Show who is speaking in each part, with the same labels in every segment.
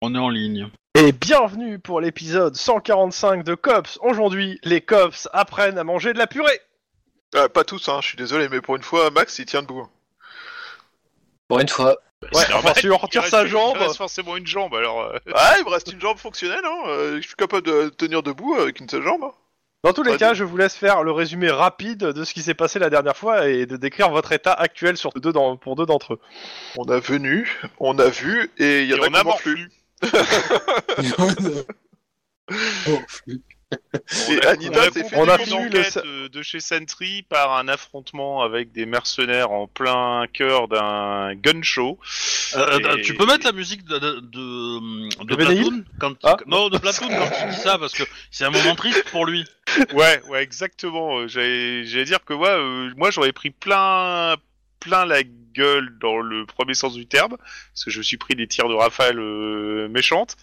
Speaker 1: On est en ligne.
Speaker 2: Et bienvenue pour l'épisode 145 de Cops. Aujourd'hui, les Cops apprennent à manger de la purée.
Speaker 3: Euh, pas tous, hein, je suis désolé, mais pour une fois, Max, il tient debout.
Speaker 4: Pour une fois.
Speaker 2: Ouais, enfin, si on retire sa jambe.
Speaker 5: Il reste forcément une jambe, alors. euh,
Speaker 3: Ah, il me reste une jambe fonctionnelle, hein. euh, Je suis capable de tenir debout avec une seule jambe. hein.
Speaker 2: Dans tous les
Speaker 3: Ouais,
Speaker 2: cas,
Speaker 3: donc-
Speaker 2: je vous laisse faire le résumé rapide de ce qui s'est passé la dernière fois et de décrire votre état actuel sur deux d'en- pour deux d'entre eux.
Speaker 3: On a venu, on a vu, et il y
Speaker 5: et
Speaker 3: en a
Speaker 5: on a
Speaker 3: qui m'ont
Speaker 5: morflu.
Speaker 3: Et
Speaker 5: On a
Speaker 3: Anita s'est fait
Speaker 2: on a
Speaker 5: conclu
Speaker 2: fini le
Speaker 5: une enquête
Speaker 2: sa-
Speaker 5: euh, de chez Sentry par un affrontement avec des mercenaires en plein cœur d'un gun show.
Speaker 1: Euh, euh,
Speaker 5: Et-
Speaker 1: Tu peux mettre la musique de, de, de, de
Speaker 2: Bénéil
Speaker 1: Platoon quand,
Speaker 2: Ah.
Speaker 1: Non, de Platoon quand tu dis ça, parce que c'est un moment triste pour lui.
Speaker 5: Ouais, ouais, exactement. Euh, J'allais j'allais dire que ouais, euh, moi j'aurais pris plein, plein la gueule dans le premier sens du terme, parce que je me suis pris des tirs de rafale euh, méchantes,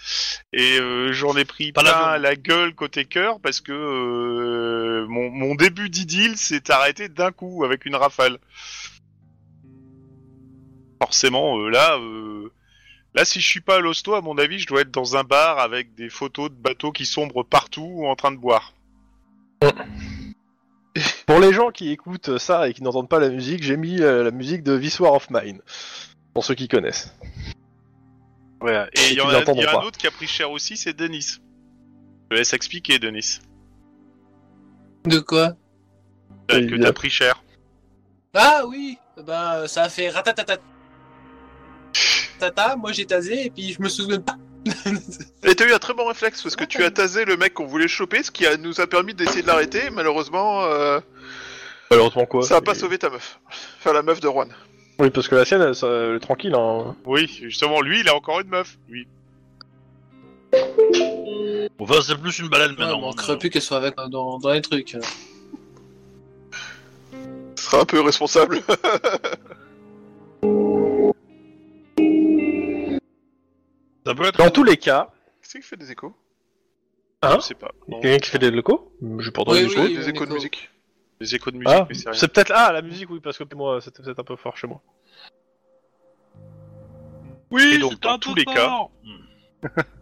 Speaker 5: et euh, j'en ai pris
Speaker 1: Pas
Speaker 5: plein
Speaker 1: l'avion.
Speaker 5: la gueule côté cœur, parce que euh, mon, mon début d'idylle s'est arrêté d'un coup avec une rafale. Forcément, euh, là, euh, là, si je suis pas à l'hosto, à mon avis, je dois être dans un bar avec des photos de bateaux qui sombrent partout ou en train de boire.
Speaker 2: Pour les gens qui écoutent ça et qui n'entendent pas la musique, j'ai mis euh, la musique de This War of Mine. Pour ceux qui connaissent.
Speaker 5: Voilà. Et
Speaker 2: Et
Speaker 5: il y, en
Speaker 2: qu'ils
Speaker 5: a-
Speaker 2: l'entendront
Speaker 5: il y a
Speaker 2: pas.
Speaker 5: un autre qui a pris cher aussi, c'est Denis. Je te laisse expliquer, Denis.
Speaker 4: De quoi
Speaker 2: Et
Speaker 5: que
Speaker 2: il y a-
Speaker 5: t'as pris cher.
Speaker 4: Ah oui Bah ça a fait ratatata. Tata, moi j'ai tasé et puis je me souviens pas.
Speaker 3: Et t'as eu un très bon réflexe parce que tu as tasé le mec qu'on voulait choper, ce qui a- nous a permis d'essayer de l'arrêter. et Malheureusement, euh,
Speaker 2: Malheureusement quoi
Speaker 3: ça a pas
Speaker 2: Et-
Speaker 3: sauvé ta meuf. Enfin, la meuf de Juan.
Speaker 2: Oui, parce que la sienne, elle, ça- elle est tranquille. Hein.
Speaker 5: Oui, justement, lui, il a encore une meuf. Oui.
Speaker 1: Enfin, c'est plus une balade
Speaker 4: Ouais,
Speaker 1: maintenant.
Speaker 4: on manquerait plus qu'elle soit avec euh, dans, dans les trucs. hein.
Speaker 3: Ce sera un peu responsable.
Speaker 1: Ça peut être.
Speaker 2: Dans tous les cas,
Speaker 3: Qu'est-ce qu'il fait des échos
Speaker 2: Hein
Speaker 5: je sais pas. Non,
Speaker 2: quelqu'un qui fait des locaux Je pourrais
Speaker 4: Oui,
Speaker 2: des
Speaker 4: oui.
Speaker 2: choses.
Speaker 3: Des
Speaker 4: un
Speaker 3: échos de
Speaker 4: écho.
Speaker 3: musique.
Speaker 5: les échos de musique,
Speaker 2: Ah,
Speaker 5: mais c'est rien.
Speaker 2: c'est peut-être ah la musique oui parce que moi c'était peut-être un peu fort chez moi.
Speaker 5: Oui,
Speaker 1: Et donc,
Speaker 5: c'est un
Speaker 1: dans tous
Speaker 5: tout
Speaker 1: les
Speaker 5: fort.
Speaker 1: cas.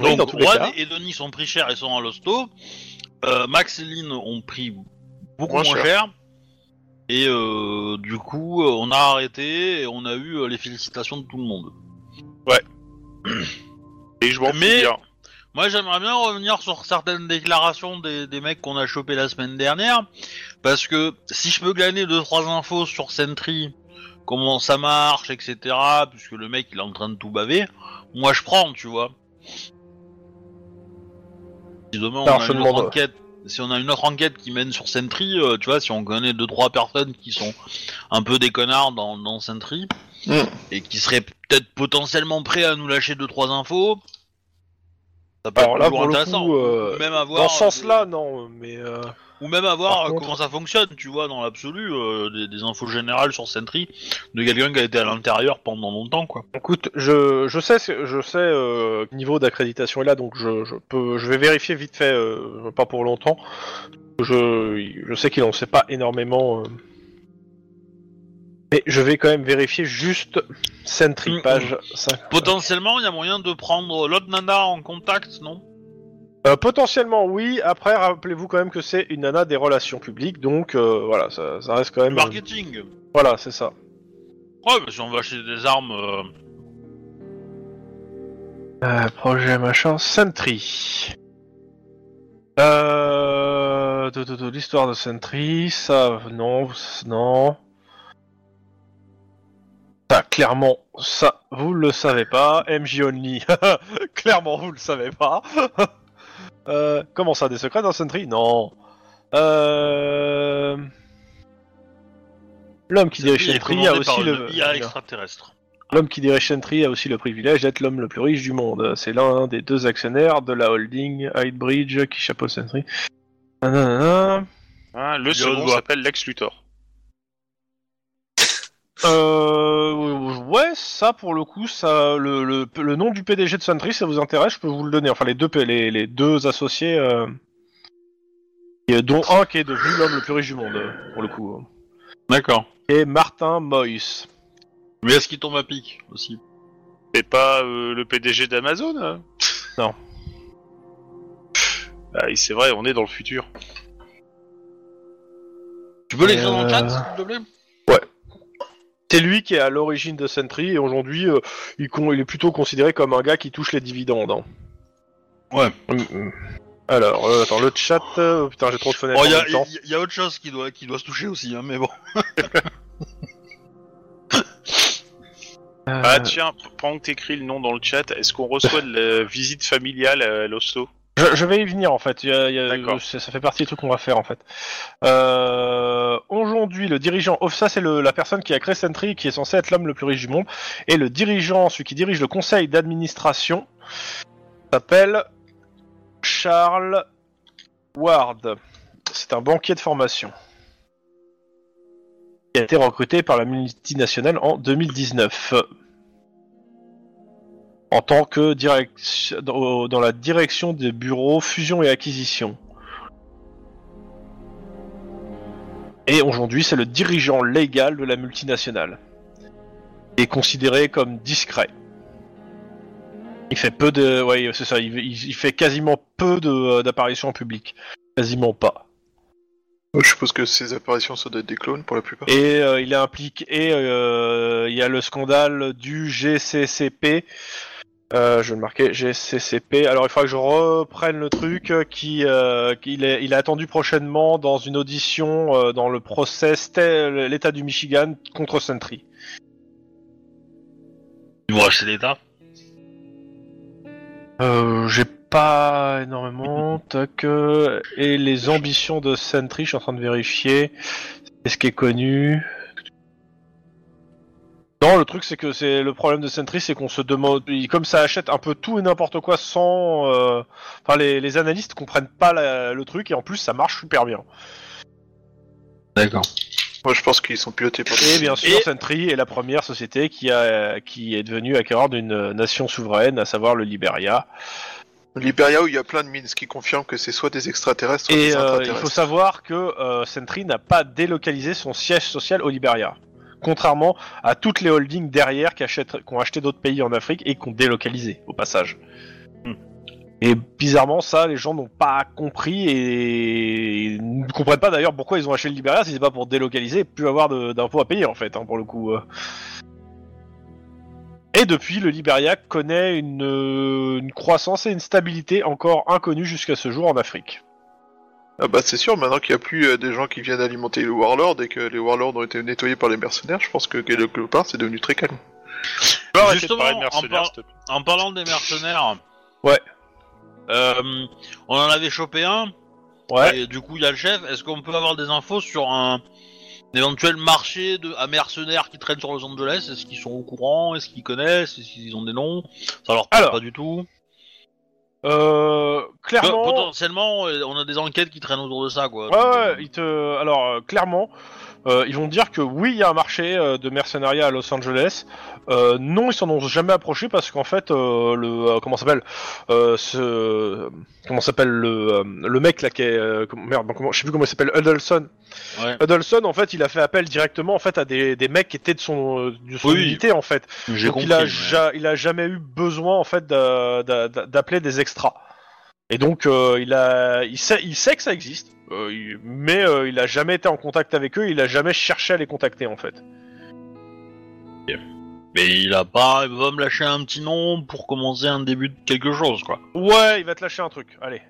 Speaker 2: Oui,
Speaker 1: Donc,
Speaker 2: dans tous les
Speaker 1: Juan
Speaker 2: cas.
Speaker 1: et Denis ont pris cher et sont à l'hosto. Euh, Max et Lynn ont pris beaucoup moins,
Speaker 3: Moins
Speaker 1: cher. Et euh, du coup, euh, on a arrêté et on a eu euh, les félicitations de tout le monde.
Speaker 5: Et je m'en
Speaker 1: Mais-
Speaker 5: mais... bien.
Speaker 1: Moi, j'aimerais bien revenir sur certaines déclarations des, des mecs qu'on a chopés la semaine dernière, parce que si je peux glaner deux trois infos sur Sentry, comment ça marche, etc., puisque le mec il est en train de tout baver, moi je prends, tu vois. Si demain on
Speaker 2: Alors,
Speaker 1: a
Speaker 2: je
Speaker 1: une
Speaker 2: demande-
Speaker 1: autre enquête, si on a une autre enquête qui mène sur Sentry, euh, tu vois, si on connaît deux trois personnes qui sont un peu des connards dans, dans Sentry
Speaker 3: Mm.
Speaker 1: et qui seraient peut-être potentiellement prêts à nous lâcher deux trois infos. Ça peut
Speaker 2: Alors
Speaker 1: être
Speaker 2: là
Speaker 1: toujours
Speaker 2: pour le
Speaker 1: Bah, intéressant.
Speaker 2: coup, euh,
Speaker 1: ou même avoir
Speaker 2: dans ce
Speaker 1: euh,
Speaker 2: sens-là non mais euh,
Speaker 1: ou même avoir
Speaker 2: par
Speaker 1: euh,
Speaker 2: contre-
Speaker 1: comment ça fonctionne, tu vois, dans l'absolu, euh, des, des infos générales sur Sentry de quelqu'un qui a été à l'intérieur pendant longtemps, quoi.
Speaker 2: écoute je je sais ce- je sais euh, quel niveau d'accréditation est là donc je, je peux je vais vérifier vite fait euh, pas pour longtemps. Je je sais qu'il en sait pas énormément. euh. Mais je vais quand même vérifier juste Sentry
Speaker 1: Mm,
Speaker 2: page 5.
Speaker 1: Potentiellement, il y a moyen de prendre l'autre nana en contact, non
Speaker 2: Euh, potentiellement oui, après rappelez-vous quand même que c'est une nana des relations publiques, donc euh, voilà, ça, ça reste quand
Speaker 1: Du
Speaker 2: même... euh,
Speaker 1: marketing.
Speaker 2: voilà, c'est ça.
Speaker 1: Ouais, mais si on va acheter des armes, euh,
Speaker 2: Euh, projet machin, Sentry. Euh, tout, tout, tout, L'histoire de Sentry, ça, non, non. Ça, clairement, ça, vous le savez pas. MJ Only, clairement, vous le savez pas. Euh, comment ça, des secrets dans Sentry Non. Euh... L'homme qui dirige
Speaker 1: il est
Speaker 2: Sentry a
Speaker 1: commandé par
Speaker 2: aussi
Speaker 1: une
Speaker 2: le...
Speaker 1: IA extraterrestre.
Speaker 2: L'homme qui dirige Sentry a aussi le privilège d'être l'homme le plus riche du monde. C'est l'un des deux actionnaires de la holding Hydebridge qui chapeaute Sentry. Nanana.
Speaker 5: Hein, le
Speaker 1: Il y a
Speaker 5: second
Speaker 1: le doigt.
Speaker 5: s'appelle Lex Luthor.
Speaker 2: Euh, ouais, ça pour le coup, ça, le, le- le nom du PDG de Sentry, ça vous intéresse, je peux vous le donner. Enfin, les deux, P- les, les deux associés, euh, et dont un qui est devenu l'homme le plus riche du monde, pour le coup.
Speaker 1: D'accord.
Speaker 2: Et Martin Moyes.
Speaker 1: Mais est-ce qu'il tombe à pic aussi
Speaker 5: C'est pas euh, le PDG d'Amazon hein
Speaker 2: Non.
Speaker 5: Ah, et c'est vrai, on est dans le futur.
Speaker 1: Tu peux l'écrire dans le chat,
Speaker 2: Euh.
Speaker 1: s'il te plaît
Speaker 2: C'est lui qui est à l'origine de Sentry et aujourd'hui euh, il, con- il est plutôt considéré comme un gars qui touche les dividendes. hein.
Speaker 1: Ouais.
Speaker 2: Mm, mm. Alors, euh, attends, le chat. euh, putain, j'ai trop de fenêtres
Speaker 1: Oh,
Speaker 2: en
Speaker 1: il y, a-
Speaker 2: même temps.
Speaker 1: y- y a autre chose qui doit, qui doit se toucher aussi, hein, mais bon.
Speaker 2: Euh.
Speaker 5: Ah tiens, p- pendant que t'écris le nom dans le chat, est-ce qu'on reçoit de la visite familiale à l'hosto
Speaker 2: Je, je vais y venir en fait. Il y a- il y a-
Speaker 5: D'accord.
Speaker 2: ça, ça fait partie des trucs qu'on va faire en fait. Euh, Aujourd'hui, le dirigeant, oh, ça c'est le- la personne qui a créé Sentry, qui est censé être l'homme le plus riche du monde, et le dirigeant, celui qui dirige le conseil d'administration, s'appelle Charles Ward. C'est un banquier de formation qui a été recruté par la multinationale en 2019 en tant que direct dans dans la direction des bureaux fusion et acquisition. Et aujourd'hui, c'est le dirigeant légal de la multinationale. Il est considéré comme discret. Il fait peu de, ouais, c'est ça. Il, il- il fait quasiment peu de- euh, d'apparitions en public, quasiment pas.
Speaker 3: Je suppose que ces apparitions, ça doit être des clones pour la plupart.
Speaker 2: Et euh, il est impliqué. Et euh, il y a le scandale du GCCP. Euh, je vais le marquer GCCP. Alors il faudra que je reprenne le truc euh, qui euh, qu'il est, il est attendu prochainement dans une audition euh, dans le procès Ste- l'État du Michigan contre Sentry.
Speaker 1: Ils vont acheter l'État.
Speaker 2: Euh, J'ai pas énormément. Tac. euh, et les ambitions de Sentry, je suis en train de vérifier. C'est ce qui est connu. Non, le truc c'est que c'est le problème de Sentry, c'est qu'on se demande, il- comme ça achète un peu tout et n'importe quoi sans, euh, enfin les, les analystes comprennent pas la- le truc et en plus ça marche super bien.
Speaker 1: D'accord.
Speaker 3: Moi, je pense qu'ils sont pilotés par
Speaker 5: Eh
Speaker 2: Et bien sûr,
Speaker 1: Et-
Speaker 2: Sentry est la première société qui a, qui est devenue acquéreur d'une nation souveraine, à savoir le Liberia.
Speaker 3: Liberia, où il y a plein de mines, ce qui confirme que c'est soit des extraterrestres, soit
Speaker 2: Et
Speaker 3: des
Speaker 2: euh, il
Speaker 3: intraterrestres.
Speaker 2: faut savoir que euh, Sentry n'a pas délocalisé son siège social au Liberia, contrairement à toutes les holdings derrière qui, achètent- qui ont acheté d'autres pays en Afrique et qui ont délocalisé au passage.
Speaker 1: Hmm.
Speaker 2: Et bizarrement, ça, les gens n'ont pas compris et ils ne comprennent pas d'ailleurs pourquoi ils ont acheté le Liberia si c'est pas pour délocaliser et plus avoir de- d'impôts à payer en fait, hein, pour le coup. euh. Et depuis, le Liberia connaît une, euh, une croissance et une stabilité encore inconnues jusqu'à ce jour en Afrique.
Speaker 3: Ah bah c'est sûr, maintenant qu'il n'y a plus euh, des gens qui viennent alimenter les Warlords et que les Warlords ont été nettoyés par les mercenaires, je pense que quelque part c'est devenu très calme.
Speaker 5: Tu peux arrêter de
Speaker 1: Ah, Justement,
Speaker 5: parler de
Speaker 1: en
Speaker 5: mercenaires,
Speaker 1: par-
Speaker 5: s'il te plaît.
Speaker 1: En parlant des mercenaires.
Speaker 2: Ouais.
Speaker 1: euh, on en avait chopé un,
Speaker 2: Ouais.
Speaker 1: et du coup il y a le chef. Est-ce qu'on peut avoir des infos sur un, un éventuel marché de, à mercenaires qui traînent sur Los Angeles Est-ce qu'ils sont au courant Est-ce qu'ils connaissent Est-ce qu'ils ont des noms Ça leur parle
Speaker 2: Alors.
Speaker 1: pas du tout.
Speaker 2: Euh,
Speaker 1: Pot-
Speaker 2: clairement.
Speaker 1: Potentiellement, euh, on a des enquêtes qui traînent autour de ça, quoi.
Speaker 2: Ouais,
Speaker 1: Donc,
Speaker 2: ouais,
Speaker 1: euh,
Speaker 2: ils te. Alors, euh, clairement, euh, ils vont dire que oui, il y a un marché euh, de mercenariat à Los Angeles. Euh, non, ils s'en ont jamais approché parce qu'en fait, euh, le. euh, comment ça s'appelle euh, ce. Comment ça s'appelle le, euh, le mec là qui est. euh, comment- merde, comment, je sais plus comment il s'appelle, Huddleston.
Speaker 1: Ouais.
Speaker 2: Huddleston, en fait, il a fait appel directement en fait à des, des mecs qui étaient de son, euh, de son
Speaker 1: Oui.
Speaker 2: unité en fait.
Speaker 1: J'ai
Speaker 2: Donc
Speaker 1: compris.
Speaker 2: il a,
Speaker 1: mais-
Speaker 2: ja- il a jamais eu besoin en fait d'a- d'a- d'a- d'appeler des extras. Et donc euh, il a, il sait, il sait que ça existe, euh, il- mais euh, il a jamais été en contact avec eux, il a jamais cherché à les contacter en fait.
Speaker 1: Mais il a pas, il va me lâcher un petit nom pour commencer un début de quelque chose, quoi.
Speaker 2: Ouais, il va te lâcher un truc. Allez.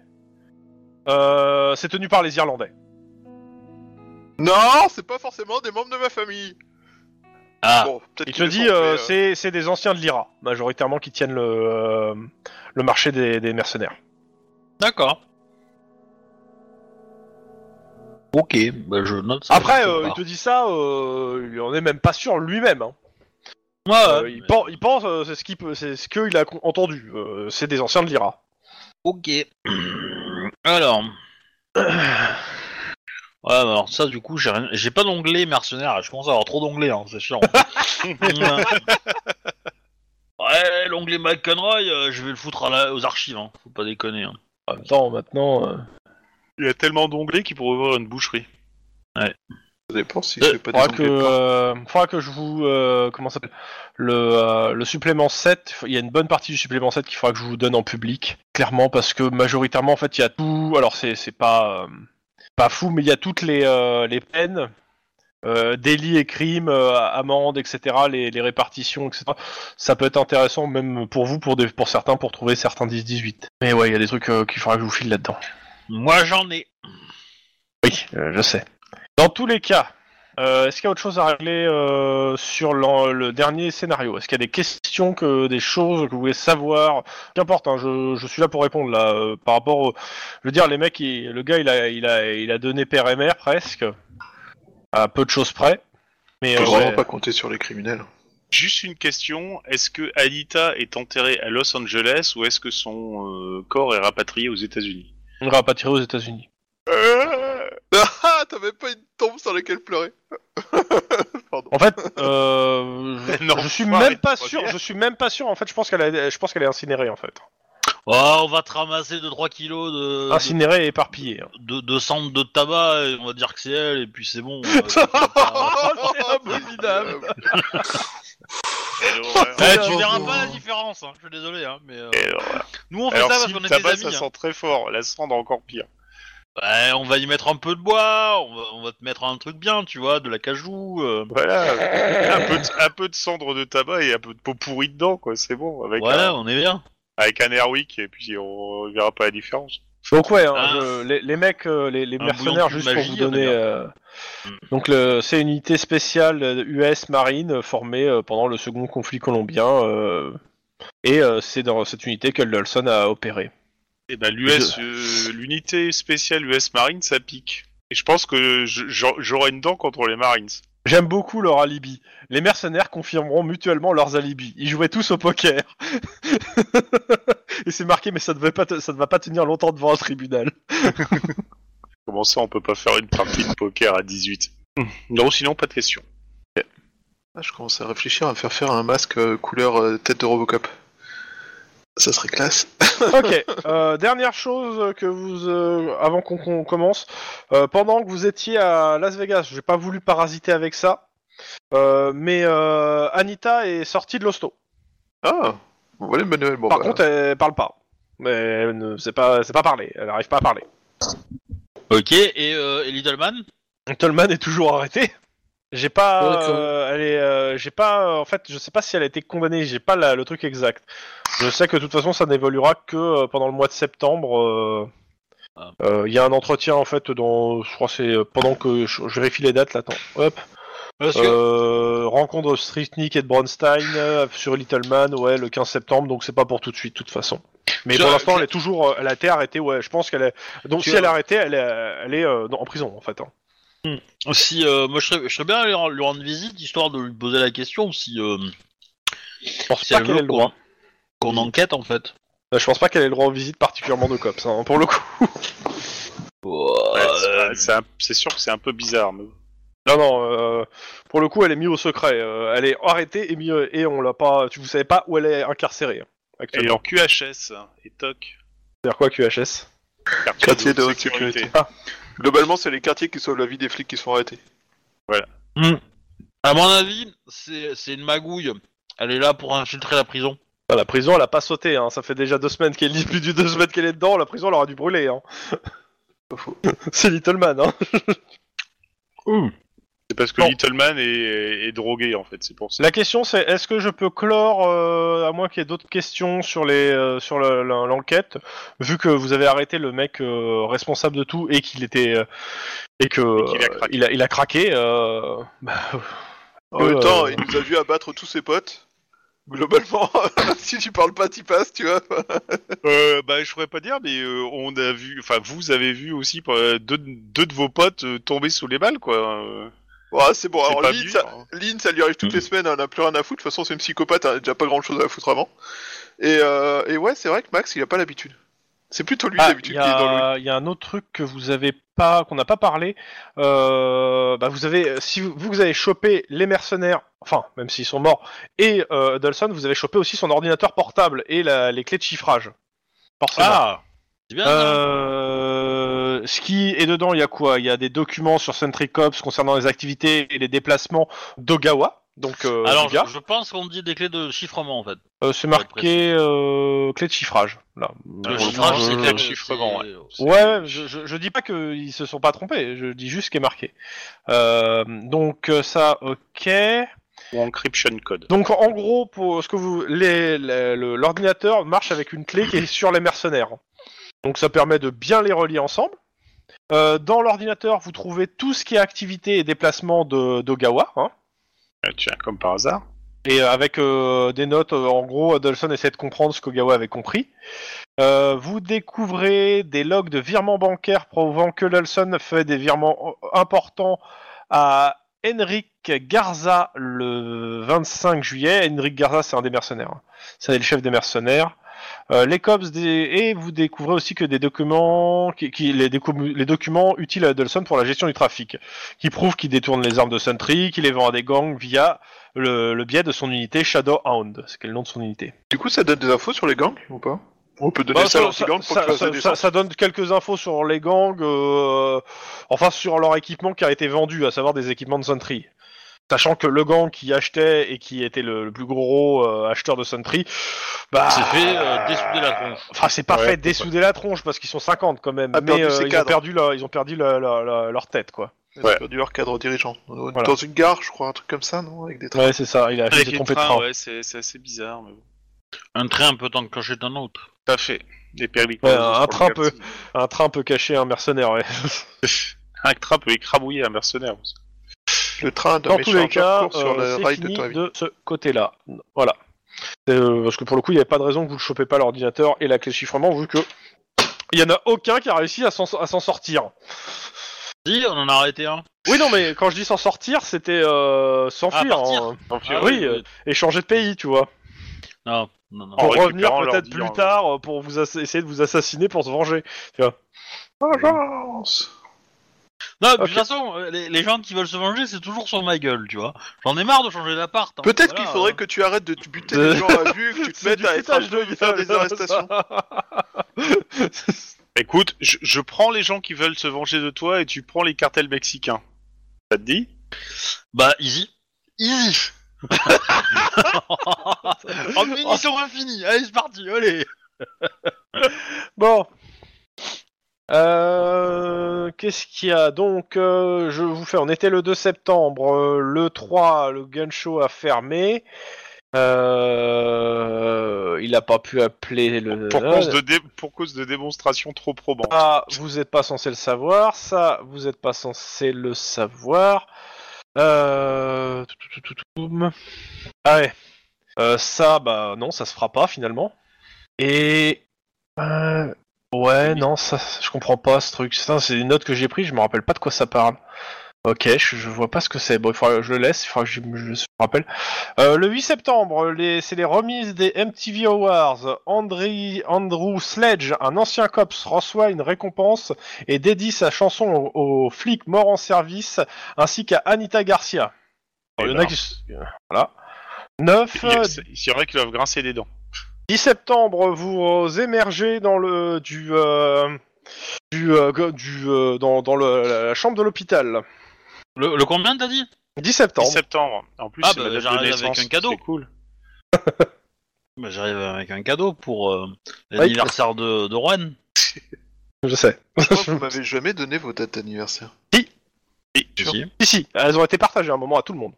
Speaker 2: Euh, c'est tenu par les Irlandais.
Speaker 3: Non, c'est pas forcément des membres de ma famille.
Speaker 1: Ah,
Speaker 3: Bon, peut-être
Speaker 2: Il te
Speaker 3: qu'ils le
Speaker 2: dit,
Speaker 3: sont,
Speaker 2: euh,
Speaker 3: mais, euh,
Speaker 2: c'est c'est des anciens de l'IRA majoritairement qui tiennent le euh, le marché des, des mercenaires.
Speaker 1: d'accord. Ok, bah je note ça.
Speaker 2: Après,
Speaker 1: quelque
Speaker 2: euh, il
Speaker 1: part.
Speaker 2: te dit ça, euh, il en est même pas sûr lui-même. hein.
Speaker 1: Ouais,
Speaker 2: Euh,
Speaker 1: ouais,
Speaker 2: il,
Speaker 1: mais-
Speaker 2: pense, il pense, euh, c'est ce qu'il peut- c'est ce qu'il a con- entendu. euh, c'est des anciens de l'IRA.
Speaker 1: Ok. Alors. Ouais, mais alors ça, du coup, j'ai rien- j'ai pas d'onglet mercenaire. Je commence à avoir trop d'onglets, hein, c'est sûr. ouais, l'onglet McConroy, euh, je vais le foutre à la- aux archives, hein. Faut pas déconner. hein.
Speaker 2: En même temps, maintenant. euh,
Speaker 5: Il y a tellement d'onglets qu'il pourrait ouvrir une boucherie.
Speaker 3: Ça dépend si
Speaker 1: Euh,
Speaker 3: je fais pas des
Speaker 2: Faudra que,
Speaker 3: enquêtes.
Speaker 2: euh, faudra que je vous. euh, comment ça s'appelle le, euh, le supplément 7, il y a une bonne partie du supplément 7 qu'il faudra que je vous donne en public, clairement, parce que majoritairement, en fait, il y a tout. Alors, c'est c'est pas, euh, pas fou, mais il y a toutes les, euh, les peines, euh, délits et crimes, euh, amendes, etc., les, les répartitions, etc. Ça peut être intéressant, même pour vous, pour, des, pour certains, pour trouver certains 10-18. Mais ouais, il y a des trucs euh, qu'il faudra que je vous file là-dedans.
Speaker 1: Moi j'en ai.
Speaker 2: Oui, euh, je sais. Dans tous les cas, euh, est-ce qu'il y a autre chose à régler euh, sur l'en- le dernier scénario Est-ce qu'il y a des questions, que, des choses que vous voulez savoir Qu'importe, hein, je, je suis là pour répondre là. euh, par rapport, au, je veux dire, les mecs, il- le gars, il a, il a, il a donné père et mère presque, à peu de choses près. Mais
Speaker 3: Faut
Speaker 2: euh,
Speaker 3: vraiment
Speaker 2: ouais.
Speaker 3: pas compter sur les criminels.
Speaker 5: Juste une question, est-ce que Anita est enterrée à Los Angeles ou est-ce que son euh, corps est rapatrié aux États-Unis
Speaker 2: on ira pas tirer aux États-Unis.
Speaker 3: Ah, t'avais pas une tombe sur laquelle pleurer.
Speaker 2: En fait, euh, je,
Speaker 5: Non,
Speaker 2: je suis
Speaker 5: faut
Speaker 2: même
Speaker 5: arrêter
Speaker 2: pas
Speaker 5: de
Speaker 2: sûr.
Speaker 5: produire.
Speaker 2: Je suis même pas sûr. En fait, je pense qu'elle, a- je pense qu'elle est incinérée en fait.
Speaker 1: Oh, on va te ramasser 2-3 kilos de,
Speaker 3: Euh,
Speaker 5: Ah,
Speaker 1: de,
Speaker 2: Incinérée et éparpillée. hein.
Speaker 1: de, de cendres de tabac et on va dire que c'est elle et puis c'est bon. on va- ça va pas-
Speaker 2: c'est abominable.
Speaker 3: Ah,
Speaker 5: Quelle horreur.
Speaker 1: Eh, tu
Speaker 4: Bravo.
Speaker 1: verras pas la différence, hein, je suis désolé. Hein, mais, euh,
Speaker 5: Quelle horreur.
Speaker 1: Nous on fait
Speaker 5: Eh, Alors
Speaker 1: ça
Speaker 5: si
Speaker 1: parce
Speaker 5: le
Speaker 1: qu'on est des
Speaker 5: tabac,
Speaker 1: amis.
Speaker 5: ça
Speaker 1: hein.
Speaker 5: sent très fort, la cendre encore pire.
Speaker 1: Ouais, on va y mettre un peu de bois, on va, on va te mettre un truc bien, tu vois, de la cajou. euh,
Speaker 2: Ah,
Speaker 5: Voilà, un peu, de, un peu de cendre de tabac et un peu de peau pourrie dedans, quoi, c'est bon. Avec,
Speaker 1: Voilà,
Speaker 5: un,
Speaker 1: on est bien.
Speaker 5: avec un Airwick, et puis on verra pas la différence.
Speaker 2: Donc ouais, hein,
Speaker 1: Ah.
Speaker 2: je- les, les mecs, euh, les, les
Speaker 1: Un
Speaker 2: mercenaires,
Speaker 1: bouillon de
Speaker 2: juste
Speaker 1: magie,
Speaker 2: pour vous donner.
Speaker 1: on est bien.
Speaker 2: euh,
Speaker 1: Mm.
Speaker 2: donc le- c'est une unité spéciale euh, US Marine euh, formée euh, pendant le second conflit colombien. euh, et euh, c'est dans cette unité que Lolson a opéré.
Speaker 5: Eh ben, l'US, euh, l'unité spéciale US Marines, ça pique. Et je pense que je- j'a- j'aurai une dent contre les Marines.
Speaker 2: J'aime beaucoup leur alibi. Les mercenaires confirmeront mutuellement leurs alibis. Ils jouaient tous au poker. et c'est marqué, mais ça, devait pas te- ça ne va pas tenir longtemps devant un tribunal.
Speaker 5: Comment ça, on peut pas faire une partie de poker à 18 Non, sinon, pas de question.
Speaker 3: Ah, je commence à réfléchir à me faire faire un masque euh, couleur euh, tête de Robocop. Ça serait classe.
Speaker 2: Ok, euh, dernière chose que vous, euh, avant qu'on qu'on commence, euh, pendant que vous étiez à Las Vegas, j'ai pas voulu parasiter avec ça, euh, mais euh, Anita est sortie de l'hosto.
Speaker 3: Ah, voilà une bonne nouvelle. Bon,
Speaker 2: Par
Speaker 3: bah,
Speaker 2: contre, elle parle pas, mais elle ne sait pas, sait pas parler, elle n'arrive pas à parler.
Speaker 1: Ok, et, euh, et Little Man
Speaker 2: Tolman est toujours arrêté. J'ai
Speaker 4: Ouais,
Speaker 2: pas,
Speaker 4: d'accord.
Speaker 2: euh, elle est, euh, j'ai pas, euh, en fait, je sais pas si elle a été condamnée, j'ai pas la- le truc exact. Je sais que de toute façon, ça n'évoluera que euh, pendant le mois de septembre. euh, euh,
Speaker 1: Ah.
Speaker 2: Il y a un entretien en fait dans, je crois que c'est euh, pendant que je, je vérifie les dates là, attends, hop.
Speaker 1: Parce que
Speaker 2: Euh, rencontre de Stritnik et de Bronstein euh, sur Little Man, ouais, le 15 septembre, donc c'est pas pour tout de suite, de toute façon. Mais
Speaker 1: Je-
Speaker 2: pour l'instant,
Speaker 1: je-
Speaker 2: elle est toujours, euh, elle a été arrêtée, ouais, je pense qu'elle est, donc
Speaker 1: Tu
Speaker 2: si elle est
Speaker 1: vois.
Speaker 2: arrêtée, elle est, elle est euh, dans- en prison en fait. hein.
Speaker 1: si, euh, moi je serais, je serais bien allé lui rend- lui rendre visite histoire de lui poser la question si, euh,
Speaker 2: Je pense
Speaker 1: si
Speaker 2: pas
Speaker 1: elle
Speaker 2: qu'elle
Speaker 1: veut
Speaker 2: ait le droit.
Speaker 1: qu'on enquête en fait.
Speaker 2: Euh, Je pense pas qu'elle ait le droit aux visites particulièrement de cops, hein, pour le coup.
Speaker 5: Ouais, c'est-
Speaker 1: Euh,
Speaker 5: c'est un- c'est sûr que c'est un peu bizarre. Mais...
Speaker 2: Non, non, euh, pour le coup, elle est mise au secret. euh, elle est arrêtée et, mise, et on l'a pas. Tu vous savez pas où elle est incarcérée. hein,
Speaker 5: Elle est
Speaker 2: Actuellement.
Speaker 5: en QHS hein, et TOC.
Speaker 2: C'est-à-dire quoi, QHS
Speaker 5: quartier
Speaker 3: Quartier de haute sécurité.
Speaker 2: Ah.
Speaker 3: Globalement, c'est les quartiers qui sauvent la vie des flics qui se font arrêter.
Speaker 1: À mon avis, c'est c'est une magouille. Elle est là pour infiltrer la prison.
Speaker 2: Ah, La prison, elle a pas sauté. hein, Ça fait déjà deux semaines qu'elle plus du deux semaines qu'elle est dedans. La prison, elle aura dû brûler. Hein.
Speaker 3: Pas faux.
Speaker 2: C'est Little Man. Hein.
Speaker 5: C'est parce que
Speaker 2: Non.
Speaker 5: Little Man est, est- est drogué, en fait, c'est pour ça.
Speaker 2: La question, c'est est-ce que je peux clore, euh, à moins qu'il y ait d'autres questions sur les euh, sur la- la- l'enquête, vu que vous avez arrêté le mec euh, responsable de tout et qu'il était euh, et que
Speaker 5: Et qu'il a
Speaker 2: euh,
Speaker 5: craqué.
Speaker 2: il a, il a craqué. euh, bah,
Speaker 3: En
Speaker 2: Euh,
Speaker 3: même temps,
Speaker 2: euh.
Speaker 3: il nous a vu abattre tous ses potes. Globalement, si tu parles pas, t'y passes, tu vois.
Speaker 5: Euh, bah, je pourrais pas dire, mais euh, on a vu... Enfin, vous avez vu aussi euh, deux, deux de vos potes euh, tomber sous les balles, quoi. euh.
Speaker 3: Ouais, c'est bon.
Speaker 5: C'est
Speaker 3: Alors,
Speaker 5: pas
Speaker 3: Lynn
Speaker 5: dur,
Speaker 3: ça,
Speaker 5: hein.
Speaker 3: Lynn, ça lui arrive toutes
Speaker 1: Mm.
Speaker 3: les semaines, elle n'a plus rien à foutre. De toute façon, c'est une psychopathe, elle a déjà pas grand chose à foutre avant. Et, euh, et ouais, c'est vrai que Max, il a pas l'habitude. C'est plutôt lui
Speaker 2: Ah,
Speaker 3: d'habitude
Speaker 2: y
Speaker 3: qui est dans le.
Speaker 2: a- Il y a un autre truc que vous avez pas, qu'on n'a pas parlé. Euh, bah vous avez, si vous, vous avez chopé les mercenaires, enfin même s'ils sont morts, et euh, Dawson, vous avez chopé aussi son ordinateur Ah.
Speaker 3: Ah,
Speaker 1: hein.
Speaker 2: portable et la- les clés de chiffrage. Forcément.
Speaker 1: C'est bien. ça.
Speaker 2: Euh, Euh, ce qui est dedans, il y a quoi Il y a des documents sur Sentry Cops concernant les activités et les déplacements d'Ogawa. Donc, euh,
Speaker 1: Alors,
Speaker 2: du gars.
Speaker 1: je, je pense qu'on dit des clés de chiffrement en fait.
Speaker 2: Euh, c'est marqué euh, clé de chiffrage. Là.
Speaker 1: Le
Speaker 2: Euh,
Speaker 1: chiffrage,
Speaker 2: je-
Speaker 1: c'est
Speaker 2: je-
Speaker 1: clair que
Speaker 5: chiffrement,
Speaker 1: c'est-
Speaker 2: Ouais, ouais, je, je, je dis pas qu'ils se sont pas trompés, je dis juste ce qui est marqué. Euh, donc euh, ça, ok.
Speaker 5: Ou encryption code.
Speaker 2: Donc en gros, pour ce que vous, les- les- le- l'ordinateur marche avec une clé qui est sur les mercenaires. Donc ça permet de bien les relier ensemble. Euh, dans l'ordinateur, vous trouvez tout ce qui est activité et déplacement de d'Ogawa, hein,
Speaker 5: Euh, tiens, comme par hasard.
Speaker 2: et euh, avec euh, des notes, euh, en gros, Adolson essaie de comprendre ce qu'Ogawa avait compris. Euh, vous découvrez des logs de virements bancaires prouvant que Adolson fait des virements euh, importants à Henrik Garza le 25 juillet. Henrik Garza, c'est un des mercenaires. hein. C'est le chef des mercenaires. Euh, les cops des- et vous découvrez aussi que des documents, qui, qui- les, décou- les documents utiles à Adolson pour la gestion du trafic, qui prouvent qu'il détourne les armes de Sentry, qu'il les vend à des gangs via le, le biais de son unité Shadowhound. C'est quel le nom de son unité
Speaker 3: Du coup, ça donne des infos sur les gangs ou pas On peut donner
Speaker 2: Bah,
Speaker 3: ça à
Speaker 2: ça,
Speaker 3: l'anti-gang pour
Speaker 2: ça-
Speaker 3: que ça
Speaker 2: ça- ça- ça donne quelques infos sur les gangs, euh, enfin sur leur équipement qui a été vendu, à savoir des équipements de Sentry. Sachant que le gang qui achetait et qui était le, le plus gros euh, acheteur de Sentry, bah,
Speaker 1: C'est fait euh, dessouder la tronche.
Speaker 2: Enfin, c'est pas
Speaker 5: Ouais,
Speaker 2: fait dessouder la tronche parce qu'ils sont 50 quand même,
Speaker 3: A
Speaker 2: mais
Speaker 3: perdu
Speaker 2: euh,
Speaker 3: ses
Speaker 2: ils, ont
Speaker 3: cadres.
Speaker 2: perdu la- ils ont perdu la- la- la- leur tête, quoi.
Speaker 3: Ils ont
Speaker 5: Ouais.
Speaker 3: perdu leur cadre dirigeant. Dans
Speaker 2: Voilà.
Speaker 3: dans une gare, je crois, un truc comme ça, non Avec des trains.
Speaker 2: Ouais, c'est ça. Il a juste
Speaker 5: les
Speaker 2: trompé de
Speaker 5: trains,
Speaker 2: train.
Speaker 5: ouais, c'est c'est assez bizarre, mais bon.
Speaker 1: Un train un peu tant que d'un autre.
Speaker 5: Tout à fait. Des perlicots.
Speaker 2: Ouais, un
Speaker 5: sur le
Speaker 2: train peut-
Speaker 5: quartier.
Speaker 2: Un train peut cacher un mercenaire. ouais.
Speaker 5: Un train peut écrabouiller un mercenaire. aussi.
Speaker 3: Le train d'un
Speaker 2: Dans tous les
Speaker 3: méchant
Speaker 2: cas,
Speaker 3: court sur
Speaker 2: euh,
Speaker 3: le
Speaker 2: c'est
Speaker 3: rail de
Speaker 2: fini
Speaker 3: ton avis.
Speaker 2: de ce côté-là. Voilà. Euh, parce que pour le coup, il n'y avait pas de raison que vous ne chopez pas l'ordinateur et la clé de chiffrement, vu que il y en a aucun qui a réussi à s'en à s'en sortir.
Speaker 1: Si, on en a arrêté un.
Speaker 2: Oui, non, mais quand je dis s'en sortir, c'était euh, s'enfuir,
Speaker 1: Ah, partir.
Speaker 2: hein,
Speaker 5: S'enfuir.
Speaker 2: oui, euh, Oh. et changer de pays, tu vois.
Speaker 1: Non, non, non.
Speaker 5: En
Speaker 2: Pour revenir
Speaker 5: récupérant
Speaker 2: peut-être
Speaker 5: l'ordi,
Speaker 2: plus
Speaker 5: en-
Speaker 3: hein.
Speaker 2: tard, euh, pour vous ass- essayer de vous assassiner pour se venger.
Speaker 3: Vengeance
Speaker 1: Non, mais de
Speaker 2: Ok.
Speaker 1: toute façon, euh, les, les gens qui veulent se venger, c'est toujours sur ma gueule, tu vois. J'en ai marre de changer d'appart. hein.
Speaker 3: Peut-être
Speaker 1: Voilà,
Speaker 3: qu'il faudrait
Speaker 1: euh.
Speaker 3: que tu arrêtes de te buter
Speaker 2: Euh,
Speaker 3: les gens à vue, que tu te
Speaker 2: C'est
Speaker 3: mettes
Speaker 2: du
Speaker 3: à être un
Speaker 2: foutage
Speaker 3: peu
Speaker 2: de
Speaker 3: faire
Speaker 2: gueule,
Speaker 3: des arrestations.
Speaker 5: Écoute, je, je prends les gens qui veulent se venger de toi et tu prends les cartels mexicains. Ça te dit
Speaker 1: Bah, easy. Easy En munitions infinies, allez, c'est parti, allez
Speaker 2: Bon. Euh, Qu'est-ce qu'il y a donc euh, Je vous fais. On était le 2 septembre. euh, le 3, le gun show a fermé. Euh, il n'a pas pu appeler le.
Speaker 5: pour, cause de dé- pour cause de démonstrations trop probantes.
Speaker 2: Ça, Ah, vous n'êtes pas censé le savoir. Ça, vous n'êtes pas censé le savoir. Euh... tout, tout, tout, tout, tout. Ah ouais. Euh, ça, bah non, ça se fera pas finalement. Et euh, ouais, non, ça, je comprends pas ce truc. Putain, C'est une note que j'ai prise, je me rappelle pas de quoi ça parle. Ok, je, je vois pas ce que c'est. Bon, il faudra, je le laisse, il faudra que je, je- je me rappelle. Euh, le 8 septembre, les, c'est les remises des MTV Awards. André- Andrew Sledge, un ancien cops, reçoit une récompense et dédie sa chanson aux, aux flics morts en service, ainsi qu'à Anita Garcia.
Speaker 5: Eh
Speaker 2: Il y en
Speaker 5: ben.
Speaker 2: a qui... s- Voilà. 9,
Speaker 5: Il y a- c'est- il y en a qui doivent grincer des dents.
Speaker 2: 10 septembre, vous émergez dans le du euh, du, euh, go- du, euh, dans, dans le- la, la chambre de l'hôpital.
Speaker 1: Le, le combien t'as dit
Speaker 2: 10 septembre.
Speaker 5: 10 septembre. En plus,
Speaker 1: Ah,
Speaker 5: c'est
Speaker 1: bah,
Speaker 5: ma date de
Speaker 1: j'arrive avec
Speaker 5: naissance.
Speaker 1: un cadeau.
Speaker 5: C'est cool.
Speaker 1: bah, J'arrive avec un cadeau pour euh, l'anniversaire de, de Juan.
Speaker 2: Je sais.
Speaker 3: Je crois que vous m'avez jamais donné vos dates d'anniversaire.
Speaker 1: Si.
Speaker 2: Si si, elles ont été partagées à un moment à tout le monde.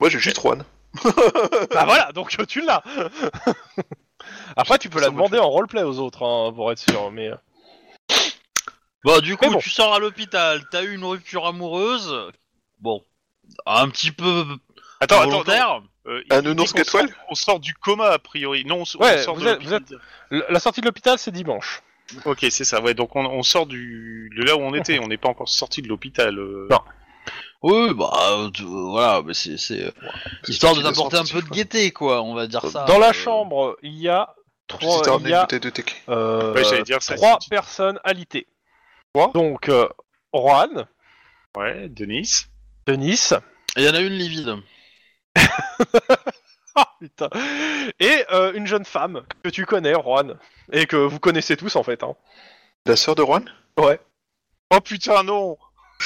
Speaker 3: Moi, j'ai juste Juan.
Speaker 2: bah voilà, donc tu l'as. Après, tu peux la
Speaker 3: Ça me
Speaker 2: demander
Speaker 3: fait.
Speaker 2: en roleplay aux autres hein, pour être sûr, mais.
Speaker 1: Bon, Bah, du coup,
Speaker 2: Mais bon.
Speaker 1: tu sors à l'hôpital, t'as eu une rupture amoureuse. Bon, un petit peu
Speaker 5: Attends, attends,
Speaker 1: volontaire.
Speaker 5: Euh,
Speaker 3: Un
Speaker 5: il- il
Speaker 3: nounours
Speaker 5: dit qu'on
Speaker 3: quatre
Speaker 5: sort- On sort du coma a priori. Non, on, s- on
Speaker 2: Ouais,
Speaker 5: sort
Speaker 2: vous
Speaker 5: de
Speaker 2: êtes-
Speaker 5: l'hôpital.
Speaker 2: Le- La sortie de l'hôpital, c'est dimanche.
Speaker 5: Ok, c'est ça. Ouais, donc on, on sort du de là où on était. On n'est pas encore sorti de l'hôpital. euh.
Speaker 2: Non.
Speaker 1: Oui, bah euh, tu- euh, voilà, mais c'est c'est, euh, histoire de
Speaker 3: qu'il est
Speaker 1: t'apporter un
Speaker 3: sportif,
Speaker 1: peu de
Speaker 3: quoi.
Speaker 1: gaieté, quoi, on va dire ça.
Speaker 2: Dans
Speaker 1: Euh,
Speaker 2: la chambre, il y a trois,
Speaker 3: Si t'as
Speaker 2: il
Speaker 3: ramené
Speaker 2: y
Speaker 3: une
Speaker 2: a
Speaker 3: bouteille de tequila.
Speaker 2: euh,
Speaker 5: Ouais, j'allais dire ça.
Speaker 2: trois
Speaker 5: c'est-
Speaker 2: personnes alitées. Donc euh, Juan,
Speaker 5: Ouais, Denis.
Speaker 2: Denis.
Speaker 1: Il y en a une livide.
Speaker 2: Ah, putain. Et euh, une jeune femme que tu connais, Juan, et que vous connaissez tous en fait. hein.
Speaker 3: La sœur de Juan
Speaker 2: Ouais.
Speaker 5: Oh putain, non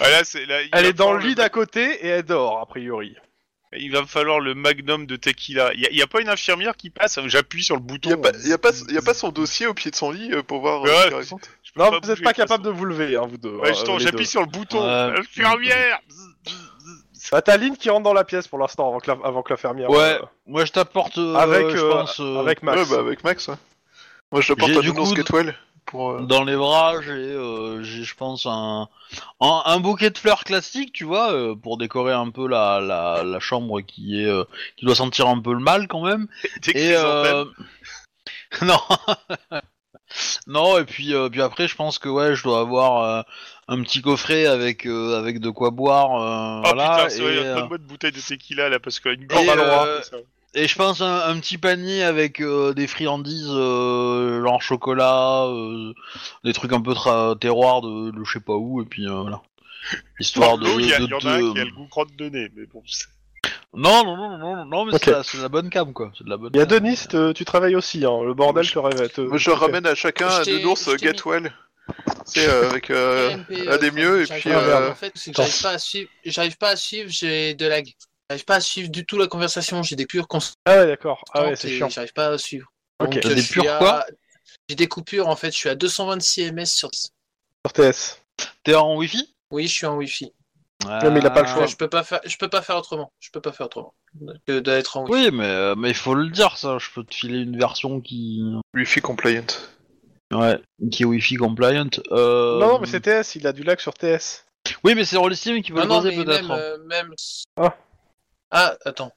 Speaker 5: Ah, là, c'est- là, il
Speaker 2: Elle
Speaker 5: va
Speaker 2: est dans le
Speaker 5: falloir
Speaker 2: lit d'à côté et elle dort, a priori.
Speaker 5: Il va me falloir le magnum de tequila. Il n'y a, pas une infirmière qui passe hein, J'appuie sur le bouton.
Speaker 3: Y a, pas, y, a pas, y a pas son dossier au pied de son lit euh, pour voir
Speaker 5: Ouais.
Speaker 3: euh, ce qu'il raconte
Speaker 5: Je peux
Speaker 2: Non, vous
Speaker 5: bouger,
Speaker 2: n'êtes pas
Speaker 5: de toute
Speaker 2: capable de vous lever, hein, vous deux.
Speaker 5: façon. Ouais,
Speaker 2: hein,
Speaker 5: justement,
Speaker 2: les deux.
Speaker 5: j'appuie sur le bouton. Euh,
Speaker 1: Ouais.
Speaker 5: Infirmière
Speaker 2: Bah, t'as Lynn qui rentre dans la pièce pour l'instant avant que la, avant que la fermière.
Speaker 1: Ouais.
Speaker 2: euh,
Speaker 1: Moi, je t'apporte. euh,
Speaker 2: Avec,
Speaker 1: je
Speaker 2: euh,
Speaker 1: pense, euh,
Speaker 2: avec Max.
Speaker 3: Ouais, bah avec Max. ouais. Moi je l'apporte
Speaker 1: J'ai
Speaker 3: à
Speaker 1: du
Speaker 3: Nounours
Speaker 1: coup-
Speaker 3: Gatwell pour. euh,
Speaker 1: dans les bras, j'ai, euh, j'ai, je pense, un, un, un bouquet de fleurs classiques, tu vois, euh, pour décorer un peu la, la, la chambre qui est, euh, qui doit sentir un peu le mal quand même.
Speaker 5: Des
Speaker 1: Et
Speaker 5: chrysanthèmes.
Speaker 1: euh,
Speaker 5: Ben.
Speaker 1: non, non. Et puis, euh, puis après, je pense que ouais, je dois avoir euh, un petit coffret avec euh, avec de quoi boire. euh,
Speaker 5: Oh
Speaker 1: voilà.
Speaker 5: putain, c'est
Speaker 1: et,
Speaker 5: vrai,
Speaker 1: euh,
Speaker 5: donne-moi une bouteille de tequila là parce qu'une
Speaker 1: et,
Speaker 5: grande
Speaker 1: euh, et je pense un, un petit panier avec euh, des friandises, euh, genre chocolat, euh, des trucs un peu tra- terroir de, de je sais pas où, et puis euh, voilà. Histoire de,
Speaker 5: Oh, il y, a-
Speaker 1: de
Speaker 5: il y en
Speaker 1: te-
Speaker 5: a un qui a le goût crotte de nez, mais bon. c'est-
Speaker 1: Non, non, non, non, non, non, mais c'est
Speaker 2: Ok.
Speaker 1: la- c'est de la bonne cam, quoi. C'est de la bonne.
Speaker 2: Il y a
Speaker 1: cam.
Speaker 2: Denis, te- tu travailles aussi, hein. le bordel te révèle. te-
Speaker 3: Moi je
Speaker 2: te fait.
Speaker 3: ramène à chacun
Speaker 4: Je
Speaker 3: un
Speaker 4: t'ai-
Speaker 3: Nounours
Speaker 4: je t'ai mis-
Speaker 3: Gatwell. C'est euh, avec. euh,
Speaker 4: LMP,
Speaker 3: un des
Speaker 4: euh,
Speaker 3: mieux, et
Speaker 4: j'arrive
Speaker 3: puis,
Speaker 4: pas à
Speaker 2: euh,
Speaker 4: voir. en fait, c'est que j'arrive pas à suivre, j'arrive pas à suivre, j'ai de lag. J'arrive pas à suivre du tout la conversation, j'ai des coupures constantes
Speaker 2: Ah ouais, d'accord. Ah ouais, c'est
Speaker 4: et
Speaker 2: chiant.
Speaker 4: j'arrive pas à suivre.
Speaker 2: Ok.
Speaker 4: Donc,
Speaker 1: T'as
Speaker 4: euh,
Speaker 1: des
Speaker 4: je suis
Speaker 1: pures
Speaker 4: à-
Speaker 1: quoi
Speaker 4: J'ai des coupures en fait, je suis à 226 ms sur 10.
Speaker 2: Sur TS.
Speaker 1: T'es en wifi Euh,
Speaker 4: Oui, je suis en wifi.
Speaker 1: Non,
Speaker 2: mais il a pas le choix.
Speaker 4: Ah Je peux pas faire je peux pas faire autrement, je peux pas faire autrement que d'être en wifi.
Speaker 1: Oui, mais euh, mais il faut le dire ça. Je peux te filer une version qui
Speaker 3: Wi-Fi compliant.
Speaker 1: ouais qui est wifi compliant. Euh...
Speaker 2: Non, non, mais c'est TS, il a du lag sur TS.
Speaker 1: Oui, mais c'est Rollistim qui veut
Speaker 4: Non,
Speaker 1: le
Speaker 4: non,
Speaker 1: poser
Speaker 4: mais
Speaker 1: peut-être. hein.
Speaker 4: même, euh, même...
Speaker 2: Ah.
Speaker 4: Ah, attends.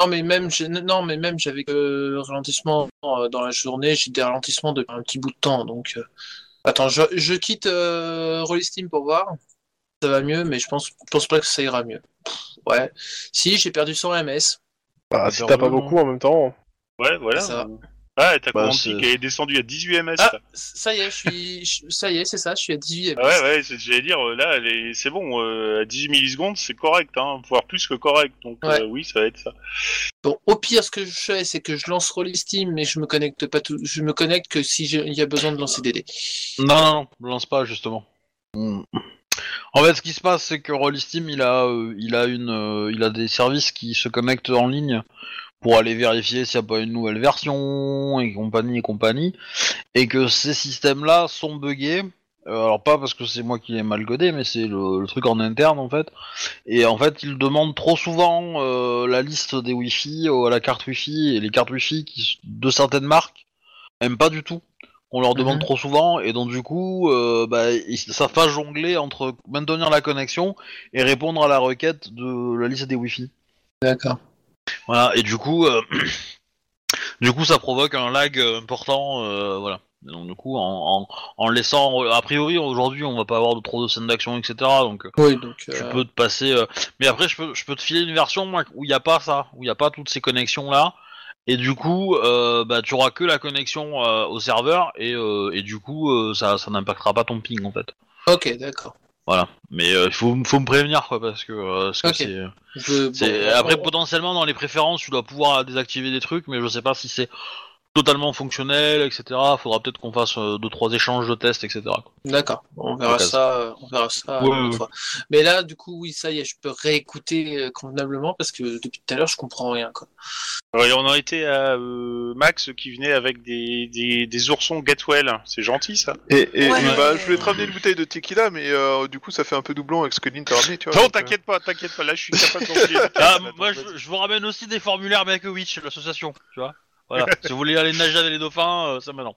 Speaker 4: Non, mais même, j'ai- non, mais même j'avais que ralentissement euh, dans la journée, j'ai des ralentissements depuis un petit bout de temps, donc... euh, Attends, je, je quitte euh, Rollisteam pour voir. Ça va mieux, mais je pense, je pense pas que ça ira mieux. Pff, Ouais. Si, j'ai perdu 100 MS.
Speaker 2: Bah, si t'as pas beaucoup en même temps.
Speaker 5: Ouais, voilà.
Speaker 4: Ça.
Speaker 5: Ah, t'as
Speaker 1: Bah,
Speaker 5: compris
Speaker 1: c'est-
Speaker 5: qu'elle est descendue à 18 ms.
Speaker 4: Ah,
Speaker 5: là.
Speaker 4: ça y est, je suis... je- Ça y est, c'est ça, je suis à 18 MS.
Speaker 5: Ah ouais, ouais, c'est- j'allais dire, euh, là, elle est- c'est bon, euh, à 18 millisecondes, c'est correct, hein, voire plus que correct, donc
Speaker 4: Ouais.
Speaker 5: euh, oui, ça va être ça.
Speaker 4: Bon, au pire, ce que je fais, c'est que je lance Rollisteam, mais je me connecte pas tout... Je me connecte que si j'ai- il y a besoin de lancer des dés.
Speaker 1: Non, non, non, ne lance pas justement. Mm. En fait, ce qui se passe, c'est que Rollistim, il a, euh, il a une, euh, il a des services qui se connectent en ligne pour aller vérifier s'il n'y a pas une nouvelle version et compagnie et compagnie, et que ces systèmes-là sont buggés. Euh, alors pas parce que c'est moi qui ai mal codé, mais c'est le, le truc en interne en fait. Et en fait, il demande trop souvent euh, la liste des Wi-Fi euh, à la carte Wi-Fi et les cartes Wi-Fi qui, s- de certaines marques aiment pas du tout. On leur demande
Speaker 4: Mhm.
Speaker 1: trop souvent et donc du coup, euh, bah, ils savent pas jongler entre maintenir la connexion et répondre à la requête de la liste des Wi-Fi.
Speaker 4: D'accord.
Speaker 1: Voilà. Et du coup, euh, du coup, ça provoque un lag euh, important. euh, voilà. Et donc du coup, en, en, en laissant, a priori, aujourd'hui, on va pas avoir de trop de scènes d'action, etc. Donc
Speaker 4: Oui, donc...
Speaker 1: tu
Speaker 4: euh,
Speaker 1: peux te passer. euh, Mais après, je peux, je peux te filer une version moi, où il n'y a pas ça, où il n'y a pas toutes ces connexions là. Et du coup, euh, bah, tu auras que la connexion euh, au serveur et, euh, et du coup, euh, ça, ça n'impactera pas ton ping en fait.
Speaker 4: Ok, d'accord.
Speaker 1: Voilà. Mais euh, il faut, faut me prévenir quoi, parce que, euh, parce que
Speaker 4: Ok.
Speaker 1: c'est.
Speaker 4: Je- bon,
Speaker 1: c'est-
Speaker 4: on-
Speaker 1: Après,
Speaker 4: on-
Speaker 1: potentiellement dans les préférences, tu dois pouvoir désactiver des trucs, mais je sais pas si c'est totalement fonctionnel, etc. Faudra peut-être qu'on fasse euh, deux trois échanges de tests, etc. quoi.
Speaker 4: D'accord, on verra
Speaker 1: Occasion.
Speaker 4: ça, euh, on verra ça
Speaker 1: Ouais,
Speaker 4: une autre
Speaker 1: ouais.
Speaker 4: fois. Mais là, du coup, oui, ça y est, je peux réécouter euh, convenablement parce que depuis tout à l'heure, je comprends rien, quoi.
Speaker 5: Alors, et on en était à euh, Max qui venait avec des, des, des oursons Gatwell, c'est gentil ça.
Speaker 3: Et, et,
Speaker 4: Ouais.
Speaker 3: et bah, je voulais te ramener une bouteille de tequila, mais euh, du coup ça fait un peu doublon avec ce que Lynn t'a ramené, tu vois.
Speaker 5: Non,
Speaker 3: donc, euh,
Speaker 5: t'inquiète pas, t'inquiète pas, là je suis capable d'enfiler.
Speaker 1: Ah,
Speaker 5: bah,
Speaker 1: moi, je, je vous ramène aussi des formulaires Make a Witch, l'association, tu vois. Voilà. si vous voulez aller nager avec les dauphins, euh, ça maintenant.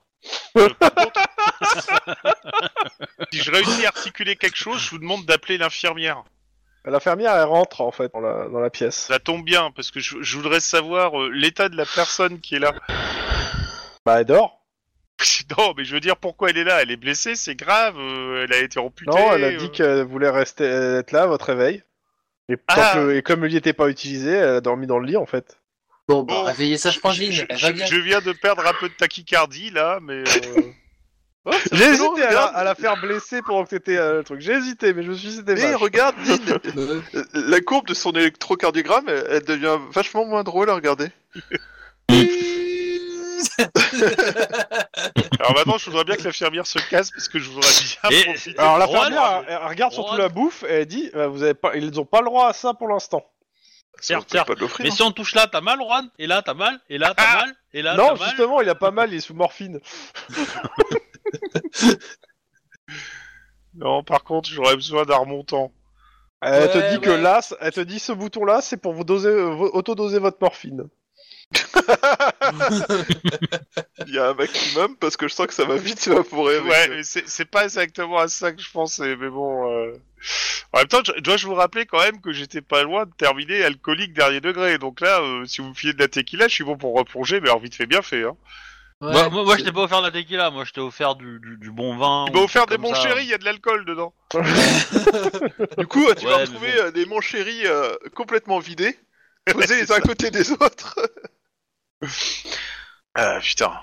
Speaker 5: Si je réussis à articuler quelque chose, je vous demande d'appeler l'infirmière.
Speaker 2: La fermière, elle rentre en fait dans la, dans la pièce.
Speaker 5: Ça tombe bien, parce que je, je voudrais savoir euh, l'état de la personne qui est là.
Speaker 2: Bah, elle dort.
Speaker 5: Non, mais je veux dire, pourquoi elle est là Elle est blessée, c'est grave, euh, elle a été amputée.
Speaker 2: Non, elle a dit
Speaker 5: euh.
Speaker 2: qu'elle voulait rester être là à votre réveil. Et, tant
Speaker 5: Ah.
Speaker 2: que- et comme il n'était pas utilisé, elle a dormi dans le lit en fait.
Speaker 4: Bon, bah,
Speaker 5: Bon,
Speaker 4: réveillez ça, je pense,
Speaker 5: Oh, Je,
Speaker 4: Lynn, elle va
Speaker 5: je-
Speaker 4: bien.
Speaker 5: je viens de perdre un peu de tachycardie là, mais. euh,
Speaker 3: oh, c'est
Speaker 2: J'ai
Speaker 3: doublon,
Speaker 2: hésité à, la-
Speaker 3: regarde.
Speaker 2: à la faire blesser pendant que t'étais euh, le truc. J'ai hésité, mais je me suis dit c'était
Speaker 3: Mais
Speaker 2: vache.
Speaker 3: regarde Lynn,
Speaker 4: Euh,
Speaker 3: euh, la courbe de son électrocardiogramme, elle, elle devient vachement moins drôle à regarder.
Speaker 5: Alors maintenant, je voudrais bien que l'infirmière se casse parce que je voudrais bien
Speaker 1: Et-
Speaker 5: profiter.
Speaker 2: Alors la
Speaker 1: Juan,
Speaker 2: première, elle regarde surtout
Speaker 1: Juan.
Speaker 2: la bouffe et elle dit euh, vous avez pas, ils ont pas le droit à ça pour l'instant.
Speaker 3: Ça, on
Speaker 1: Certes,
Speaker 3: peut
Speaker 1: certes.
Speaker 3: pas l'offrir.
Speaker 1: Mais si on touche là, t'as mal, Juan Et là, t'as mal Et là,
Speaker 5: Ah.
Speaker 1: t'as mal Et là,
Speaker 2: non,
Speaker 1: t'as Ah, mal
Speaker 2: justement, il a pas mal, il est sous morphine.
Speaker 5: Non, par contre, j'aurais besoin d'un remontant.
Speaker 2: Elle te
Speaker 4: Ouais,
Speaker 2: dit que
Speaker 4: ouais.
Speaker 2: là, elle te dit ce bouton là, c'est pour vous doser, euh, vo- autodoser votre morphine.
Speaker 3: Il y a un maximum parce que je sens que ça va vite, ça va pourrir. avec,
Speaker 5: Ouais,
Speaker 3: euh,
Speaker 5: mais c'est c'est pas exactement à ça que je pensais, mais bon. euh, En même temps, je- dois-je vous rappeler quand même que j'étais pas loin de terminer alcoolique dernier degré. Donc là, euh, si vous me filez de la tequila, je suis bon pour replonger, mais alors vite fait, bien fait. Hein.
Speaker 4: Ouais.
Speaker 1: Moi, moi, moi, je t'ai pas offert de la tequila, moi, je t'ai offert du, du- du bon vin.
Speaker 5: Il
Speaker 1: ou
Speaker 5: m'a offert des
Speaker 1: truc
Speaker 5: bons
Speaker 1: comme ça.
Speaker 5: chéris, il y a de l'alcool dedans.
Speaker 3: Du coup, tu
Speaker 1: Ouais,
Speaker 3: vas
Speaker 1: mais
Speaker 3: retrouver
Speaker 1: bon.
Speaker 3: euh, des mon chéri euh, complètement vidés, posés les uns à côté des autres.
Speaker 5: Ah putain.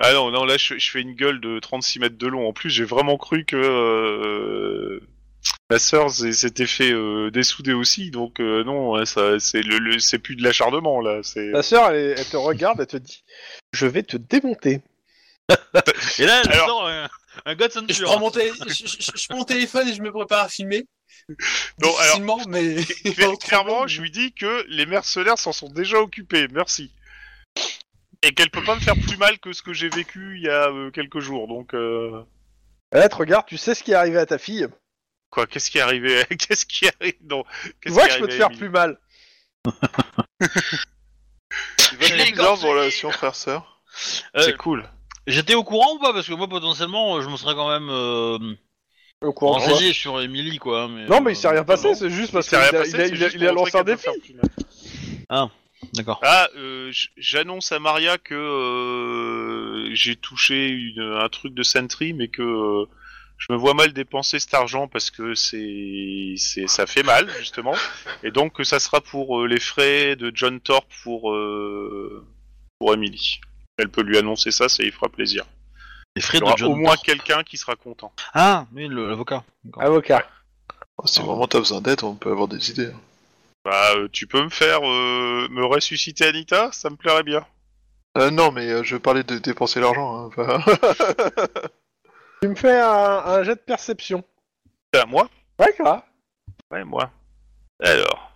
Speaker 5: Ah non, non, là je, je fais une gueule de 36 mètres de long. En plus, j'ai vraiment cru que euh, ma sœur s'est- s'était fait euh, dessouder aussi. Donc euh, non, ouais, ça, c'est le, le- c'est plus de l'acharnement là. C'est.
Speaker 2: Ta sœur, elle, elle te regarde, elle te dit je vais te démonter.
Speaker 1: Et là, elle
Speaker 5: Alors-
Speaker 1: sort un, un God Send
Speaker 4: Je
Speaker 1: Pure.
Speaker 4: prends mon, télé- je- je- je prends mon téléphone et je me prépare à filmer.
Speaker 5: Non, alors-
Speaker 4: Difficilement, mais.
Speaker 5: Claire- Clairement, je lui dis que les mercenaires s'en sont déjà occupés. Merci. Et qu'elle peut pas me faire plus mal que ce que j'ai vécu il y a euh, quelques jours. Donc euh,
Speaker 2: Elle te regarde, tu sais ce qui est arrivé à ta fille.
Speaker 5: quoi Qu'est-ce qui est arrivé Qu'est-ce qui est arrivé Non.
Speaker 2: Tu
Speaker 5: qu'est-ce
Speaker 2: vois
Speaker 5: qui
Speaker 2: que
Speaker 5: est
Speaker 2: je peux te
Speaker 5: arrivé
Speaker 2: faire
Speaker 5: à Emily
Speaker 2: plus mal.
Speaker 3: C'est vachement
Speaker 1: l'ai
Speaker 3: bizarre vos
Speaker 1: conseillé.
Speaker 3: relations frère-sœur.
Speaker 1: Euh,
Speaker 5: C'est cool.
Speaker 1: J'étais au courant ou pas Parce que moi, potentiellement, je me serais quand même euh,
Speaker 2: Au courant de toi.
Speaker 1: renseigné sur Emily, quoi. Mais,
Speaker 2: Non, mais il
Speaker 1: euh,
Speaker 2: s'est rien passé,
Speaker 5: non.
Speaker 2: c'est juste
Speaker 5: Il
Speaker 2: parce
Speaker 5: s'est
Speaker 2: qu'il
Speaker 5: rien
Speaker 2: a,
Speaker 5: passé,
Speaker 2: il a-
Speaker 5: c'est
Speaker 2: il a-
Speaker 5: juste
Speaker 2: il a
Speaker 5: pour
Speaker 2: lancé un
Speaker 5: montrer qu'elle
Speaker 2: défi.
Speaker 5: peut faire plus mal.
Speaker 1: D'accord.
Speaker 5: Ah, euh, j- j'annonce à Maria que euh, j'ai touché une, un truc de Sentry, mais que euh, je me vois mal dépenser cet argent parce que c'est, c'est, ça fait mal justement, et donc que ça sera pour euh, les frais de John Thorpe pour euh, pour Emily. Elle peut lui annoncer ça, ça lui fera plaisir.
Speaker 1: Les
Speaker 5: Il
Speaker 1: frais
Speaker 5: y
Speaker 1: de
Speaker 5: aura
Speaker 1: John
Speaker 5: au moins
Speaker 1: Thorpe.
Speaker 5: quelqu'un qui sera content.
Speaker 1: Ah, oui, le- l'avocat.
Speaker 2: Avocat.
Speaker 3: Oh, Si vraiment t'as besoin d'aide, on peut avoir des idées. hein.
Speaker 5: Bah, euh, tu peux me faire euh, me ressusciter Anita, ça me plairait bien.
Speaker 3: Euh, non, mais euh, je parlais de dépenser l'argent. hein, enfin.
Speaker 2: Tu me fais un, un jet de perception.
Speaker 5: C'est à moi
Speaker 2: Ouais, quoi.
Speaker 5: Ouais, moi. Alors.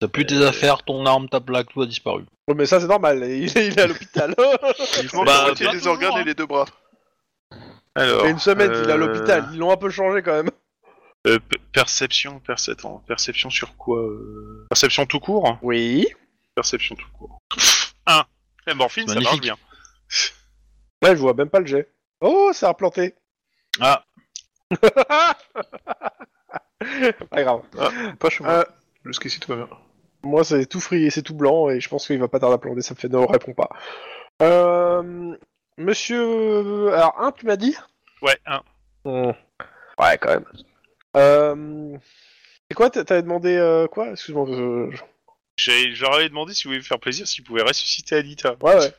Speaker 1: T'as plus tes
Speaker 2: Euh,
Speaker 1: affaires, ton arme, ta plaque, tout a disparu.
Speaker 2: Ouais, mais ça, c'est normal, il est, il est à l'hôpital.
Speaker 3: Il manque
Speaker 1: Bah,
Speaker 3: la moitié
Speaker 1: pas
Speaker 3: des
Speaker 1: toujours,
Speaker 3: organes
Speaker 1: hein.
Speaker 3: et les deux bras.
Speaker 5: Alors,
Speaker 2: Il y a une semaine
Speaker 5: euh,
Speaker 2: qu'il est à l'hôpital, ils l'ont un peu changé quand même.
Speaker 5: euh, pe- perception, perce- attends, perception sur quoi euh, Perception tout court
Speaker 2: Oui.
Speaker 5: Perception tout court. 1. La morphine, ça marche
Speaker 1: Magnifique.
Speaker 5: bien.
Speaker 2: Ouais, je vois même pas le jet. Oh, c'est replanté.
Speaker 1: Ah.
Speaker 2: Pas grave.
Speaker 3: Ah, pas chez moi.
Speaker 2: Euh,
Speaker 3: Jusqu'ici, tout va bien.
Speaker 2: Moi, c'est tout frit et c'est tout blanc, et je pense qu'il va pas tarder à planter, ça me fait ne répond pas. Euh, Monsieur... Alors, un, tu m'as dit
Speaker 5: Ouais, 1.
Speaker 2: Hmm. Ouais, quand même. Euh... C'est quoi t'a- T'avais demandé euh, quoi Excuse-moi. je- je-
Speaker 5: J'aurais demandé si vous voulez me faire plaisir, s'il pouvait ressusciter Anita.
Speaker 2: Ouais, ouais.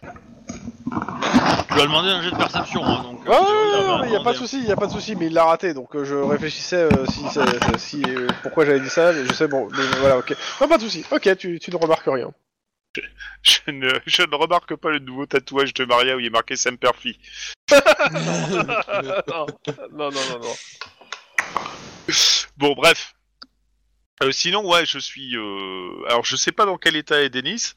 Speaker 1: Tu lui as demandé un jet de perception, hein, donc.
Speaker 2: Ouais, ouais, ouais, ouais, il y a pas de souci, il y a pas de souci, mais il l'a raté, donc euh, je réfléchissais euh, si, ça- ça- si euh, pourquoi j'avais dit ça, mais je sais bon, mais voilà, ok. Non, pas de souci. Ok, tu, tu ne remarques rien.
Speaker 5: Je ne, je ne remarque pas le nouveau tatouage de Maria où il est marqué Semperfi.
Speaker 2: non, non, non, non.
Speaker 5: Bon, bref. Euh, sinon, ouais, je suis. euh, Alors, je sais pas dans quel état est Denis. Je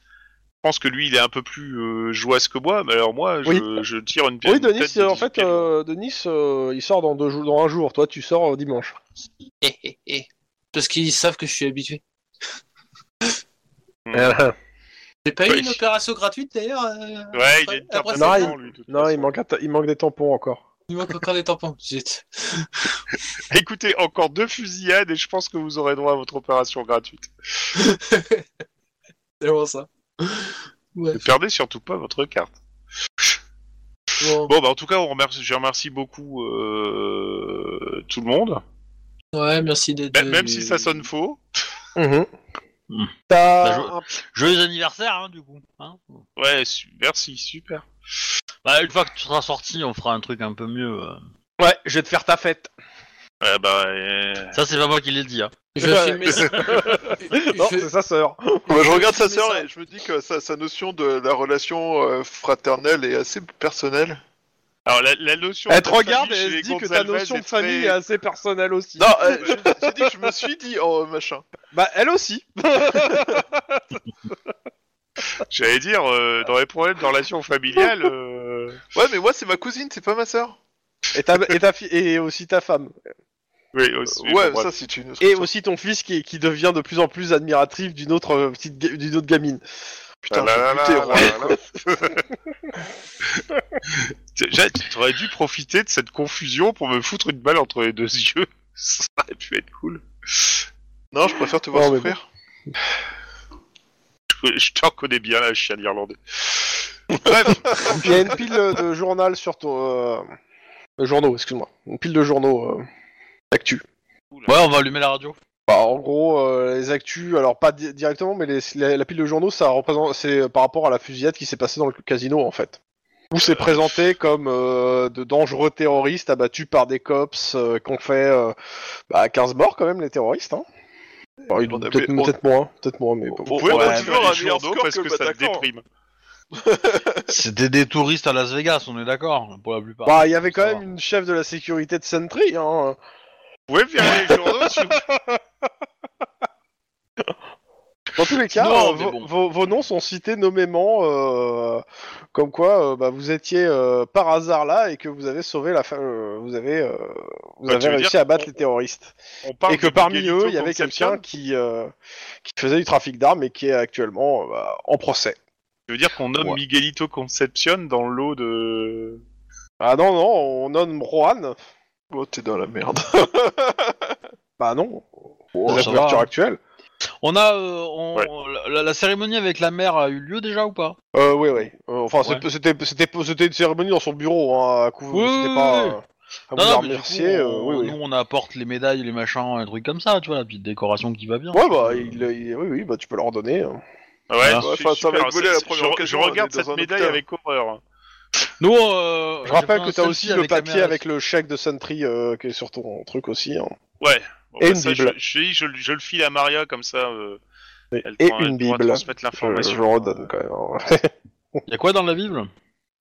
Speaker 5: pense que lui, il est un peu plus euh, joyeux que moi, mais alors moi, je,
Speaker 2: Oui.
Speaker 5: je tire une
Speaker 2: Oui,
Speaker 5: une
Speaker 2: Denis,
Speaker 5: tête de
Speaker 2: euh, en fait,
Speaker 5: Dickens.
Speaker 2: euh, Denis, euh, il sort dans deux jours, dans un jour. Toi, tu sors euh, dimanche.
Speaker 4: Eh, eh, eh. Parce qu'ils savent que je suis habitué.
Speaker 2: euh,
Speaker 4: J'ai pas eu
Speaker 5: Oui.
Speaker 4: une opération gratuite d'ailleurs. euh,
Speaker 5: Ouais, il
Speaker 4: après-
Speaker 5: a une
Speaker 4: après
Speaker 5: tarte
Speaker 2: ça,
Speaker 5: à
Speaker 2: il-
Speaker 5: tampon, lui, de toute
Speaker 2: non,
Speaker 5: façon.
Speaker 2: il manque, un ta- il manque des tampons encore.
Speaker 4: Il manque encore des tampons. Zut.
Speaker 5: Écoutez, encore deux fusillades et je pense que vous aurez droit à votre opération gratuite.
Speaker 4: C'est bon ça. Ouais.
Speaker 5: Ne perdez surtout pas votre carte.
Speaker 4: Bon,
Speaker 5: Bon, bah en tout cas, on remercie, je remercie beaucoup euh, tout le monde.
Speaker 4: ouais, merci d'être.
Speaker 5: Même- Même
Speaker 4: venu.
Speaker 5: si ça sonne faux.
Speaker 2: Mhm.
Speaker 1: Hmm.
Speaker 2: T'as
Speaker 1: Bah, je-
Speaker 2: un-
Speaker 1: Joyeux anniversaire, hein, du coup. Hein
Speaker 5: Ouais, su- merci, super.
Speaker 1: bah, une fois que tu seras sorti, on fera un truc un peu mieux. euh.
Speaker 2: Ouais, je vais te faire ta fête.
Speaker 5: Ah bah, euh,
Speaker 1: Ça, c'est pas moi qui l'ai dit. Hein.
Speaker 4: Je vais
Speaker 2: Ouais.
Speaker 4: filmer ça.
Speaker 2: Non,
Speaker 4: Je-
Speaker 2: c'est sa sœur.
Speaker 3: Bah, je regarde sa
Speaker 4: Mais
Speaker 3: sœur
Speaker 4: ça-
Speaker 3: et je me dis que sa, sa notion de la relation euh, fraternelle est assez personnelle.
Speaker 5: Alors la, la notion.
Speaker 2: Elle
Speaker 5: de
Speaker 2: Eh, te
Speaker 5: famille
Speaker 2: regarde et
Speaker 5: chez les
Speaker 2: elle se dit que ta
Speaker 5: Gonzalez
Speaker 2: notion
Speaker 5: est
Speaker 2: de famille est
Speaker 5: très-
Speaker 2: assez personnelle aussi.
Speaker 3: Non, euh, je- j'ai dit que je me suis dit oh machin.
Speaker 2: Bah, elle aussi.
Speaker 5: J'allais dire euh, dans les problèmes de relations familiales. euh,
Speaker 3: Ouais, mais moi c'est ma cousine, c'est pas ma sœur.
Speaker 2: Et ta, et ta fille, et aussi ta femme.
Speaker 5: Oui, aussi,
Speaker 3: ouais,
Speaker 5: bon,
Speaker 3: ça
Speaker 5: bref.
Speaker 3: c'est une.
Speaker 2: Et aussi ton fils qui, qui devient de plus en plus admiratif d'une autre euh, petite, ga- d'une autre gamine.
Speaker 3: Putain,
Speaker 5: Ah là
Speaker 3: j'ai
Speaker 5: là
Speaker 3: buté,
Speaker 5: là
Speaker 3: Roland,
Speaker 5: là
Speaker 3: là.
Speaker 5: Déjà, tu aurais dû profiter de cette confusion pour me foutre une balle entre les deux yeux. Ça aurait pu être cool.
Speaker 3: Non, je préfère te voir
Speaker 2: Non, mais
Speaker 3: souffrir.
Speaker 5: Je, je te reconnais bien la chienne irlandaise.
Speaker 2: Il y a une pile euh, de journal sur ton. euh, de journaux, excuse-moi. Une pile de journaux euh, d'actu.
Speaker 1: Ouais, on va allumer la radio.
Speaker 2: Bah, en gros, euh, les actus, alors pas di- directement, mais les- la, la pile de journaux, ça représente, c'est euh, par rapport à la fusillade qui s'est passée dans le casino, en fait. Où c'est présenté comme euh, de dangereux terroristes abattus par des cops euh, qui ont fait euh, bah, 15 morts quand même, les terroristes. Hein. Bon, ils
Speaker 3: On
Speaker 2: ont
Speaker 3: avait-
Speaker 2: peut-être
Speaker 3: on-
Speaker 2: peut-être moins, peut-être moins, mais bon.
Speaker 5: Vous
Speaker 3: On
Speaker 5: pouvez
Speaker 3: pourrait
Speaker 5: continuer
Speaker 3: toujours
Speaker 5: à bah,
Speaker 3: un
Speaker 5: les
Speaker 3: meilleur
Speaker 5: journaux
Speaker 3: score
Speaker 5: parce
Speaker 3: que
Speaker 5: que,
Speaker 3: le
Speaker 5: ça te
Speaker 3: Bataclan.
Speaker 5: déprime.
Speaker 1: C'était des touristes à Las Vegas, on est d'accord, pour la plupart.
Speaker 2: Bah, il y avait quand
Speaker 1: Ça
Speaker 2: même une chef de la sécurité de Sentry, hein.
Speaker 5: Vous pouvez faire les journaux s'il vous plaît
Speaker 2: Dans tous les cas,
Speaker 1: Non,
Speaker 2: euh,
Speaker 1: mais
Speaker 2: vos,
Speaker 1: bon.
Speaker 2: vos- vos noms sont cités nommément, euh, comme quoi euh, bah, vous étiez euh, par hasard là et que vous avez sauvé la fa- euh, vous avez, euh, vous
Speaker 5: Bah, tu
Speaker 2: avez
Speaker 5: veux dire
Speaker 2: réussi à battre
Speaker 5: qu'on-
Speaker 2: les terroristes
Speaker 5: On parle
Speaker 2: et que
Speaker 5: de
Speaker 2: parmi
Speaker 5: Miguelito
Speaker 2: eux, il y avait
Speaker 5: Concepcion.
Speaker 2: quelqu'un qui, euh, qui faisait du trafic d'armes et qui est actuellement euh, bah, en procès.
Speaker 5: Je veux dire qu'on nomme
Speaker 2: Ouais.
Speaker 5: Miguelito Concepcion dans l'eau de.
Speaker 2: Ah non non, on nomme Rohan.
Speaker 3: Oh, t'es dans la merde.
Speaker 2: Bah non,
Speaker 1: Oh,
Speaker 2: la
Speaker 1: ça
Speaker 2: couverture
Speaker 1: va.
Speaker 2: actuelle.
Speaker 1: On a, euh, on- la, la cérémonie avec la mère a eu lieu déjà ou pas
Speaker 2: Euh, oui oui. Euh, enfin c'est-
Speaker 1: Ouais.
Speaker 2: c'était c'était c'était une cérémonie dans son bureau. Hein, à cou-
Speaker 1: Oui,
Speaker 2: c'était
Speaker 1: oui,
Speaker 2: pas.
Speaker 1: oui.
Speaker 2: euh, à
Speaker 1: Non,
Speaker 2: vous
Speaker 1: non,
Speaker 2: la
Speaker 1: mais du coup,
Speaker 2: remercier. euh,
Speaker 1: on-
Speaker 2: oui, oui.
Speaker 1: nous on apporte les médailles, les machins, les trucs comme ça, tu vois, la petite décoration qui va bien.
Speaker 2: Ouais, bah, il, il- oui, oui, bah, tu peux leur donner. hein.
Speaker 5: Ouais,
Speaker 1: Ah.
Speaker 5: su-
Speaker 3: Ouais, enfin, ça
Speaker 5: super.
Speaker 3: va être volé à la
Speaker 5: Je- je-
Speaker 3: première
Speaker 5: je,
Speaker 3: occasion,
Speaker 5: regarde
Speaker 3: on est dans
Speaker 5: cette
Speaker 3: un
Speaker 5: médaille
Speaker 3: octave.
Speaker 5: avec horreur.
Speaker 1: Nous, euh,
Speaker 2: Je
Speaker 1: j'ai
Speaker 2: rappelle
Speaker 1: fait
Speaker 2: que
Speaker 1: un
Speaker 2: t'as
Speaker 1: selfie
Speaker 2: aussi le
Speaker 1: avec la
Speaker 2: papier
Speaker 1: mère.
Speaker 2: avec le chèque de Sentry euh, qui est sur ton truc aussi. hein.
Speaker 5: Ouais. Bon,
Speaker 2: Et
Speaker 5: bah,
Speaker 2: une
Speaker 5: ça,
Speaker 2: Bible.
Speaker 5: Je, je, je- je le file à Maria comme ça. euh,
Speaker 2: Et,
Speaker 5: elle
Speaker 2: et
Speaker 5: pourra- elle
Speaker 2: une
Speaker 5: pourra
Speaker 2: Bible.
Speaker 5: transmettre
Speaker 2: Je,
Speaker 5: l'information.
Speaker 2: je le redonne quand même. hein.
Speaker 1: Y a quoi dans la Bible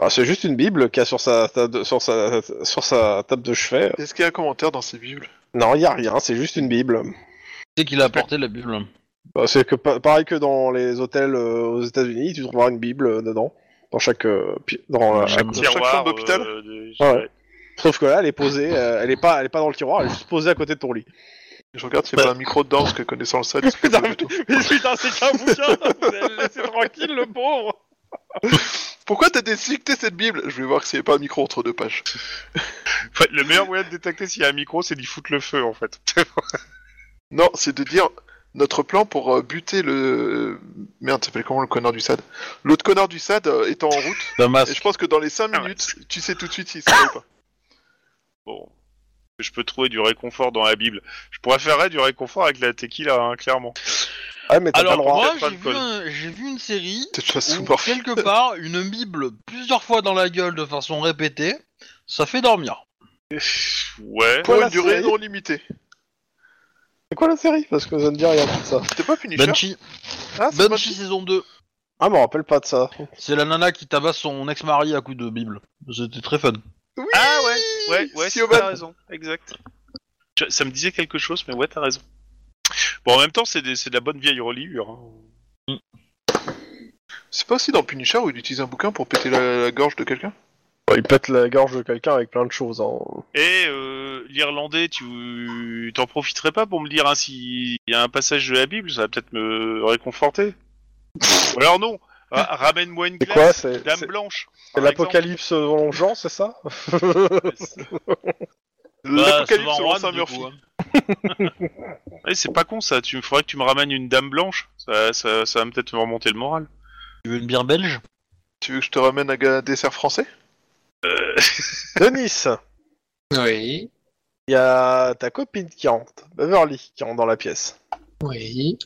Speaker 2: Ah, c'est juste une Bible qu'il y a sur sa, ta- de- sur, sa, sur sa table de chevet.
Speaker 3: Est-ce qu'il y a un commentaire dans ces bibles
Speaker 2: Non, il y a rien, c'est juste une Bible.
Speaker 1: C'est qu'il a apporté la Bible.
Speaker 2: Bah, c'est que pa- pareil que dans les hôtels euh, aux États-Unis, tu trouveras une Bible euh, dedans. Dans chaque. euh, pi- dans la-
Speaker 1: Chaque-
Speaker 2: la-
Speaker 3: chaque
Speaker 5: Tiroir,
Speaker 3: chambre d'hôpital
Speaker 5: euh, de-
Speaker 2: Ouais. Sauf que là, elle est posée, euh, elle, est pas, elle est pas dans le tiroir, elle est juste posée à côté de ton lit.
Speaker 3: Je regarde s'il y a
Speaker 2: Bah.
Speaker 3: pas un micro dedans parce que connaissant le site.
Speaker 2: Putain, mais
Speaker 5: Ah,
Speaker 2: putain, c'est qu'un bouquin Laissez tranquille le pauvre
Speaker 3: Pourquoi t'as déchiqueté cette bible Je vais voir que c'est pas un micro entre deux pages.
Speaker 5: Ouais, le meilleur moyen de détecter s'il y a un micro, c'est d'y foutre le feu en fait.
Speaker 3: Non, c'est de dire notre plan pour euh, buter le euh, merde, ça s'appelle comment le connard du SAD L'autre connard du SAD euh, est en route et je
Speaker 1: Damas.
Speaker 3: pense que dans les 5
Speaker 5: Ah ouais.
Speaker 3: minutes, tu sais tout de suite si c'est vrai ou pas.
Speaker 5: bon. Je peux trouver du réconfort dans la Bible. Je préférerais du réconfort avec la tequila, hein, clairement.
Speaker 2: Ah, mais t'as pas
Speaker 1: Alors
Speaker 2: le droit.
Speaker 1: moi
Speaker 5: peut-être pas
Speaker 1: j'ai
Speaker 5: le
Speaker 1: vu,
Speaker 5: code.
Speaker 1: un- j'ai vu une série
Speaker 3: Peut-être façon
Speaker 1: où quelque part une Bible plusieurs fois dans la gueule de façon répétée, ça fait dormir.
Speaker 5: Ouais.
Speaker 3: pour
Speaker 2: Voilà,
Speaker 3: une durée
Speaker 2: c'est-
Speaker 3: non limitée.
Speaker 2: C'est quoi la série Parce que ça ne dit rien de ça.
Speaker 3: C'était pas Punisher
Speaker 5: Ben,
Speaker 1: Banshee,
Speaker 3: Ah, c'est
Speaker 1: Banshee saison 2.
Speaker 2: Ah, me rappelle pas de ça.
Speaker 1: C'est la nana qui tabasse son ex-mari à coups de Bible. C'était très fun.
Speaker 3: Oui
Speaker 5: Ah ouais, ouais, ouais,
Speaker 3: Si
Speaker 5: si
Speaker 3: Oban-
Speaker 5: t'as raison, exact. Je- ça me disait quelque chose, mais ouais, t'as raison. Bon, en même temps, c'est des- c'est de la bonne vieille reliure. hein.
Speaker 3: C'est pas aussi dans Punisher où il utilise un bouquin pour péter la, la gorge de quelqu'un
Speaker 2: il pète la gorge de quelqu'un avec plein de choses. Hein.
Speaker 5: Et euh, l'irlandais, tu t'en profiterais pas pour me dire hein, s'il y a un passage de la Bible, ça va peut-être me réconforter. Ou alors non, Ah, ramène-moi une
Speaker 2: C'est quoi
Speaker 5: glace,
Speaker 2: C'est
Speaker 5: dame
Speaker 2: c'est-
Speaker 5: blanche.
Speaker 2: c'est
Speaker 5: par
Speaker 2: l'apocalypse selon Jean, c'est ça
Speaker 5: exemple. Bah,
Speaker 3: L'apocalypse selon
Speaker 2: Ah,
Speaker 3: Saint Murphy.
Speaker 5: hein. Eh, c'est pas con ça, tu me faudrait que tu me ramènes une dame blanche, ça, ça, ça va peut-être me remonter le moral.
Speaker 1: Tu veux une bière belge
Speaker 3: Tu veux que je te ramène un ga- dessert français
Speaker 2: Denis,
Speaker 4: Oui,
Speaker 2: il y a ta copine qui rentre, Beverly, qui rentre dans la pièce.
Speaker 4: oui.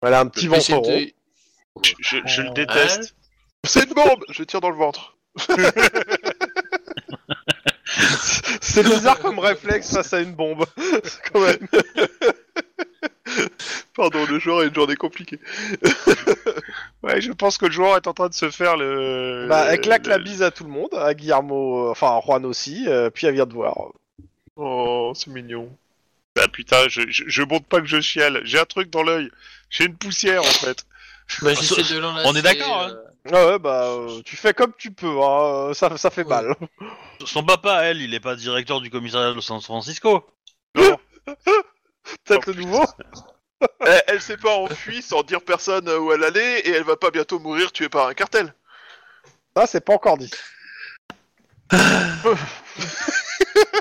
Speaker 2: Elle a un petit ventre
Speaker 4: J'essaie
Speaker 2: rond.
Speaker 4: de-
Speaker 5: Je, je- je
Speaker 2: Ah.
Speaker 5: le déteste.
Speaker 3: C'est une bombe Je tire dans le ventre.
Speaker 2: C'est bizarre comme réflexe face à une bombe. C'est quand même-
Speaker 3: Pardon, le joueur a une journée compliquée.
Speaker 5: Ouais, je pense que le joueur est en train de se faire le.
Speaker 2: Bah, elle claque
Speaker 5: le-
Speaker 2: la bise à tout le monde, à Guillermo, euh, enfin à Juan aussi, euh, puis elle vient de voir.
Speaker 3: Oh, c'est mignon.
Speaker 5: Bah putain, je, je, je montre pas que je chiale. J'ai un truc dans l'œil. J'ai une poussière en fait.
Speaker 4: Bah, j'essaie de l'enlacer,
Speaker 1: On est d'accord, hein.
Speaker 4: euh,
Speaker 2: Ah ouais, bah, euh, tu fais comme tu peux, hein, euh, ça, ça fait
Speaker 4: Ouais.
Speaker 2: mal.
Speaker 1: Son papa, elle, il est pas directeur du commissariat de San Francisco.
Speaker 2: Peut-être le nouveau
Speaker 3: elle, Eh, elle s'est pas enfuie sans dire personne euh, où elle allait et elle va pas bientôt mourir tuée par un cartel.
Speaker 2: Ça, c'est pas encore dit.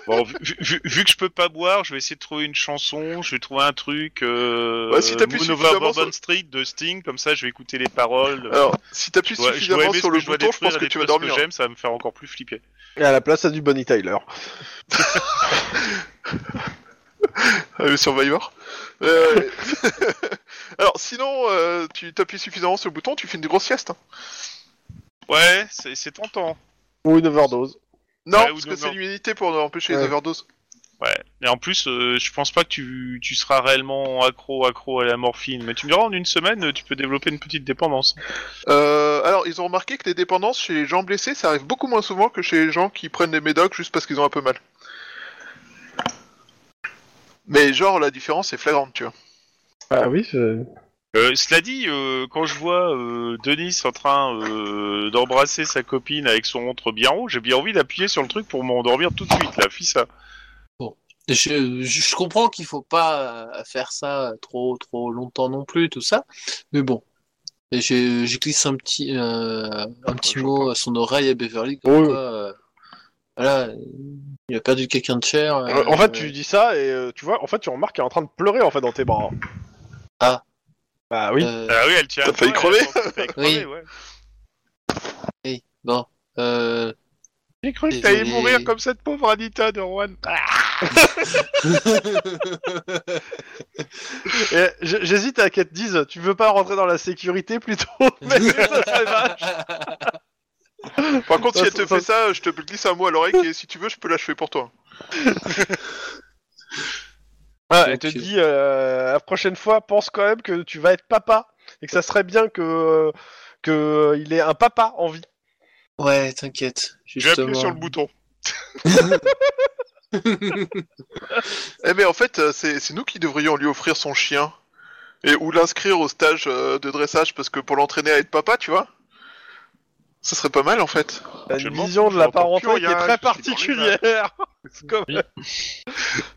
Speaker 5: Bon, vu, vu- vu que je peux pas boire, je vais essayer de trouver une chanson. Je vais trouver un truc. Euh,
Speaker 3: Bah, si t'appuies
Speaker 5: Moon
Speaker 3: suffisamment
Speaker 5: over
Speaker 3: sur-
Speaker 5: Bourbon Street de Sting, comme ça, je vais écouter les paroles.
Speaker 3: Alors, si t'appuies
Speaker 5: Je dois- je dois
Speaker 3: suffisamment
Speaker 5: aimer
Speaker 3: sur
Speaker 5: ce
Speaker 3: le
Speaker 5: je dois
Speaker 3: bouton, je
Speaker 5: détruire
Speaker 3: pense que
Speaker 5: et
Speaker 3: tu vas
Speaker 5: détruire ce
Speaker 3: dormir.
Speaker 5: que j'aime, ça va me faire encore plus flipper.
Speaker 2: Et à la place, c'est du Bonnie Tyler.
Speaker 3: Euh, le Survivor. Euh, Alors, sinon, euh, tu t'appuies suffisamment sur le bouton, tu fais une grosse sieste. hein.
Speaker 5: Ouais, c'est c'est tentant.
Speaker 2: Ou une overdose.
Speaker 3: Non,
Speaker 5: Ouais, ou
Speaker 3: parce
Speaker 5: non,
Speaker 3: que c'est
Speaker 5: non.
Speaker 3: l'immunité pour empêcher
Speaker 2: Ouais.
Speaker 3: les overdoses.
Speaker 5: Ouais. Et en plus, euh, je pense pas que tu, tu seras réellement accro accro à la morphine. Mais tu me diras, en une semaine, tu peux développer une petite dépendance.
Speaker 3: Euh, alors, ils ont remarqué que les dépendances chez les gens blessés, ça arrive beaucoup moins souvent que chez les gens qui prennent des médocs juste parce qu'ils ont un peu mal. Mais genre, la différence est flagrante, tu vois.
Speaker 2: Ah oui, c'est...
Speaker 5: Euh, cela dit, euh, quand je vois euh, Denis en train euh, d'embrasser sa copine avec son ventre bien haut, j'ai bien envie d'appuyer sur le truc pour m'endormir tout de suite, là, fils hein. ça.
Speaker 4: Je, je- je comprends qu'il faut pas euh, faire ça trop trop longtemps non plus, tout ça. Mais bon, Et je, je glisse un petit euh, un petit mot à son oreille à Beverly. Comme
Speaker 2: Oui.
Speaker 4: quoi, euh, voilà, il a perdu quelqu'un de cher. euh,
Speaker 2: En fait, tu lui dis ça et euh, tu vois, en fait, tu remarques qu'elle est en train de pleurer en fait dans tes bras.
Speaker 4: Ah.
Speaker 2: Bah oui.
Speaker 4: euh,
Speaker 5: Ah oui, elle tient.
Speaker 3: T'as
Speaker 5: à
Speaker 3: failli
Speaker 5: toi,
Speaker 3: crever.
Speaker 5: elle pense que t'as failli
Speaker 4: Oui.
Speaker 5: crever, ouais.
Speaker 4: oui, bon, euh,
Speaker 5: J'ai cru que
Speaker 4: Désolé.
Speaker 5: t'allais mourir comme cette pauvre Anita de Rouen. Ah.
Speaker 2: Et j- J'hésite à qu'elle te dise, tu veux pas rentrer dans la sécurité plutôt Mais ça serait vache.
Speaker 3: Par contre, si
Speaker 2: Ça,
Speaker 3: elle te
Speaker 2: ça-
Speaker 3: fait ça, je te glisse un mot à l'oreille et si tu veux, je peux l'achever pour toi.
Speaker 2: Ah, elle te
Speaker 4: Ok.
Speaker 2: dit, euh, la prochaine fois, pense quand même que tu vas être papa et que ça serait bien que euh, que euh, il ait un papa en vie.
Speaker 4: ouais, t'inquiète.
Speaker 5: Je vais appuyer
Speaker 4: justement.
Speaker 5: sur le bouton.
Speaker 3: Eh mais en fait, euh, c'est c'est nous qui devrions lui offrir son chien. Et ou l'inscrire au stage euh, de dressage parce que pour l'entraîner à être papa, tu vois. Ça serait pas mal en fait.
Speaker 2: T'as
Speaker 5: Je
Speaker 2: Une
Speaker 5: m'en
Speaker 2: vision
Speaker 5: fous,
Speaker 2: de la
Speaker 5: j'entends
Speaker 2: parenté
Speaker 5: plus
Speaker 2: qui
Speaker 5: rien,
Speaker 2: est très
Speaker 5: hein, je suis dans les
Speaker 2: particulière. C'est comme-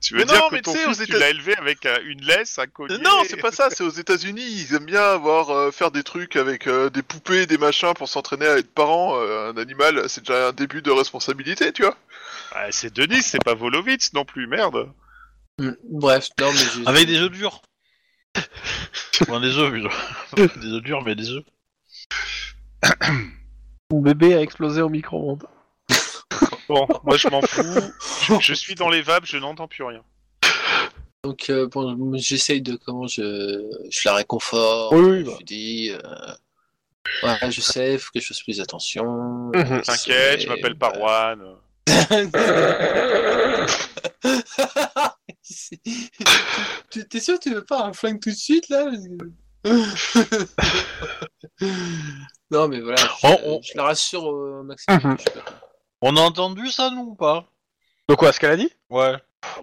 Speaker 5: Tu veux
Speaker 3: Mais
Speaker 5: dire
Speaker 3: non,
Speaker 5: que
Speaker 3: mais
Speaker 5: ton
Speaker 3: tu sais,
Speaker 5: fils,
Speaker 3: aux
Speaker 5: tu
Speaker 3: États-
Speaker 5: l'as élevé avec euh, une laisse, un collier
Speaker 3: Non, c'est pas ça, c'est aux États-Unis, ils aiment bien avoir euh, faire des trucs avec euh, des poupées, des machins pour s'entraîner à être parent. Euh, un animal, c'est déjà un début de responsabilité, tu vois.
Speaker 5: Ah, c'est Denis, c'est pas Volovitz non plus, merde.
Speaker 4: Hmm, Bref, non, mais j'ai-
Speaker 1: Avec des œufs durs. enfin, des œufs, plutôt. Pas des œufs durs, mais des œufs.
Speaker 2: Mon bébé a explosé au micro-ondes.
Speaker 5: Bon, moi je m'en fous. Je, je suis dans les vapes, je n'entends plus rien.
Speaker 4: Donc, euh, bon, j'essaye de comment je, je la réconforte.
Speaker 2: Oui, oui,
Speaker 4: je
Speaker 2: bah.
Speaker 4: lui dis, euh, ouais, je sais, faut que je fasse plus attention.
Speaker 2: Mhm.
Speaker 5: T'inquiète, je m'appelle pas Rouen.
Speaker 4: C'est- Tu- T'es sûr que tu veux pas un flingue tout de suite là Parce que- Non, mais voilà, je,
Speaker 1: Oh, oh.
Speaker 4: je la rassure au maximum.
Speaker 2: Mhm.
Speaker 4: je sais pas.
Speaker 1: On a entendu ça, nous, ou pas
Speaker 2: De quoi, ce qu'elle a dit
Speaker 1: Ouais.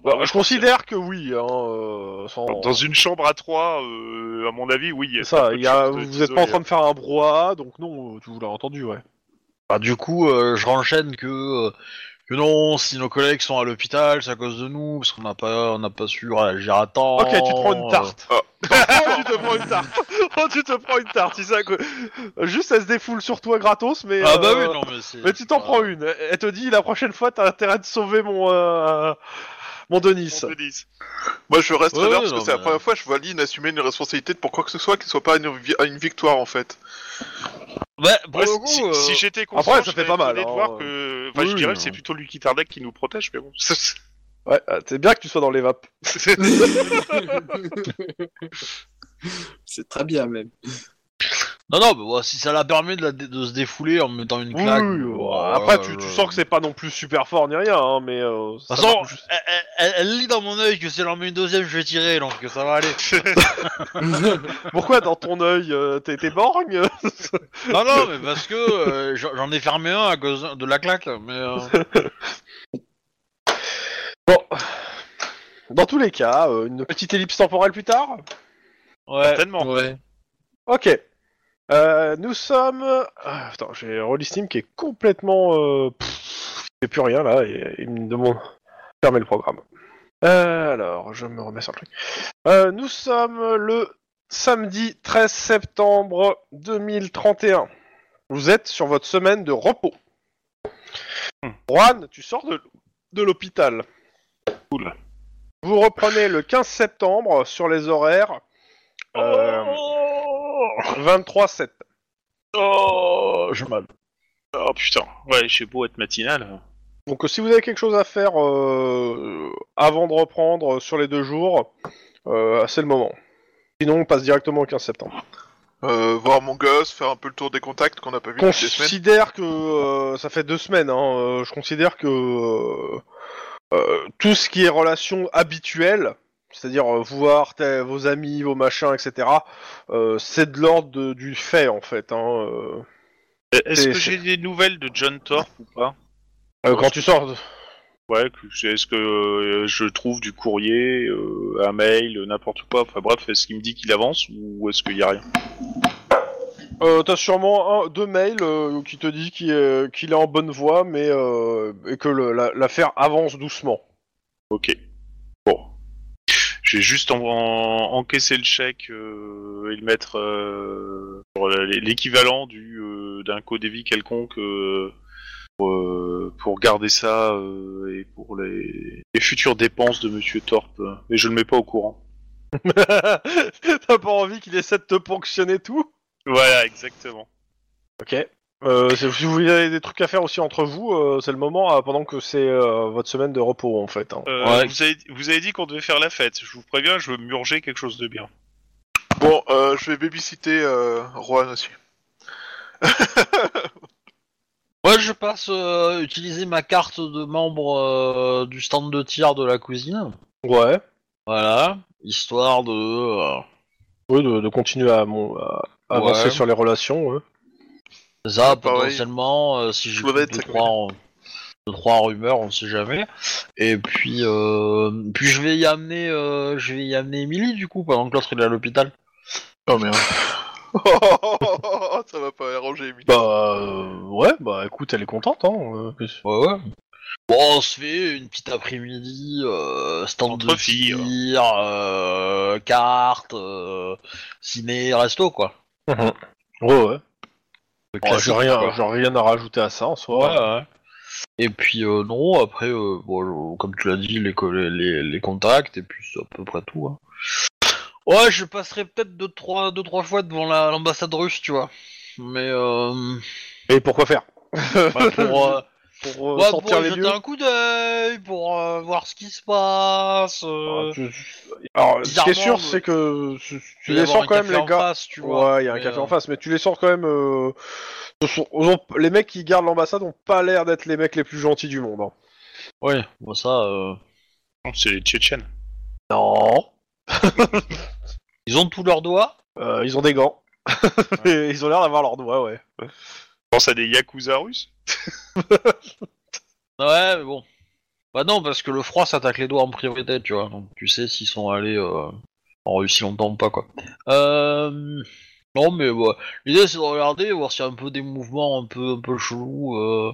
Speaker 5: Bah,
Speaker 2: Je considère que oui. Hein, euh, sans-
Speaker 5: Dans une chambre à trois, euh, à mon avis, oui. il y a
Speaker 2: C'est ça,
Speaker 5: pas de
Speaker 2: il y a-
Speaker 5: chance de
Speaker 2: vous êtes pas en
Speaker 5: t'isoler.
Speaker 2: train de faire un brouhaha, donc non, tu vous l'as entendu, ouais.
Speaker 1: Bah, du coup, euh, je renchaîne que, euh, que non, si nos collègues sont à l'hôpital, c'est à cause de nous, parce qu'on n'a pas, on n'a pas su réagir à temps.
Speaker 2: Ok, tu te prends une tarte.
Speaker 3: Ah.
Speaker 2: Oh, tu te prends une tarte. Oh, tu te prends une tarte. C'est ça, quoi. Juste, elle se défoule sur toi gratos, mais.
Speaker 1: euh. Ah bah
Speaker 2: euh,
Speaker 1: oui, non, mais c'est...
Speaker 2: Mais tu t'en prends une. Elle te dit la prochaine fois, t'as intérêt de sauver mon. euh, Mon Denis.
Speaker 5: Bon, Denis.
Speaker 3: Moi je reste à
Speaker 1: Ouais,
Speaker 3: l'heure
Speaker 1: ouais,
Speaker 3: parce que
Speaker 1: non,
Speaker 3: c'est la
Speaker 1: mais-
Speaker 5: euh,
Speaker 3: première fois que je vois Lynn assumer une responsabilité de pour quoi que ce soit qui soit pas une, vi- une victoire en fait.
Speaker 1: Bah, pour le
Speaker 5: Ouais, si-
Speaker 1: coup,
Speaker 5: si
Speaker 1: euh,
Speaker 5: si j'étais conscient,
Speaker 2: Après, ça
Speaker 5: je
Speaker 2: fait pas
Speaker 5: serais
Speaker 2: mal,
Speaker 5: étonné de
Speaker 2: hein.
Speaker 5: voir que... Enfin,
Speaker 1: Oui,
Speaker 5: je dirais que
Speaker 1: non.
Speaker 5: c'est plutôt Lucky Tardac qui nous protège, mais bon.
Speaker 2: Ouais, euh, c'est bien que tu sois dans les vapes.
Speaker 4: C'est très bien, même.
Speaker 1: Non, non, mais ouais, si ça la permet de, la dé- de se défouler en me mettant une
Speaker 2: Oui,
Speaker 1: claque.
Speaker 2: oui, oui.
Speaker 1: euh,
Speaker 2: Après, tu,
Speaker 1: euh,
Speaker 2: tu sens que c'est pas non plus super fort ni rien, hein, mais. euh,
Speaker 1: De
Speaker 2: ça
Speaker 1: toute façon,
Speaker 2: marche juste.
Speaker 1: elle, elle- elle- elle lit dans mon œil que si elle en met une deuxième, je vais tirer, donc ça va aller.
Speaker 2: Pourquoi dans ton œil euh, t'es t'es borgne
Speaker 1: non, non, mais parce que euh, j'en j'en ai fermé un à cause de la claque, mais... euh,
Speaker 2: Bon. Dans tous les cas, euh, une petite ellipse temporelle plus tard
Speaker 1: Ouais.
Speaker 5: Certainement.
Speaker 4: ouais.
Speaker 2: Ok. Euh, nous sommes. Ah, attends, j'ai Rollistim qui est complètement. Euh... pff, il fait plus rien là, et il me demande. Fermez le programme. Euh, alors, je me remets sur le truc. Euh, nous sommes le samedi 13 septembre 2031. Vous êtes sur votre semaine de repos. Juan, tu sors de, de l'hôpital.
Speaker 5: Cool.
Speaker 2: Vous reprenez le 15 septembre sur les horaires. euh,
Speaker 5: Oh,
Speaker 2: 23-7.
Speaker 5: oh, je m'en- Oh putain, ouais, j'ai beau être matinal.
Speaker 2: Donc euh, si vous avez quelque chose à faire euh, avant de reprendre euh, sur les deux jours, euh, c'est le moment. Sinon, on passe directement au 15 septembre.
Speaker 3: Euh, voir mon gosse, faire un peu le tour des contacts qu'on n'a pas vu depuis des semaines.
Speaker 2: Considère que euh, ça fait deux semaines. hein, euh, je considère que euh, euh, tout ce qui est relation habituelle, c'est-à-dire euh, vous voir tes- vos amis, vos machins, etc., euh, c'est de l'ordre de- du fait en fait. hein, euh.
Speaker 5: Euh, Est-ce
Speaker 2: C'est-
Speaker 5: que j'ai des nouvelles de John Thorpe ou pas
Speaker 2: Euh, quand tu sors, de-
Speaker 5: Ouais, que- c'est- est-ce que euh, je trouve du courrier, euh, un mail, euh, n'importe quoi Enfin bref, est-ce qu'il me dit qu'il avance ou est-ce qu'il y a rien
Speaker 2: Euh, t'as sûrement un, deux mails euh, qui te dit qu'il est, qu'il est en bonne voie, mais euh, et que le- la- l'affaire avance doucement.
Speaker 5: Ok. Bon. Je vais juste en- en- encaisser le chèque euh, et le mettre euh, sur la- l'équivalent du euh, d'un codévi quelconque euh, pour, euh, pour garder ça euh, et pour les, les futures dépenses de Monsieur Torp. Mais je ne le mets pas au courant.
Speaker 2: t'as pas envie qu'il essaie de te ponctionner tout
Speaker 5: Voilà, exactement.
Speaker 2: Ok. Euh, c'est- si vous avez des trucs à faire aussi entre vous, euh, c'est le moment euh, pendant que c'est euh, votre semaine de repos en fait. hein.
Speaker 5: Euh,
Speaker 1: Ouais.
Speaker 5: vous, avez, vous avez dit qu'on devait faire la fête. Je vous préviens, je veux murger quelque chose de bien.
Speaker 3: Bon, euh, je vais babysitter euh, Juan aussi.
Speaker 1: Moi, je passe euh, utiliser ma carte de membre euh, du stand de tir de la cuisine.
Speaker 2: Ouais.
Speaker 1: Voilà, histoire de... euh,
Speaker 2: Oui, de, de continuer à, mon, à avancer
Speaker 1: Ouais.
Speaker 2: sur les relations. ouais.
Speaker 1: Ça,
Speaker 3: Ouais, pareil.
Speaker 1: potentiellement, euh, si j'ai
Speaker 3: Claudette,
Speaker 1: deux,
Speaker 3: ça
Speaker 1: trois, euh, deux, trois rumeurs, on sait jamais. Et puis, euh, puis je vais y amener, euh, je vais y amener Emily du coup pendant que l'autre il est à l'hôpital.
Speaker 3: Oh merde.
Speaker 2: Oh,
Speaker 3: ça va pas arranger, Emily.
Speaker 2: Bah euh, ouais, bah écoute, elle est contente. Hein, euh, que-
Speaker 1: Ouais, ouais. Bon, on se fait une petite après-midi, euh, stand
Speaker 5: Entre
Speaker 1: de
Speaker 5: filles,
Speaker 1: tir, euh, cartes, euh, ciné, resto quoi.
Speaker 2: Mhm. Ouais, ouais.
Speaker 1: Le
Speaker 2: Bon,
Speaker 1: classique,
Speaker 2: J'ai rien,
Speaker 1: quoi.
Speaker 2: j'ai rien à rajouter à ça en soi.
Speaker 1: Ouais, ouais. Et puis euh, non, après, euh, bon, je- comme tu l'as dit, les, co- les, les contacts, et puis c'est à peu près tout. hein. Ouais, je passerai peut-être deux trois, deux, trois fois devant la- l'ambassade russe, tu vois. Mais euh,
Speaker 2: Et pourquoi faire
Speaker 1: bah, pour, euh,
Speaker 2: pour euh,
Speaker 1: ouais, pour
Speaker 2: sortir
Speaker 1: y
Speaker 2: les
Speaker 1: jeter
Speaker 2: lieux.
Speaker 1: un coup d'œil, pour euh, voir ce qui se passe. euh,
Speaker 2: Ah, tu- Alors, ce qui est
Speaker 1: bizarrement,
Speaker 2: sûr,
Speaker 1: le-
Speaker 2: c'est que tu- tu
Speaker 1: il va y
Speaker 2: les
Speaker 1: avoir
Speaker 2: sors
Speaker 1: un
Speaker 2: quand même,
Speaker 1: café
Speaker 2: les
Speaker 1: en
Speaker 2: gars.
Speaker 1: face, tu vois.
Speaker 2: ouais, il y a un
Speaker 1: Mais,
Speaker 2: café
Speaker 1: euh,
Speaker 2: en face, mais tu les sors quand même. euh, ce sont- ils ont- Les mecs qui gardent l'ambassade ont pas l'air d'être les mecs les plus gentils du monde. hein.
Speaker 1: Ouais, bon ça. euh,
Speaker 5: Non, C'est les Tchétchènes.
Speaker 2: Non.
Speaker 1: Ils ont tous leurs doigts.
Speaker 2: Euh, ils ont des gants. Et ils ont l'air d'avoir leurs doigts, ouais.
Speaker 5: Pense à des Yakuza russes
Speaker 1: Ouais, mais bon. Bah non, parce que le froid s'attaque les doigts en priorité, tu vois. Donc tu sais s'ils sont allés euh, en Russie longtemps ou pas, quoi. Euh... Non, mais bah, l'idée c'est de regarder, voir s'il y a un peu des mouvements un peu, un peu chelous, euh,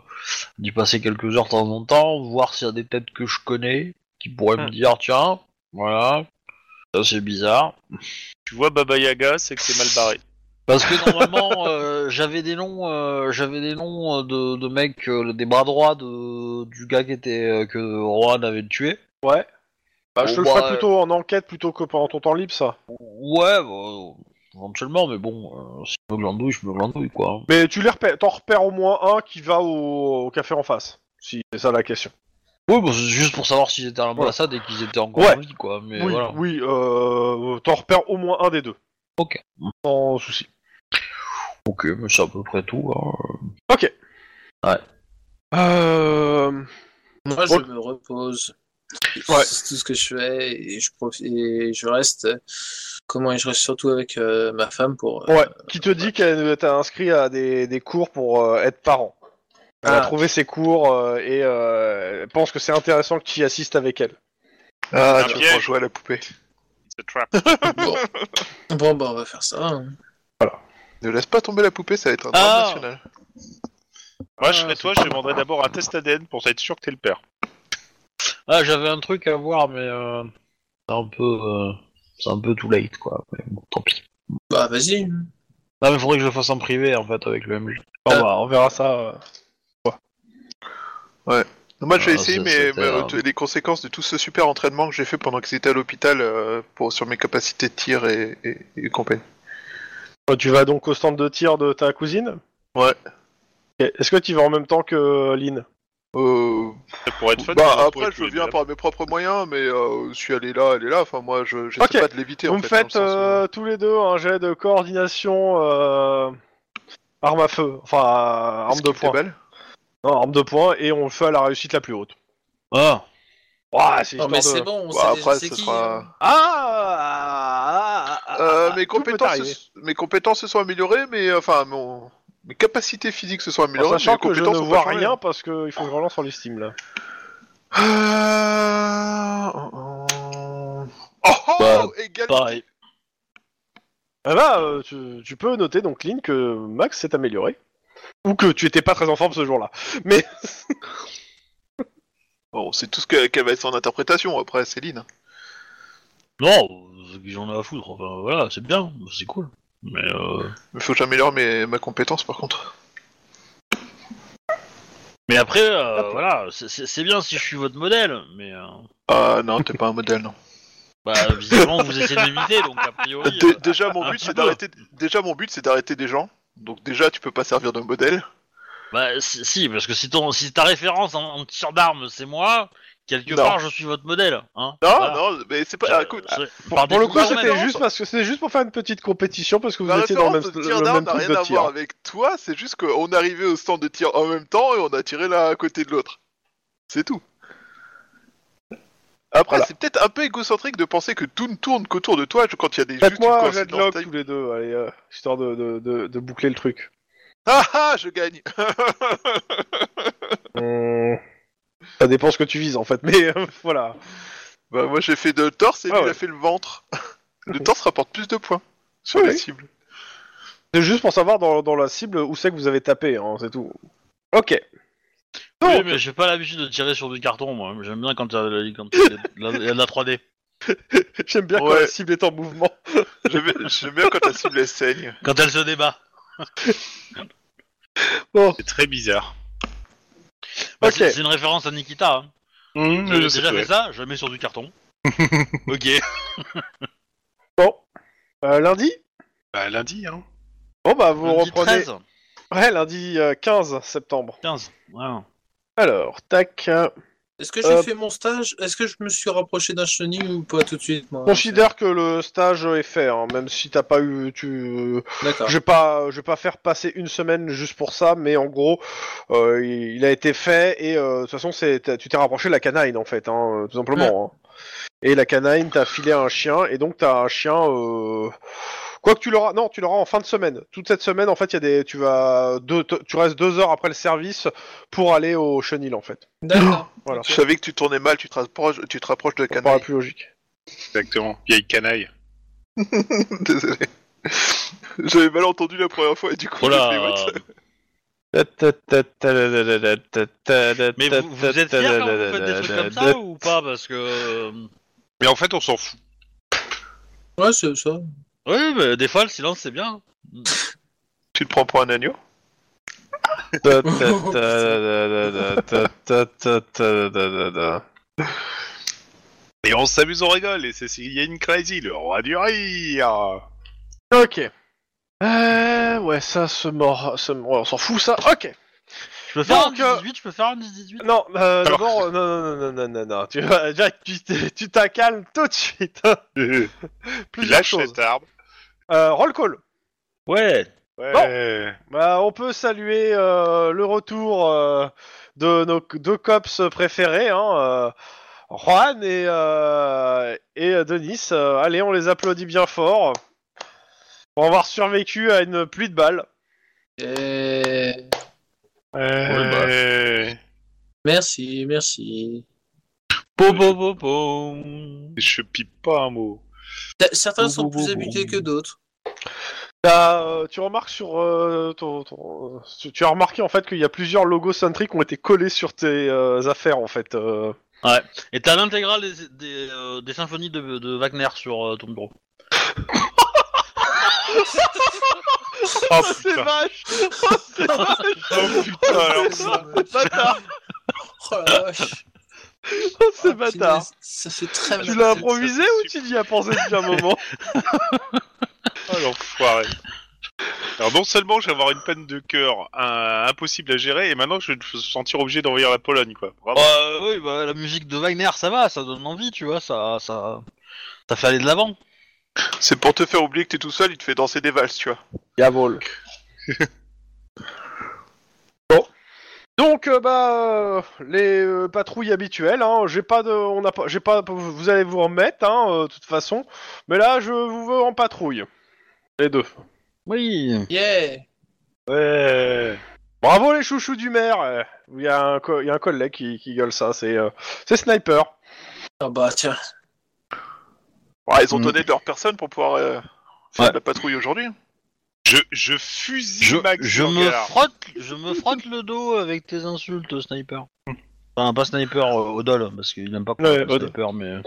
Speaker 1: d'y passer quelques heures de temps en temps, voir s'il y a des têtes que je connais qui pourraient me dire tiens, voilà, ça c'est bizarre.
Speaker 5: Tu vois Baba Yaga, c'est que c'est mal barré.
Speaker 1: Parce que normalement, euh, j'avais des noms, euh, j'avais des noms euh, de, de mecs, euh, des bras droits de, du gars qui était euh, que Juan avait tué.
Speaker 2: Ouais. Bah, je te
Speaker 1: Bon,
Speaker 2: le
Speaker 1: bah,
Speaker 2: ferai
Speaker 1: euh,
Speaker 2: plutôt en enquête plutôt que pendant ton temps libre, ça.
Speaker 1: Ouais, bah, éventuellement, mais bon, euh, si je me glandouille, je me glandouille, quoi.
Speaker 2: Mais tu les repères, t'en repères au moins un qui va au, au café en face. Si c'est ça la question.
Speaker 1: Oui, bah, c'est juste pour savoir s'ils étaient à l'ambassade et qu'ils étaient encore
Speaker 2: Ouais.
Speaker 1: en vie, quoi, mais
Speaker 2: oui,
Speaker 1: voilà.
Speaker 2: oui, euh, t'en repères au moins un des deux.
Speaker 1: Ok.
Speaker 2: Sans souci.
Speaker 6: Ok, mais c'est à peu près tout. hein.
Speaker 2: Euh...
Speaker 4: Moi, je
Speaker 2: Oh.
Speaker 4: me repose.
Speaker 2: Ouais.
Speaker 4: C'est tout ce que je fais et je profite et je reste. euh, Comment et je reste surtout avec euh, ma femme pour. euh,
Speaker 2: Ouais, qui te dit qu'elle t'a inscrit à des, des cours pour euh, être parent. Elle a
Speaker 4: Ah.
Speaker 2: trouvé ses cours euh, et euh, elle pense que c'est intéressant que tu y assistes avec elle.
Speaker 3: Ah,
Speaker 5: Un
Speaker 3: tu vas
Speaker 5: piège.
Speaker 3: pouvoir jouer à la poupée.
Speaker 5: It's a trap.
Speaker 4: Bon. bon, bah, on va faire ça. hein.
Speaker 3: Ne laisse pas tomber la poupée, ça va être un drame
Speaker 1: Ah.
Speaker 3: national.
Speaker 5: Moi, je serais toi, je demanderais d'abord un test ADN pour être sûr que t'es le père.
Speaker 1: Ah, j'avais un truc à voir, mais. euh,
Speaker 6: C'est un peu, euh, c'est un peu too late quoi. Mais bon, tant pis.
Speaker 4: Bah, vas-y.
Speaker 6: Non mais faudrait que je le fasse en privé en fait avec le MJ.
Speaker 3: Ah.
Speaker 2: Bon, bah, on verra ça. euh.
Speaker 3: Non, Moi, je vais
Speaker 6: Ah,
Speaker 3: essayer
Speaker 6: ça,
Speaker 3: mais,
Speaker 6: c'était
Speaker 3: mais, euh,
Speaker 6: un-
Speaker 3: t- les conséquences de tout ce super entraînement que j'ai fait pendant que j'étais à l'hôpital euh, pour sur mes capacités de tir et, et, et compagnie.
Speaker 2: Euh, Tu vas donc au stand de tir de ta cousine
Speaker 3: Ouais.
Speaker 2: Ok, Est-ce que tu y vas en même temps que euh, Lynn
Speaker 3: Euh,
Speaker 5: Ça pourrait être fun.
Speaker 3: bah,
Speaker 5: mais on pourrait
Speaker 3: après, je
Speaker 5: tuer
Speaker 3: viens
Speaker 5: les
Speaker 3: par mes propres moyens, mais euh, si elle est là, elle est là. Enfin, moi, je j'essaie
Speaker 2: Ok.
Speaker 3: pas de l'éviter.
Speaker 2: Vous
Speaker 3: en
Speaker 2: me
Speaker 3: fait, hein,
Speaker 2: faites
Speaker 3: dans le sens où-
Speaker 2: euh, tous les deux un jet de coordination euh, arme à feu, enfin euh, arme de
Speaker 3: Esquive des
Speaker 2: poing.
Speaker 3: balles.
Speaker 2: Non, arme de poing et on le fait à la réussite la plus haute.
Speaker 1: Ah
Speaker 2: Ouah, c'est
Speaker 4: Non,
Speaker 2: histoire
Speaker 4: mais
Speaker 2: de-
Speaker 4: c'est bon, on
Speaker 3: Bon,
Speaker 4: sait
Speaker 3: Bah, après,
Speaker 4: déjà c'est
Speaker 3: ce
Speaker 4: qui.
Speaker 3: sera.
Speaker 4: hein.
Speaker 2: Ah, ah, ah,
Speaker 3: Euh,
Speaker 2: ah,
Speaker 3: mes
Speaker 2: tout peut
Speaker 3: compétences,
Speaker 2: arriver.
Speaker 3: se- mes compétences se sont améliorées, mais euh, enfin mon mes capacités physiques se sont
Speaker 2: En
Speaker 3: améliorées.
Speaker 2: sachant
Speaker 3: mais mes
Speaker 2: que je ne
Speaker 3: compétences ont pas
Speaker 2: vois
Speaker 3: changé.
Speaker 2: rien parce que il faut que je relance sur les Steam là.
Speaker 3: Euh... Oh, oh
Speaker 6: Bah,
Speaker 3: égal-
Speaker 1: Pareil.
Speaker 2: Ah bah, euh, tu, tu peux noter donc Lynn que Max s'est amélioré ou que tu étais pas très en forme ce jour-là.
Speaker 3: Bon, c'est tout ce que- qu'elle va être son interprétation après, Céline.
Speaker 1: Non, euh, ils en ont à foutre. Enfin, voilà, c'est bien, c'est cool. Mais. euh,
Speaker 3: Il faut que j'améliore mes... ma compétence par contre.
Speaker 1: Mais après, euh, voilà, c'est- c'est c'est bien si je suis votre modèle, mais euh,
Speaker 3: Ah non, t'es pas un modèle non.
Speaker 1: bah, visiblement vous essayez de m'imiter, donc a priori.
Speaker 3: Dé-
Speaker 1: euh,
Speaker 3: déjà mon
Speaker 1: un
Speaker 2: ah,
Speaker 3: but
Speaker 1: petit
Speaker 3: c'est
Speaker 1: peu.
Speaker 3: d'arrêter. Déjà mon but c'est d'arrêter des gens. Donc déjà tu peux pas servir de modèle.
Speaker 1: Bah si, si, parce que si, ton, si ta référence en, en tir d'armes c'est moi, quelque
Speaker 3: Non.
Speaker 1: part je suis votre modèle. Hein
Speaker 3: Non
Speaker 1: Voilà.
Speaker 3: non, mais c'est pas.
Speaker 1: Euh,
Speaker 3: ah, écoute,
Speaker 1: c'est-
Speaker 2: Pour,
Speaker 1: par hein.
Speaker 2: pour le coup,
Speaker 1: découverte,
Speaker 2: c'était
Speaker 1: non.
Speaker 2: juste parce que c'était juste pour faire une petite compétition parce que vous
Speaker 3: La
Speaker 2: étiez dans le même,
Speaker 3: référence de
Speaker 2: le
Speaker 3: tir
Speaker 2: même
Speaker 3: d'arme n'a
Speaker 2: truc
Speaker 3: rien
Speaker 2: de
Speaker 3: à
Speaker 2: tir.
Speaker 3: voir avec toi, c'est juste qu'on arrivait au stand de tir en même temps et on a tiré l'un à côté de l'autre. C'est tout. Après,
Speaker 2: Voilà.
Speaker 3: c'est peut-être un peu égocentrique de penser que tout ne tourne qu'autour de toi quand il y a des juste une
Speaker 2: Faites-moi un jet de
Speaker 3: coïncidence
Speaker 2: log
Speaker 3: taille-
Speaker 2: tous les deux, allez, euh, histoire de, de, de, de boucler le truc.
Speaker 3: Ah ah, je gagne
Speaker 2: Hum, Ça dépend ce que tu vises en fait, mais euh, voilà.
Speaker 3: Bah, moi j'ai fait de torse et
Speaker 2: Ah
Speaker 3: lui il
Speaker 2: ouais.
Speaker 3: a fait le ventre. le torse rapporte plus de points sur
Speaker 2: Oui.
Speaker 3: les cibles.
Speaker 2: C'est juste pour savoir dans, dans la cible où c'est que vous avez tapé, hein, c'est tout. Ok.
Speaker 1: Oui,
Speaker 2: Donc,
Speaker 1: mais j'ai pas l'habitude de tirer sur du carton, moi. J'aime bien quand il y a de la- quand il y a de la- il y a de la 3D.
Speaker 2: j'aime bien quand
Speaker 3: Ouais.
Speaker 2: la cible est en mouvement.
Speaker 3: J'aime j'aime bien quand la cible elle saigne.
Speaker 1: Quand elle se débat.
Speaker 2: Bon,
Speaker 5: C'est très bizarre.
Speaker 1: Bah,
Speaker 2: ok.
Speaker 1: c'est- C'est une référence à Nikita. Hein. J'ai
Speaker 5: Mmh, je sais
Speaker 1: déjà
Speaker 5: pas.
Speaker 1: fait ça, jamais sur du carton. ok.
Speaker 2: Bon. Euh, lundi
Speaker 5: Bah, lundi, hein.
Speaker 2: Bon bah vous
Speaker 1: Lundi
Speaker 2: reprenez.
Speaker 1: 13,
Speaker 2: Ouais, lundi euh, 15 septembre.
Speaker 1: 15. voilà.
Speaker 2: Alors, tac. euh,
Speaker 4: Est-ce que j'ai
Speaker 2: Euh,
Speaker 4: fait mon stage Est-ce que je me suis rapproché d'un chenille ou pas tout de suite moi
Speaker 2: Considère que le stage est fait, hein, même si t'as pas eu, tu,
Speaker 4: D'accord.
Speaker 2: Je vais pas, je vais pas faire passer une semaine juste pour ça, mais en gros, euh, il, il a été fait et euh, de toute façon, c'est, t'as- tu t'es rapproché de la canine en fait, hein, euh, tout simplement. hein. Et la canine t'a filé un chien et donc t'as un chien. euh, Quoi que tu l'auras, non, tu l'auras en fin de semaine. Toute cette semaine, en fait, il y a des, tu vas, deux, t- tu restes deux heures après le service pour aller au chenil en fait.
Speaker 4: D'accord.
Speaker 2: Voilà.
Speaker 3: Je savais que tu tournais mal, tu te rapproches, tu te rapproches de
Speaker 2: Ça paraît
Speaker 3: canard.
Speaker 2: plus logique.
Speaker 5: Exactement. Vieille canaille.
Speaker 3: Désolé. J'avais mal entendu la première fois et du coup
Speaker 1: Oh
Speaker 3: j'ai fait what
Speaker 1: Voilà. Mais vous, vous êtes fiers quand vous faites des trucs comme ça ou pas Parce que. euh,
Speaker 5: Mais en fait, on s'en fout.
Speaker 4: Ouais, c'est ça.
Speaker 1: Oui, mais des fois le silence c'est bien.
Speaker 3: Tu te prends pour un agneau
Speaker 1: hein
Speaker 5: Et on s'amuse, on rigole. Et c'est Céline Crazy, le roi du rire.
Speaker 2: Ok. Euh, ouais, ça, se mort, ce mort- on s'en fout ça. Ok.
Speaker 1: Je peux faire
Speaker 2: Donc,
Speaker 1: un
Speaker 2: euh,
Speaker 1: 18, je peux faire un 18
Speaker 2: Non, euh,
Speaker 5: Alors-
Speaker 2: d'abord, euh, non, non, non, non, non, non, non, tu vas, Jack, tu t'es- tu t'accalmes tout de suite.
Speaker 5: Il
Speaker 2: Plusieurs
Speaker 5: lâche
Speaker 2: choses.
Speaker 5: cette arme.
Speaker 2: Euh, roll call.
Speaker 1: Ouais.
Speaker 5: Ouais.
Speaker 2: Bah, on peut saluer euh, le retour euh, de nos c- deux cops préférés, hein, euh, Juan et, euh, et euh, Denis. Euh, allez, on les applaudit bien fort pour avoir survécu à une pluie de balles.
Speaker 4: Et...
Speaker 5: Ouais. bah.
Speaker 4: Merci, merci.
Speaker 1: Po, po, po, po.
Speaker 5: Je pipe pas un mot.
Speaker 4: Certains sont plus habitués que d'autres.
Speaker 2: T'as, euh, tu remarques sur euh, ton, ton- euh, tu- tu as remarqué en fait qu'il y a plusieurs logos Sentry qui ont été collés sur tes euh, affaires en fait. euh.
Speaker 1: Et t'as l'intégrale des, des, euh, des symphonies de, de Wagner sur euh, ton bureau.
Speaker 5: Oh
Speaker 2: C'est
Speaker 5: putain.
Speaker 2: vache Oh, c'est vache
Speaker 5: Oh putain, alors ça.
Speaker 4: Oh
Speaker 2: Bâtard
Speaker 4: la vache.
Speaker 2: Oh, C'est
Speaker 4: Oh,
Speaker 2: bâtard
Speaker 4: punaise, Ça fait très
Speaker 2: Tu
Speaker 4: mal.
Speaker 2: l'as
Speaker 4: Ça-
Speaker 2: improvisé ou tu y as pensé depuis un moment
Speaker 5: Oh l'enfoiré. Alors non seulement je vais avoir une peine de cœur un- impossible à gérer, et maintenant je vais me sentir obligé d'envahir la Pologne, quoi. Bravo.
Speaker 1: Bah oui, bah, la musique de Wagner, ça va, ça donne envie, tu vois, ça, ça, ça fait aller de l'avant.
Speaker 3: C'est pour te faire oublier que t'es tout seul, il te fait danser des valses, tu vois.
Speaker 2: Yavol. bon. Donc euh, bah euh, les euh, patrouilles habituelles, hein, j'ai pas de, on a pas, j'ai pas, vous allez vous remettre, hein, euh, de toute façon. Mais là, je vous veux en patrouille, les deux.
Speaker 1: Oui.
Speaker 4: Yeah.
Speaker 5: Ouais.
Speaker 2: Bravo les chouchous du maire. euh. Il y a un, co- il y a un collègue qui, qui gueule ça, c'est, euh, c'est sniper.
Speaker 4: Ah bah tiens.
Speaker 3: Ouais, ils ont
Speaker 1: Mm.
Speaker 3: donné de leur personne pour pouvoir euh, faire
Speaker 1: Ouais.
Speaker 3: de la patrouille aujourd'hui. hein.
Speaker 5: Je, je fusille
Speaker 1: Je,
Speaker 5: Max
Speaker 1: je me
Speaker 5: Vergara.
Speaker 1: frotte, je me frotte le dos avec tes insultes, sniper. Enfin, pas sniper, euh, Odol, parce qu'il aime pas qu'on
Speaker 2: Ouais,
Speaker 1: l'appelle
Speaker 2: Odol.
Speaker 1: sniper, mais.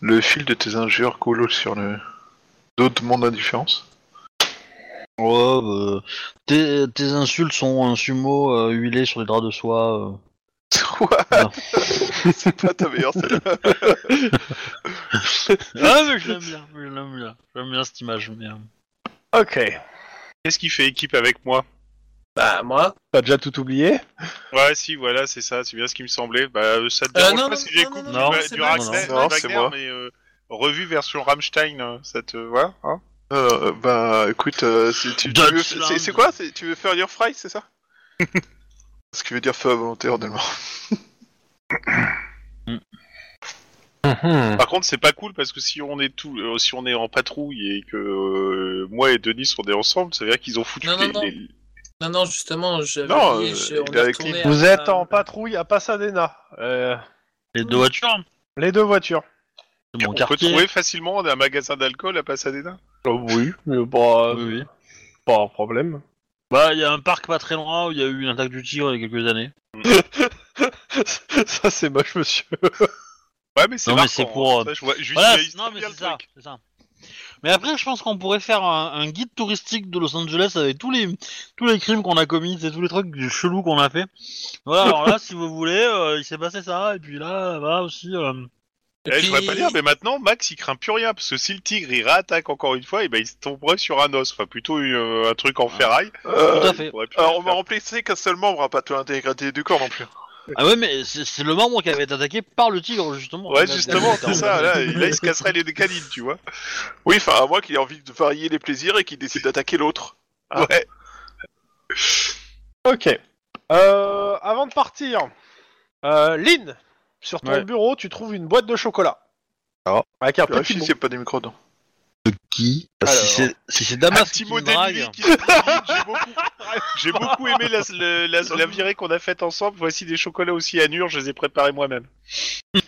Speaker 3: Le fil de tes injures coule sur le dos de mon indifférence.
Speaker 1: Ouais, bah, tes, tes insultes sont un sumo euh, huilé sur les draps de soie. euh.
Speaker 3: Quoi
Speaker 1: Non.
Speaker 3: C'est pas ta meilleure celle
Speaker 1: Ah, mais je l'aime bien, je l'aime bien. J'aime bien cette image, mais. euh,
Speaker 2: Ok.
Speaker 5: Qu'est-ce qui fait équipe avec moi
Speaker 4: Bah moi.
Speaker 2: T'as déjà tout oublié
Speaker 5: Ouais, si, voilà, c'est ça, c'est bien ce qui me semblait. Bah, euh, ça te dérange
Speaker 4: non,
Speaker 5: pas
Speaker 4: non,
Speaker 5: si j'ai
Speaker 4: non,
Speaker 5: coupé
Speaker 1: non, non,
Speaker 5: du,
Speaker 1: c'est
Speaker 5: du
Speaker 1: moi,
Speaker 5: Raxel,
Speaker 3: non, non.
Speaker 5: de
Speaker 3: Non, c'est
Speaker 5: Wagner,
Speaker 3: moi.
Speaker 5: mais euh, revue version Rammstein, euh, ça te voit hein
Speaker 3: Euh, bah écoute, euh, c'est- tu, tu veux-
Speaker 1: Deutschland.
Speaker 3: c'est c'est quoi c'est- Tu veux faire your fry, c'est ça Ce qui veut dire feu à volonté en allemand.
Speaker 1: Hmm.
Speaker 5: Par contre, c'est pas cool parce que si on est tout, euh, si on est en patrouille et que euh, moi et Denis on est ensemble, ça veut dire qu'ils ont foutu
Speaker 4: Non,
Speaker 5: les,
Speaker 4: non, non.
Speaker 5: les-
Speaker 4: Non non justement. j'avais
Speaker 3: Non,
Speaker 4: oublié,
Speaker 3: euh,
Speaker 4: j'ai- on
Speaker 3: il
Speaker 4: est
Speaker 3: est avec
Speaker 4: retourné
Speaker 3: lui.
Speaker 4: à-
Speaker 2: Vous êtes en patrouille à Pasadena. euh,
Speaker 1: Les deux voitures,
Speaker 2: les deux voitures.
Speaker 1: c'est mon
Speaker 5: on peut
Speaker 1: quartier.
Speaker 5: trouver facilement un magasin d'alcool à Pasadena.
Speaker 2: Euh, oui, mais bah,
Speaker 1: Ah, Oui, oui.
Speaker 2: pas un problème.
Speaker 1: Bah, il y a un parc pas très loin où il y a eu une attaque du tigre il y a quelques années.
Speaker 2: ça c'est moche, monsieur.
Speaker 5: Ouais, mais c'est
Speaker 1: Non, mais
Speaker 5: marquant,
Speaker 1: c'est pour, euh,
Speaker 5: hein. Ça, je vois- je
Speaker 1: Voilà,
Speaker 5: visualise
Speaker 1: c'est- non,
Speaker 5: très
Speaker 1: mais
Speaker 5: bien
Speaker 1: c'est
Speaker 5: le
Speaker 1: ça,
Speaker 5: truc.
Speaker 1: c'est ça. Mais après, je pense qu'on pourrait faire un, un guide touristique de Los Angeles avec tous les tous les crimes qu'on a commis, c'est tous les trucs chelous qu'on a fait. Voilà, alors là, si vous voulez, euh, il s'est passé ça, et puis là, là aussi. euh,
Speaker 5: Eh,
Speaker 4: Et
Speaker 5: Je voudrais pas
Speaker 4: puis-
Speaker 5: dire, mais maintenant Max il craint plus rien parce que si le tigre il réattaque encore une fois, et ben il se tomberait sur un os, enfin plutôt euh, un truc en ferraille.
Speaker 1: tout
Speaker 3: Euh,
Speaker 1: à fait.
Speaker 5: Il pourrait plus
Speaker 3: alors on
Speaker 5: rien
Speaker 3: va
Speaker 5: faire.
Speaker 3: remplacer qu'un seul membre, hein, pas tout l'intégralité du corps non plus.
Speaker 1: Ah ouais, mais c'est c'est le membre qui avait été attaqué par le tigre justement.
Speaker 5: Ouais,
Speaker 1: Il a-
Speaker 5: justement,
Speaker 1: il a-
Speaker 5: c'est ça. Là, il- là, il se casserait les canines, tu vois.
Speaker 3: Oui, enfin à moins qu'il ait envie de varier les plaisirs et qu'il décide d'attaquer l'autre. Ah.
Speaker 5: Ouais.
Speaker 2: Ok. Euh, avant de partir, euh, Lynn, sur ton
Speaker 1: Ouais.
Speaker 2: bureau, tu trouves une boîte de chocolat. Avec un petit
Speaker 3: Vérifie s'il
Speaker 2: mot.
Speaker 3: n'y a pas des micros dedans.
Speaker 1: Qui Bah,
Speaker 2: Alors.
Speaker 1: Si c'est si c'est Damas
Speaker 5: Un
Speaker 1: qui
Speaker 5: petit
Speaker 1: me
Speaker 5: mot d'ennemi
Speaker 1: drague.
Speaker 5: qui se délite, j'ai beaucoup, j'ai beaucoup aimé la, le- la, la virée qu'on a faite ensemble. Voici des chocolats aussi à Nur, je les ai préparés moi-même.
Speaker 1: C'est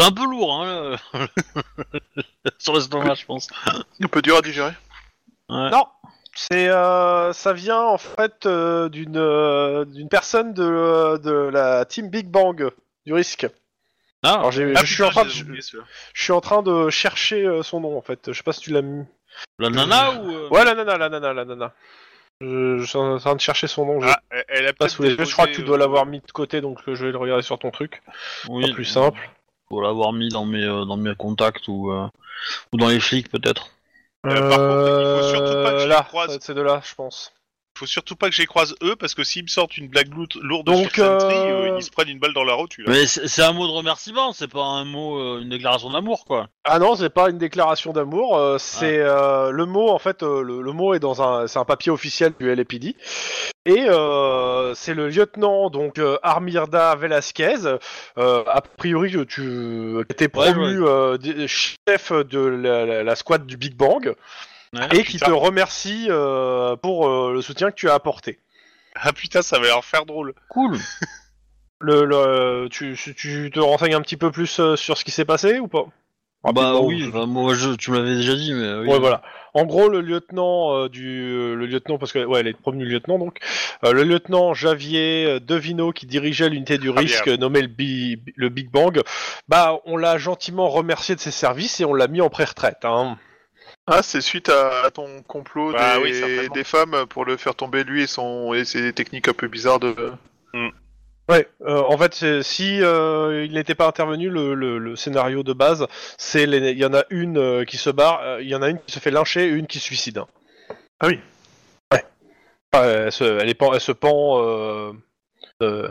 Speaker 1: un peu lourd, hein. le- Sur l'estomac, je pense.
Speaker 3: Un peu dur à digérer.
Speaker 2: Non, c'est euh, ça vient en fait euh, d'une euh, d'une personne de, euh, de la team Big Bang du risque.
Speaker 1: Ah.
Speaker 2: Alors j'ai- je suis en train de, je,
Speaker 5: de...
Speaker 2: suis en train de chercher euh, son nom en fait. Je sais pas si tu l'as mis.
Speaker 1: La nana ou. euh,
Speaker 2: Ouais la nana la nana la nana. Je, je suis en train de chercher son nom. Je,
Speaker 5: Ah, elle a
Speaker 2: pas
Speaker 5: peut-être
Speaker 2: sous les yeux. Je
Speaker 5: déposé,
Speaker 2: crois que tu dois
Speaker 5: euh,
Speaker 2: l'avoir mis de côté donc euh, je vais le regarder sur ton truc.
Speaker 1: Oui,
Speaker 2: Pas plus simple.
Speaker 1: Faut l'avoir mis dans mes, euh, dans mes contacts ou, euh, ou dans les flics peut-être.
Speaker 5: Euh, par contre, il faut surtout pas que je
Speaker 2: là,
Speaker 5: le croise.
Speaker 2: c'est de là, je pense.
Speaker 5: Il faut surtout pas que j'y croise eux, parce que s'ils me sortent une blague loute- lourde
Speaker 2: Donc,
Speaker 5: sur Sentry,
Speaker 2: euh,
Speaker 5: euh, ils se prennent une balle dans la rotule.
Speaker 1: Mais c'est c'est un mot de remerciement, c'est pas un mot, euh, une déclaration d'amour, quoi.
Speaker 2: Ah non, c'est pas une déclaration d'amour, euh, c'est
Speaker 1: Ah.
Speaker 2: euh, le mot en fait, euh, le, le mot est dans un, c'est un papier officiel du LAPD et euh, c'est le lieutenant donc euh, Armirda Velasquez, euh, a priori euh, tu était
Speaker 1: Ouais,
Speaker 2: promu euh, d- chef de la, la- la squad du Big Bang
Speaker 1: Ouais.
Speaker 2: et qui
Speaker 5: putain.
Speaker 2: te remercie euh, pour euh, le soutien que tu as apporté.
Speaker 5: Ah putain, ça va leur faire drôle.
Speaker 1: Cool.
Speaker 2: Le, le- tu, tu te renseignes un petit peu plus euh, sur ce qui s'est passé ou Ah, pas
Speaker 1: bah
Speaker 2: Rapidement,
Speaker 1: oui,
Speaker 2: je-
Speaker 1: bah, moi, je, tu me l'avais déjà dit, mais euh, oui.
Speaker 2: Ouais, voilà. En gros, le lieutenant euh, du euh, le lieutenant parce que ouais, elle est provenue lieutenant donc euh, le lieutenant Javier euh, Devino qui dirigeait l'unité du
Speaker 5: Javier.
Speaker 2: risque euh, nommée le, Bi- le Big Bang, bah on l'a gentiment remercié de ses services et on l'a mis en pré-retraite. Hein.
Speaker 3: Ah, c'est suite à, à ton complot
Speaker 5: Bah
Speaker 3: des,
Speaker 5: oui, certainement.
Speaker 3: des femmes pour le faire tomber lui et, son, et ses techniques un peu bizarres de.
Speaker 2: Ouais. euh, en fait, c'est- si euh, il n'était pas intervenu, le, le- le scénario de base, c'est les- il y en a une euh, qui se barre, euh, il y en a une qui se fait lyncher, et une qui se suicide.
Speaker 3: Ah oui.
Speaker 2: Ouais. Enfin, elle, se, elle est pan- elle se pend. euh, euh,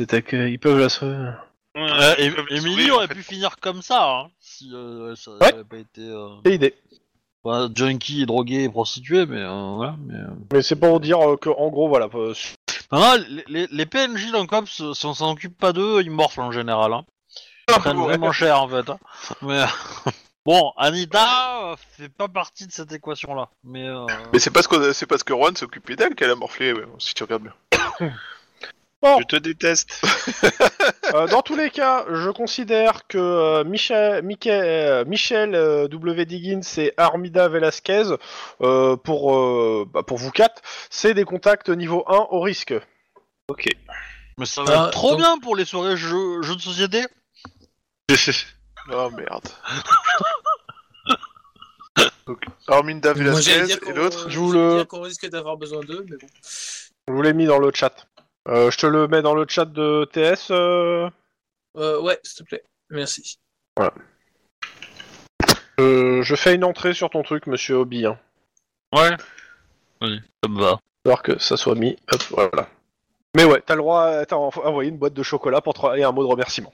Speaker 6: C'était qu'ils peuvent la sauver.
Speaker 1: Euh,
Speaker 5: Ils peuvent les
Speaker 1: Emily
Speaker 5: sauver, en
Speaker 1: aurait
Speaker 5: fait.
Speaker 1: pu finir comme ça, hein, si euh, ça
Speaker 2: Ouais.
Speaker 1: avait pas été euh,
Speaker 2: C'est l'idée.
Speaker 1: pas junkie, et drogué et prostitué, mais euh, voilà. Mais, euh.
Speaker 2: Mais c'est pour dire euh, que, en gros, voilà. euh, su-
Speaker 1: Non, non, les, les- les PNJ dans le COPS, si on s'en occupe pas d'eux, ils morflent en général. Hein. Ils prennent
Speaker 3: ouais.
Speaker 1: vraiment cher, en fait. hein. Mais, bon, Anita euh, fait pas partie de cette équation-là. Mais, euh,
Speaker 3: Mais c'est parce que c'est parce que Ron s'occupait d'elle qu'elle a morflé, ouais, si tu regardes bien.
Speaker 2: Bon,
Speaker 5: Je te déteste.
Speaker 2: euh, dans tous les cas, je considère que euh, Michel, Michael- euh, Michel euh, W. Diggins et Armida Velasquez, euh, pour, euh, bah, pour vous quatre, c'est des contacts niveau 1 au risque.
Speaker 6: Ok.
Speaker 1: mais ça va
Speaker 4: Ah,
Speaker 1: être trop
Speaker 4: donc-
Speaker 1: bien pour les soirées jeux, jeux de société.
Speaker 3: Oh merde. Donc, Arminda
Speaker 4: Moi, j'allais
Speaker 3: Velasquez
Speaker 4: dire qu'on-
Speaker 3: et l'autre.
Speaker 2: Je vous
Speaker 4: j'allais
Speaker 2: le-
Speaker 4: dire qu'on risque d'avoir besoin d'eux, mais bon.
Speaker 2: Je vous l'ai mis dans le chat. Euh, je te le mets dans le chat de TS. euh,
Speaker 4: Euh, ouais, s'il te plaît. Merci.
Speaker 2: euh, je fais une entrée sur ton truc, monsieur Obi. Hein.
Speaker 1: Ouais. Oui, ça me va.
Speaker 2: Alors que ça soit mis. Hop, voilà. Mais ouais, t'as le droit à t'as envo- envoyé une boîte de chocolat pour tra- et un mot de remerciement.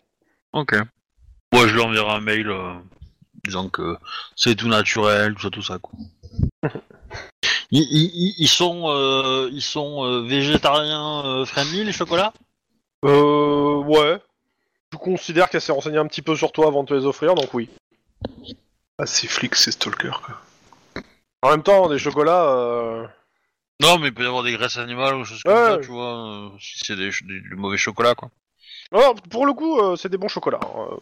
Speaker 1: Ok. Moi, je lui enverrai un mail euh, disant que c'est tout naturel, tout ça, tout ça. Quoi. ils, ils- ils- ils sont, euh, ils sont euh, végétariens euh, friendly, les chocolats
Speaker 2: Euh, ouais. Je considère qu'elle s'est renseignée un petit peu sur toi avant de te les offrir, donc oui.
Speaker 3: Ah, c'est flic, c'est stalker quoi.
Speaker 2: En même temps, des chocolats, euh,
Speaker 1: Non, mais il peut y avoir des graisses animales ou des choses
Speaker 2: Ouais.
Speaker 1: comme ça, tu vois, euh, si c'est des, ch- des- du mauvais chocolat, quoi.
Speaker 2: alors, pour le coup, euh, c'est des bons chocolats. hein, euh.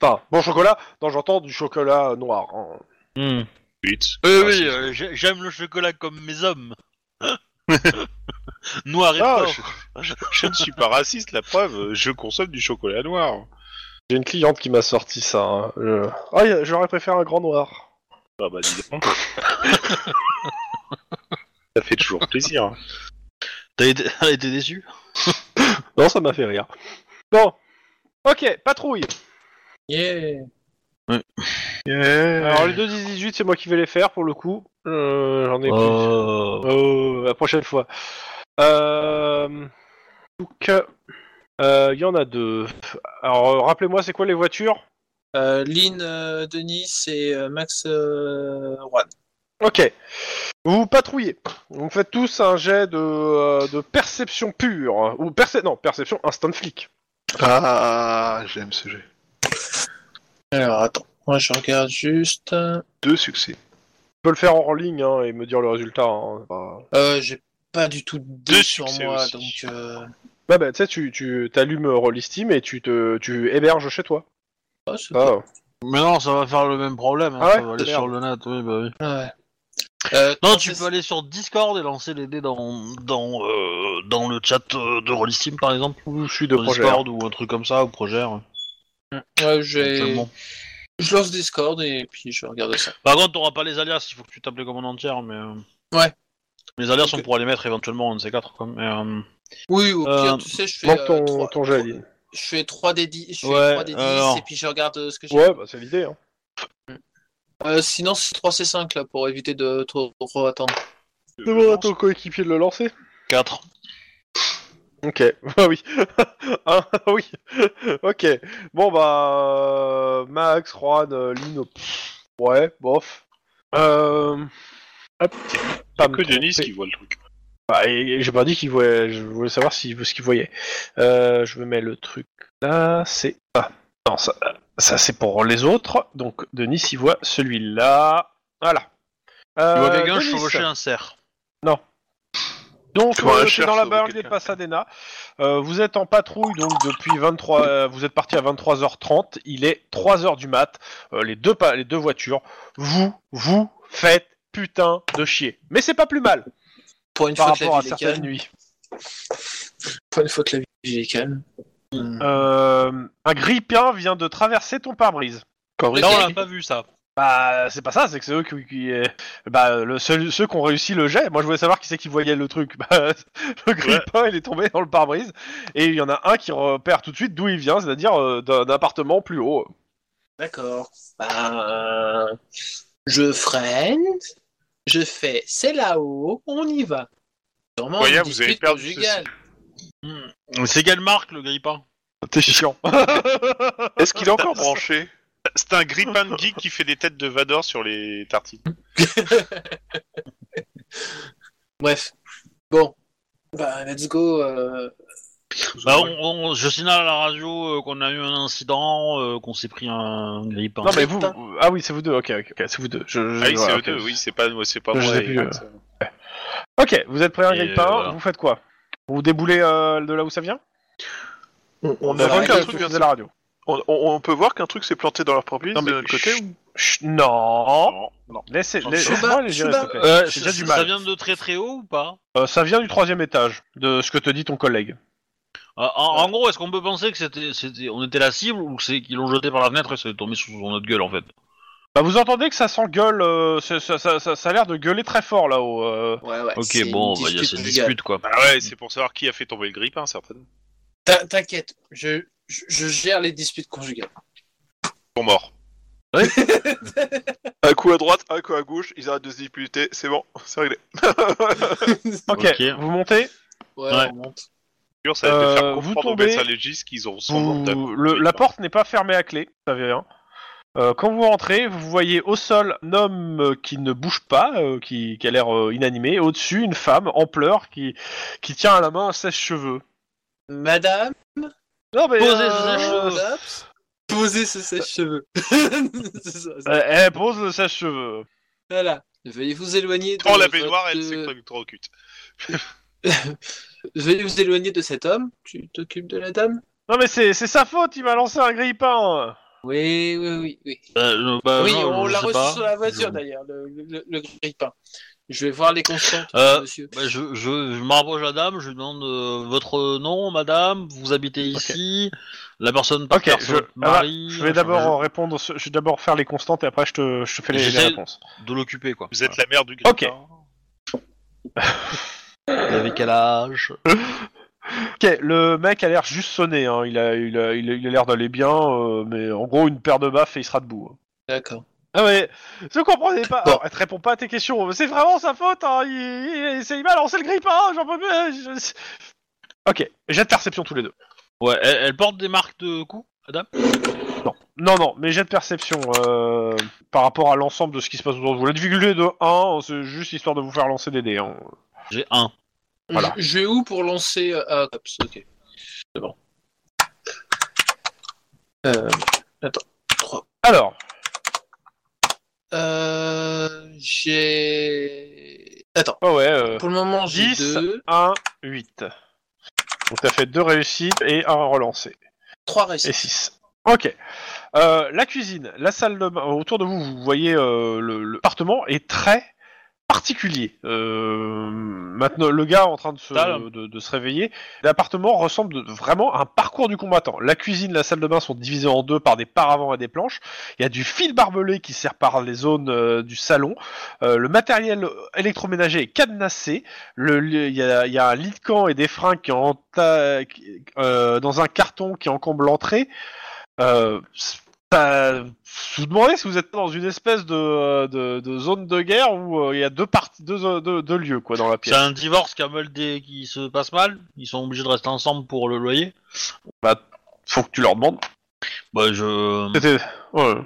Speaker 2: Enfin, bon chocolat, non, j'entends du chocolat euh, noir. hein.
Speaker 1: Hmm. Oui, oui,
Speaker 5: Ah, c'est-
Speaker 1: euh, j'ai- j'aime le chocolat comme mes hommes. Noir et
Speaker 2: Ah,
Speaker 1: fort.
Speaker 2: je-
Speaker 5: Je ne suis pas raciste, la preuve, euh, je consomme du chocolat noir.
Speaker 2: J'ai une cliente qui m'a sorti ça. hein, je- Ah, y- j'aurais préféré un grand noir.
Speaker 5: Ah bah dis donc. ça fait toujours plaisir.
Speaker 1: T'as été, t'as été déçu
Speaker 2: Non, ça m'a fait rire. Bon. Ok, patrouille.
Speaker 4: Yeah.
Speaker 2: Alors, les 2 18 c'est moi qui vais les faire pour le coup. Euh, J'en ai plus.
Speaker 1: Oh.
Speaker 2: Oh, la prochaine fois. Euh... Donc, euh, il y en a deux. Alors, euh, rappelez-moi, c'est quoi les voitures
Speaker 4: Euh, Lynn, euh, Denis et euh, Max euh, Juan.
Speaker 2: Ok. Vous patrouillez. Vous faites tous un jet de, euh, de perception pure. Ou perce- non, perception instant flic.
Speaker 3: Ah, j'aime ce jeu.
Speaker 4: Alors, attends. Moi, je regarde juste.
Speaker 3: Deux succès.
Speaker 2: Tu peux le faire en ligne hein, et me dire le résultat. hein. C'est pas-
Speaker 4: Euh, j'ai pas du tout deux
Speaker 5: Deux
Speaker 4: sur
Speaker 5: succès
Speaker 4: moi,
Speaker 5: aussi.
Speaker 4: donc. euh,
Speaker 2: Bah, bah, tu sais, tu- tu t'allumes Rollistim et tu, te, tu héberges chez toi.
Speaker 4: oh, c'est
Speaker 2: Ah,
Speaker 1: Mais non, ça va faire le même problème, hein,
Speaker 2: Ah ouais
Speaker 1: ça va aller
Speaker 2: Merde.
Speaker 1: sur le net, oui, bah oui.
Speaker 4: Ah, Ouais. Euh,
Speaker 1: Non,
Speaker 4: quand
Speaker 1: tu
Speaker 4: c'est-
Speaker 1: peux aller sur Discord et lancer les dés dans dans, euh, dans le chat euh, de Rollistim par exemple,
Speaker 2: ou je suis de
Speaker 1: de
Speaker 2: projet.
Speaker 1: Discord ou un truc comme ça, ou Projet.
Speaker 4: Ouais, j'ai-
Speaker 1: éventuellement.
Speaker 4: je lance Discord et puis je regarde ça.
Speaker 1: Par contre, t'auras pas les alias, il faut que tu tapes les commandes entières, mais. euh,
Speaker 4: Ouais.
Speaker 1: Les alias,
Speaker 4: Ok.
Speaker 1: on pourra les mettre éventuellement en de ces quatre, quoi. mais, euh,
Speaker 4: Oui, au pire,
Speaker 1: Euh,
Speaker 4: tu sais, je fais,
Speaker 2: Manque
Speaker 4: euh,
Speaker 2: ton,
Speaker 4: trois-
Speaker 2: ton jet, Aline.
Speaker 4: je fais 3 des 10, je fais
Speaker 1: Ouais,
Speaker 4: 3 des 10
Speaker 1: alors.
Speaker 4: et puis je regarde euh, ce que j'ai.
Speaker 2: Ouais, bah, c'est l'idée. Hein.
Speaker 4: Euh, sinon, c'est 3 C5 là pour éviter de trop, trop attendre.
Speaker 2: Demande à ton coéquipier de le lancer.
Speaker 1: 4.
Speaker 2: Ok, ah oui. ah oui. ok. Bon bah euh, Max, Juan, euh, Lino. Pff, Ouais, bof. Euh... Hop. Pas me
Speaker 5: que Denis
Speaker 2: tromper.
Speaker 5: qui voit le truc.
Speaker 2: Bah, et- et j'ai pas dit qu'il voyait. Je voulais savoir si, ce qu'il voyait. Euh, je me mets le truc là. C'est ah, non ça. Ça c'est pour les autres. Donc Denis il voit celui-là. Voilà.
Speaker 1: Tu vois
Speaker 2: Euh,
Speaker 1: quelqu'un
Speaker 2: Denis.
Speaker 1: chevaucher un cerf.
Speaker 2: Donc,
Speaker 3: Comment
Speaker 2: euh,
Speaker 3: un
Speaker 2: c'est
Speaker 3: cher
Speaker 2: dans la
Speaker 3: sauver
Speaker 2: barrière des
Speaker 3: quelqu'un.
Speaker 2: Pasadena. Euh, vous êtes en patrouille donc depuis 23. euh, vous êtes parti à 23h30. Il est 3h du mat. Euh, les deux pa- les deux voitures. Vous vous faites putain de chier. Mais c'est pas plus mal
Speaker 4: Pour une
Speaker 2: par
Speaker 4: fois que
Speaker 2: rapport
Speaker 4: la
Speaker 2: à
Speaker 4: ville est
Speaker 2: certaines
Speaker 4: calme.
Speaker 2: nuits.
Speaker 4: Pour une fois que la ville est calme. Hmm.
Speaker 2: Euh, un grippin vient de traverser ton pare-brise.
Speaker 1: Là, on l'a pas vu ça.
Speaker 2: Bah c'est pas ça. C'est que c'est eux qui, qui, euh, bah le seul- ceux qui ont réussi le jet. Moi je voulais savoir qui c'est qui voyait le truc. Bah, le grippin il est tombé dans le pare-brise et il y en a un qui repère tout de suite d'où il vient, c'est-à-dire euh, d'un d'un appartement plus haut.
Speaker 4: D'accord. Bah, je freine. Je fais c'est là-haut, on y va. Sûrement,
Speaker 5: Voyez,
Speaker 4: une
Speaker 5: vous
Speaker 4: dispute
Speaker 5: avez perdu
Speaker 4: conjugale.
Speaker 1: C'est quelle marque le grippin
Speaker 2: T'es chiant.
Speaker 3: Est-ce qu'il est encore branché
Speaker 5: C'est un grippin geek qui fait des têtes de Vador sur les tartines.
Speaker 4: Bref. Bon. Bah, let's go. euh,
Speaker 1: bah, on- on- Je signale à la radio euh, qu'on a eu un incident, euh, qu'on s'est pris un grippin.
Speaker 2: non mais vous, vous- ah oui c'est vous deux. Ok ok, ok, c'est vous deux. Je- je-
Speaker 5: Ah oui, c'est
Speaker 2: voilà,
Speaker 5: eux deux,
Speaker 2: ok.
Speaker 5: oui, c'est pas, moi, c'est pas
Speaker 2: Je
Speaker 5: moi.
Speaker 2: sais
Speaker 5: et
Speaker 2: plus, euh.
Speaker 5: Max.
Speaker 2: Ok, vous êtes prêts à un
Speaker 1: Et,
Speaker 2: grippin.
Speaker 1: euh, voilà.
Speaker 2: Vous faites quoi Vous déboulez euh, de là où ça vient
Speaker 4: On, on
Speaker 3: a
Speaker 4: va
Speaker 3: vu
Speaker 4: aller-
Speaker 3: qu'un
Speaker 2: Arrêtez
Speaker 3: truc
Speaker 2: de
Speaker 3: vient
Speaker 2: faire de la radio.
Speaker 3: on, on- on peut voir qu'un truc s'est planté dans leur propre
Speaker 2: Non, mais
Speaker 3: de notre côté
Speaker 2: chut.
Speaker 3: ou-
Speaker 2: Chut, non.
Speaker 5: Non, non.
Speaker 2: Laissez,
Speaker 5: Non,
Speaker 2: laissez
Speaker 4: Chouba,
Speaker 2: moi les gérer,
Speaker 4: Chouba.
Speaker 2: s'il te plaît.
Speaker 1: Euh,
Speaker 2: J'ai
Speaker 1: ça-
Speaker 2: déjà du
Speaker 1: Ça
Speaker 2: mal.
Speaker 1: vient de très très haut ou pas
Speaker 2: Euh, ça vient du troisième étage, de ce que te dit ton collègue.
Speaker 1: Euh, en, en gros, est-ce qu'on peut penser que c'était, c'était- on était la cible ou que c'est qu'ils l'ont jeté par la fenêtre et c'est tombé sous notre gueule en fait
Speaker 2: Bah, vous entendez que ça s'engueule, euh, ça, ça- ça- ça- ça a l'air de gueuler très fort là-haut. euh.
Speaker 4: Ouais, ouais, c'est
Speaker 1: Ok,
Speaker 4: une
Speaker 1: bon, bah, il y a cette
Speaker 4: conjugale.
Speaker 1: dispute quoi.
Speaker 5: Ah ouais, c'est pour savoir qui a fait tomber le grippin, certainement.
Speaker 4: T'in- T'inquiète, je, je, je gère les disputes conjugales.
Speaker 5: Pour mort.
Speaker 3: Un coup à droite, un coup à gauche, ils arrêtent de se disputer, c'est bon, c'est réglé.
Speaker 1: Ok.
Speaker 2: ok, vous montez.
Speaker 4: Ouais,
Speaker 1: Ouais.
Speaker 4: on monte.
Speaker 5: Dur, ça va être de
Speaker 2: Euh,
Speaker 5: faire
Speaker 2: vous
Speaker 5: comprendre aux
Speaker 2: tombez-
Speaker 5: médecins légistes qu'ils ont son
Speaker 2: Vous-
Speaker 5: portable.
Speaker 2: le- la porte n'est pas fermée à clé, ça veut rien. Euh, quand vous rentrez, vous voyez au sol un homme euh, qui ne bouge pas, euh, qui, qui a l'air euh, inanimé, et au-dessus une femme en pleurs qui, qui tient à la main un sèche-cheveux.
Speaker 4: Madame,
Speaker 2: Non mais
Speaker 1: Posez
Speaker 2: euh,
Speaker 1: ce sèche-cheveux.
Speaker 4: madame, posez ce sèche-cheveux. C'est ça, c'est-
Speaker 2: euh, elle pose le sèche-cheveux.
Speaker 4: voilà. Veuillez vous éloigner de
Speaker 5: Prends la
Speaker 4: votre-
Speaker 5: baignoire, elle
Speaker 4: de-
Speaker 2: Euh,
Speaker 5: s'électrocute.
Speaker 4: Veuillez vous éloigner de cet homme. Tu t'occupes de la dame
Speaker 2: Non mais c'est c'est sa faute, il m'a lancé un grille-pain.
Speaker 4: Oui, oui, oui, oui.
Speaker 1: Euh, bah,
Speaker 4: oui,
Speaker 1: non,
Speaker 4: on
Speaker 1: je
Speaker 4: l'a
Speaker 1: sais
Speaker 4: reçu
Speaker 1: pas.
Speaker 4: sur la voiture
Speaker 1: Je-
Speaker 4: d'ailleurs, le, le, le grippin. Je vais voir les constantes,
Speaker 1: Euh,
Speaker 4: monsieur.
Speaker 1: Bah, je, je, je me rapproche à la dame, je lui demande euh, votre nom, madame, vous habitez ici, la personne
Speaker 2: Ok,
Speaker 1: porte
Speaker 2: je,
Speaker 1: votre
Speaker 2: ah bah,
Speaker 1: mari,
Speaker 2: je vais d'abord répondre, sur- je vais d'abord faire les constantes et après je te, je te fais les, les
Speaker 1: J'essaie-
Speaker 2: réponses.
Speaker 1: de l'occuper quoi.
Speaker 5: Vous êtes la mère du grippin.
Speaker 2: Ok.
Speaker 1: Vous avez quel âge
Speaker 2: Ok, le mec a l'air juste sonné, hein. il a il a- il a il a l'air d'aller bien, euh, mais en gros une paire de baffes et il sera debout. hein.
Speaker 4: D'accord.
Speaker 2: Ah ouais, je comprenais pas.
Speaker 4: Bon.
Speaker 2: Alors, elle te répond pas à tes questions. C'est vraiment sa faute. Hein. Il, il, il- c'est- il m'a lancé le grippe. Hein. J'en peux plus. euh, je- Ok, jet de perception tous les deux.
Speaker 1: Ouais, elle, elle porte des marques de coups, madame
Speaker 2: Non, non, mais jet de perception euh, par rapport à l'ensemble de ce qui se passe autour de vous. La difficulté est de 1, c'est juste histoire de vous faire lancer des dés. hein.
Speaker 1: J'ai un.
Speaker 2: Voilà.
Speaker 4: Je, je vais où pour lancer euh, Ah, cops, ok. C'est bon. Euh,
Speaker 2: Alors,
Speaker 4: euh, j'ai. Attends,
Speaker 2: ah ouais, euh,
Speaker 4: pour le moment j'ai
Speaker 2: 10,
Speaker 4: deux,
Speaker 2: 1, 8. Donc t'as fait deux réussites et un relancé.
Speaker 4: trois
Speaker 2: Et
Speaker 4: réussites.
Speaker 2: 6. Ok. Euh, la cuisine, la salle de bain, autour de vous, vous voyez euh, le- l'appartement est très particulier. Euh, maintenant, le gars en train de se,
Speaker 1: Dalle.
Speaker 2: de, de se réveiller, l'appartement ressemble de- vraiment à un parcours du combattant. La cuisine, la salle de bain sont divisées en deux par des paravents et des planches. Il y a du fil barbelé qui sert par les zones euh, du salon. Euh, le matériel électroménager est cadenassé. Le- le- Il y, a- il y a un lit de camp et des fringues qui en ta- qui- euh, dans un carton qui encombre l'entrée. Euh, Bah, vous demandez si vous êtes dans une espèce de, euh, de, de zone de guerre où euh, il y a deux parties, deux, euh, deux- deux lieux quoi dans la
Speaker 1: C'est
Speaker 2: pièce.
Speaker 1: un divorce qui, a mal dé- qui se passe mal. Ils sont obligés de rester ensemble pour le loyer.
Speaker 2: Faut que tu leur demandes.
Speaker 1: Bah, je...
Speaker 2: C'était- ouais.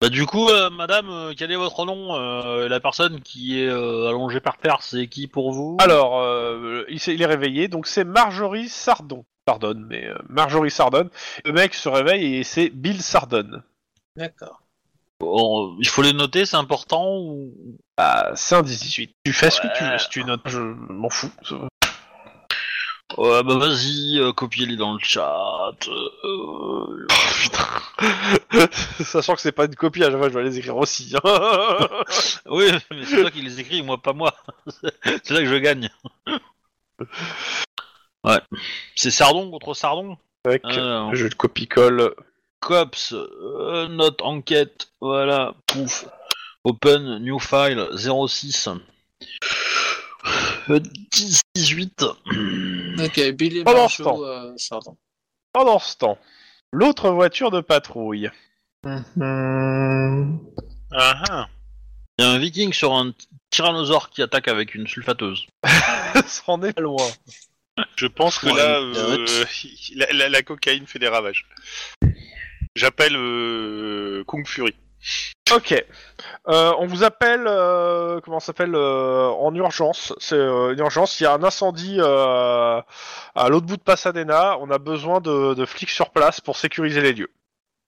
Speaker 1: bah du coup, euh, madame, euh, quel est votre nom Euh, La personne qui est euh, allongée par terre, c'est qui pour vous
Speaker 2: Alors, euh, il, s'est- il est réveillé, donc c'est Marjorie Sardon. Pardon, mais euh, Marjorie Sardon. Le mec se réveille et c'est Bill Sardon.
Speaker 4: D'accord.
Speaker 1: On- Il faut les noter, c'est important ou...
Speaker 2: Ah, c'est un 18. Tu fais ce que tu
Speaker 1: Ouais.
Speaker 2: veux, si tu notes, je m'en fous. ça va.
Speaker 1: Ouais, bah vas-y, euh, copiez-les dans le chat. euh,
Speaker 2: Sachant que c'est pas une copie, à chaque fois je dois les écrire aussi. hein.
Speaker 1: Oui, mais c'est toi qui les écris, moi pas moi. c'est là que je gagne. Ouais. C'est Sardon contre Sardon
Speaker 2: Avec, euh,
Speaker 1: Alors,
Speaker 2: Je le copie-colle.
Speaker 1: Cops, euh, note enquête, voilà, pouf. Open new file 06 Euh, 10, 18.
Speaker 4: Ok, Billy
Speaker 2: Pendant ce temps.
Speaker 4: Marshall, euh, pardon.
Speaker 2: Pendant ce temps, l'autre voiture de patrouille.
Speaker 5: Ah, ah.
Speaker 1: Il y a un viking sur un tyrannosaure qui attaque avec une sulfateuse.
Speaker 2: Ça en est pas loin.
Speaker 5: Je pense que
Speaker 1: Ouais,
Speaker 5: là,
Speaker 1: une
Speaker 5: euh, la, la- la cocaïne fait des ravages. J'appelle euh, Kung Fury.
Speaker 2: Ok. Euh, on vous appelle, euh, comment ça s'appelle, euh, en urgence. C'est euh, une urgence. Il y a un incendie euh, à l'autre bout de Pasadena. On a besoin de, de flics sur place pour sécuriser les lieux.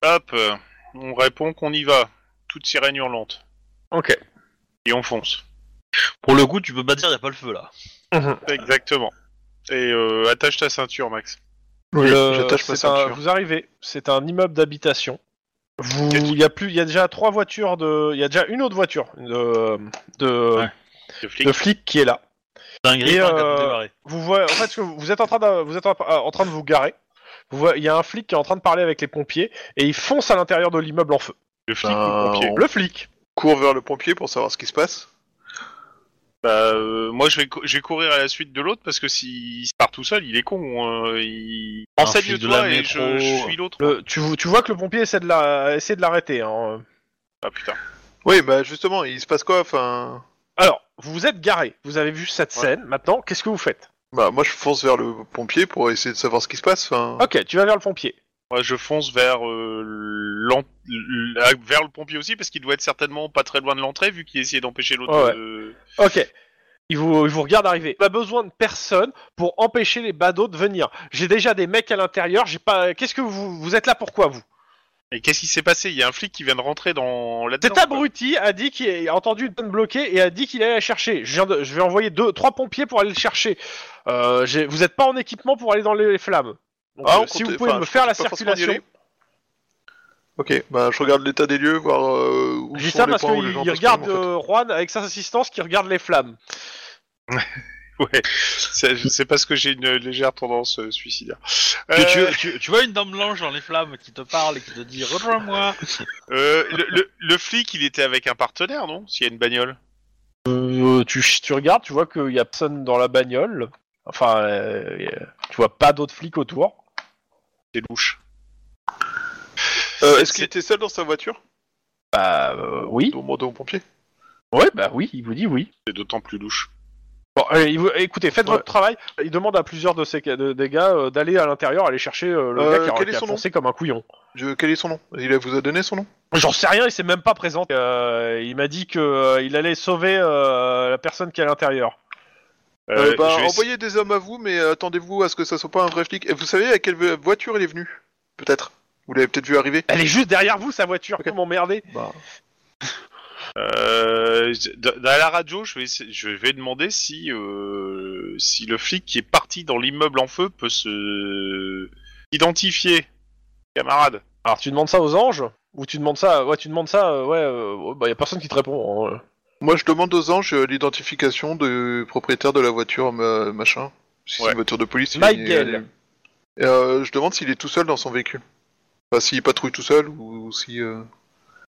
Speaker 5: Hop, euh, on répond qu'on y va. Toute sirène hurlante.
Speaker 2: Ok.
Speaker 5: Et on fonce.
Speaker 1: Pour le coup, tu peux pas dire, y a pas le feu là.
Speaker 5: Exactement. Et euh, attache ta ceinture, Max.
Speaker 3: Oui,
Speaker 2: Le-
Speaker 3: j'attache ma
Speaker 2: c'est un-
Speaker 3: ceinture.
Speaker 2: vous arrivez. C'est un immeuble d'habitation. Vous, il y a plus, il y a déjà trois voitures de, il y a déjà une autre voiture de de,
Speaker 1: Ouais.
Speaker 5: Le flic.
Speaker 2: de flic qui est là.
Speaker 1: C'est un grippin qui a
Speaker 2: euh,
Speaker 1: tout démarré.
Speaker 2: vous voyez, en fait, ce que vous vous êtes en train de, vous êtes en, en train de vous garer. Vous voyez- il y a un flic qui est en train de parler avec les pompiers et il fonce à l'intérieur de l'immeuble en feu.
Speaker 5: Le flic ou
Speaker 3: Ben,
Speaker 5: le pompier
Speaker 2: Le flic.
Speaker 3: Cours vers le pompier pour savoir ce qui se passe.
Speaker 5: Bah, euh, moi, je vais, cou- je vais courir à la suite de l'autre parce que s'il part tout seul, il est con. euh, il...
Speaker 1: Un flic de la
Speaker 5: Enseigne-toi et
Speaker 1: métro.
Speaker 5: je, je suis l'autre.
Speaker 2: Le- tu, vo- tu vois que le pompier essaie de la- essaie de l'arrêter. hein.
Speaker 5: Ah putain.
Speaker 3: Oui, bah justement, il se passe quoi Enfin,
Speaker 2: Alors, vous vous êtes garé. Vous avez vu cette
Speaker 5: Ouais.
Speaker 2: scène. Maintenant, qu'est-ce que vous faites
Speaker 3: bah moi je fonce vers le pompier pour essayer de savoir ce qui se passe. Enfin,
Speaker 2: Ok, tu vas vers le pompier.
Speaker 5: Moi, je fonce vers, euh, l'en- la- vers le pompier aussi parce qu'il doit être certainement pas très loin de l'entrée vu qu'il essayait d'empêcher l'autre.
Speaker 2: Ouais.
Speaker 5: de-
Speaker 2: Ok. Il vous, il vous regarde arriver. On a besoin de personne pour empêcher les badauds de venir. J'ai déjà des mecs à l'intérieur. J'ai pas. Qu'est-ce que vous vous êtes là pourquoi vous
Speaker 5: Et qu'est-ce qui s'est passé Il y a un flic qui vient de rentrer dans la.
Speaker 2: Cet abruti a dit qu'il a entendu une tonne bloquée et a dit qu'il allait la chercher. Je, viens de- je vais envoyer deux, trois pompiers pour aller le chercher. Euh, j'ai- vous n'êtes pas en équipement pour aller dans les, les flammes. Donc,
Speaker 3: Ah,
Speaker 2: euh,
Speaker 3: on
Speaker 2: si
Speaker 3: compte-
Speaker 2: vous pouvez
Speaker 3: enfin,
Speaker 2: me
Speaker 3: je
Speaker 2: faire la
Speaker 3: comptais pas forcément y
Speaker 2: circulation.
Speaker 3: aller. Ok, bah je regarde l'état des lieux, voir euh, où
Speaker 2: Je dis
Speaker 3: sont
Speaker 2: ça
Speaker 3: les
Speaker 2: parce
Speaker 3: points où les
Speaker 2: qu'il
Speaker 3: gens
Speaker 2: il
Speaker 3: passent
Speaker 2: regarde
Speaker 3: quand même, en fait.
Speaker 2: euh, Juan avec sa assistance qui regarde les flammes.
Speaker 5: Ouais. C'est c'est parce que j'ai une légère tendance euh, suicidaire.
Speaker 1: Que
Speaker 5: Euh,
Speaker 1: tu, tu- tu vois une dame blanche dans les flammes qui te parle et qui te dit rejoins-moi.
Speaker 5: euh, le, le- le flic, il était avec un partenaire, non S'il y a une bagnole.
Speaker 2: Euh, tu, tu regardes, tu vois qu'il y a personne dans la bagnole. Enfin, euh, tu vois pas d'autres flics autour.
Speaker 5: C'est louche.
Speaker 3: Euh,
Speaker 5: c'est-
Speaker 3: Est-ce qu'il était seul dans sa voiture
Speaker 2: Bah euh, oui.
Speaker 3: Demandez au pompier.
Speaker 2: Ouais, bah oui, il vous dit oui.
Speaker 5: C'est d'autant plus louche.
Speaker 2: Bon, allez, il vous- écoutez, faites
Speaker 3: Ouais.
Speaker 2: votre travail. Il demande à plusieurs de ces de- des gars euh, d'aller à l'intérieur, aller chercher euh, le gars
Speaker 3: Euh,
Speaker 2: qui a-
Speaker 3: quel
Speaker 2: qui
Speaker 3: est
Speaker 2: a,
Speaker 3: son nom
Speaker 2: foncé comme un couillon.
Speaker 3: Je... Quel est son nom Il a- vous a donné son nom
Speaker 2: J'en sais rien, il s'est même pas présenté. Euh, il m'a dit que euh, il allait sauver euh, la personne qui est à l'intérieur.
Speaker 5: Euh,
Speaker 3: Euh, bah,
Speaker 5: je vais essayer-
Speaker 3: Envoyez des hommes à vous, mais euh, attendez-vous à ce que ça soit pas un vrai flic. Et vous savez à quelle vo- voiture il est venu Peut-être. Vous l'avez peut-être vu arriver
Speaker 2: Elle est juste derrière vous, sa voiture. Comment m'emmerder
Speaker 3: Bah.
Speaker 5: Euh, dans dans la radio, je vais, essa- je vais demander si, euh, si le flic qui est parti dans l'immeuble en feu peut se identifier, camarade.
Speaker 2: Alors tu demandes ça aux anges ou tu demandes ça Ouais, tu demandes ça. euh, ouais, euh, bah y a personne qui te répond. hein.
Speaker 3: Moi, je demande aux anges euh, l'identification du propriétaire de la voiture, ma- machin. Si c'est
Speaker 5: Ouais.
Speaker 3: une voiture de police. il-
Speaker 2: Michael.
Speaker 3: il- Euh, je demande s'il est tout seul dans son véhicule. Enfin, s'il patrouille tout seul ou, ou si. euh,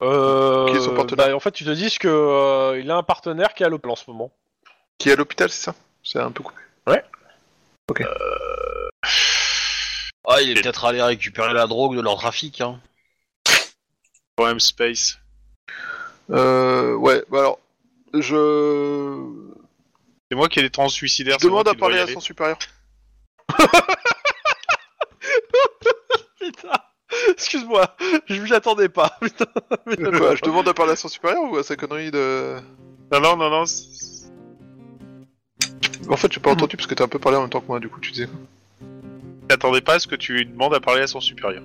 Speaker 2: Euh,
Speaker 3: Qui est son partenaire
Speaker 2: bah, en fait, tu te dis que euh, il a un partenaire qui est à l'hôpital en ce moment.
Speaker 3: Qui est à l'hôpital, c'est ça C'est un peu coupé.
Speaker 1: Ah, il est peut-être allé récupérer la drogue de leur trafic. Hein.
Speaker 5: Quand même Space.
Speaker 3: Euh, ouais, bah alors, je
Speaker 5: C'est moi qui ai des trans suicidaires. Ah, c'est moi
Speaker 3: demande à
Speaker 5: qui dois y
Speaker 3: parler à
Speaker 5: aller.
Speaker 3: son supérieur.
Speaker 2: Excuse-moi, je m'y attendais pas. Putain, mais
Speaker 3: Quoi, je demande à parler à son supérieur ou à sa connerie de...
Speaker 5: Non, non, non, non. c'est-
Speaker 3: En fait, j'ai pas entendu parce que t'as un peu parlé en même temps que moi, du coup, tu disais.
Speaker 5: T'attendais pas à ce que tu demandes à parler à son supérieur.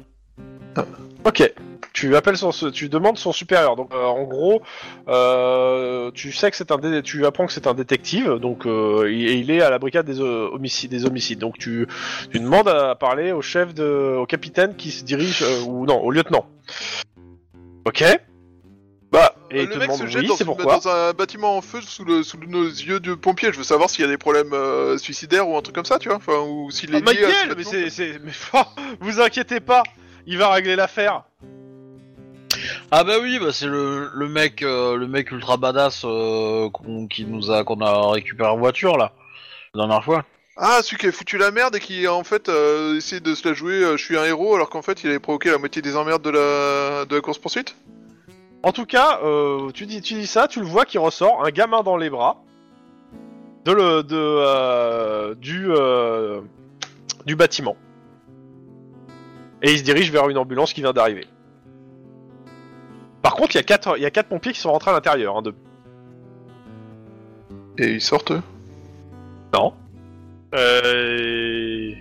Speaker 2: Ok. Tu appelles son, tu demandes son supérieur. Donc euh, en gros, euh, tu sais que c'est un, dé- tu apprends que c'est un détective. Donc euh, il- et il est à la brigade des euh, homicides, des homicides. Donc tu, tu demandes à parler au chef de, au capitaine qui se dirige euh, ou non, au lieutenant. Ok. Bah et il
Speaker 3: Euh, le
Speaker 2: te
Speaker 3: mec
Speaker 2: demande
Speaker 3: se jette
Speaker 2: oui,
Speaker 3: dans,
Speaker 2: c'est
Speaker 3: une-
Speaker 2: pourquoi.
Speaker 3: dans un bâtiment en feu sous, le, sous nos yeux de pompiers. Je veux savoir s'il y a des problèmes euh, suicidaires ou un truc comme ça, tu vois. Enfin, ou s'il est
Speaker 2: Ah,
Speaker 3: lié à ce
Speaker 2: Michael, mais
Speaker 3: bâtiment.
Speaker 2: c'est, c'est- mais, oh, vous inquiétez pas, il va régler l'affaire.
Speaker 1: Ah bah oui, bah c'est le, le mec euh, le mec ultra badass euh, qu'on qui nous a qu'on a récupéré en voiture là la dernière fois.
Speaker 3: Ah, celui qui a foutu la merde et qui en fait euh, essayé de se la jouer euh, je suis un héros alors qu'en fait il avait provoqué la moitié des emmerdes de la, de la course poursuite
Speaker 2: En tout cas, euh, tu, dis, tu dis ça, tu le vois qui ressort, un gamin dans les bras, de le, de, euh, du, euh, du bâtiment. Et il se dirige vers une ambulance qui vient d'arriver. Par contre, il y, a quatre- il y a quatre pompiers qui sont rentrés à l'intérieur. Hein, de...
Speaker 3: Et ils sortent eux
Speaker 2: Non.
Speaker 5: Euh.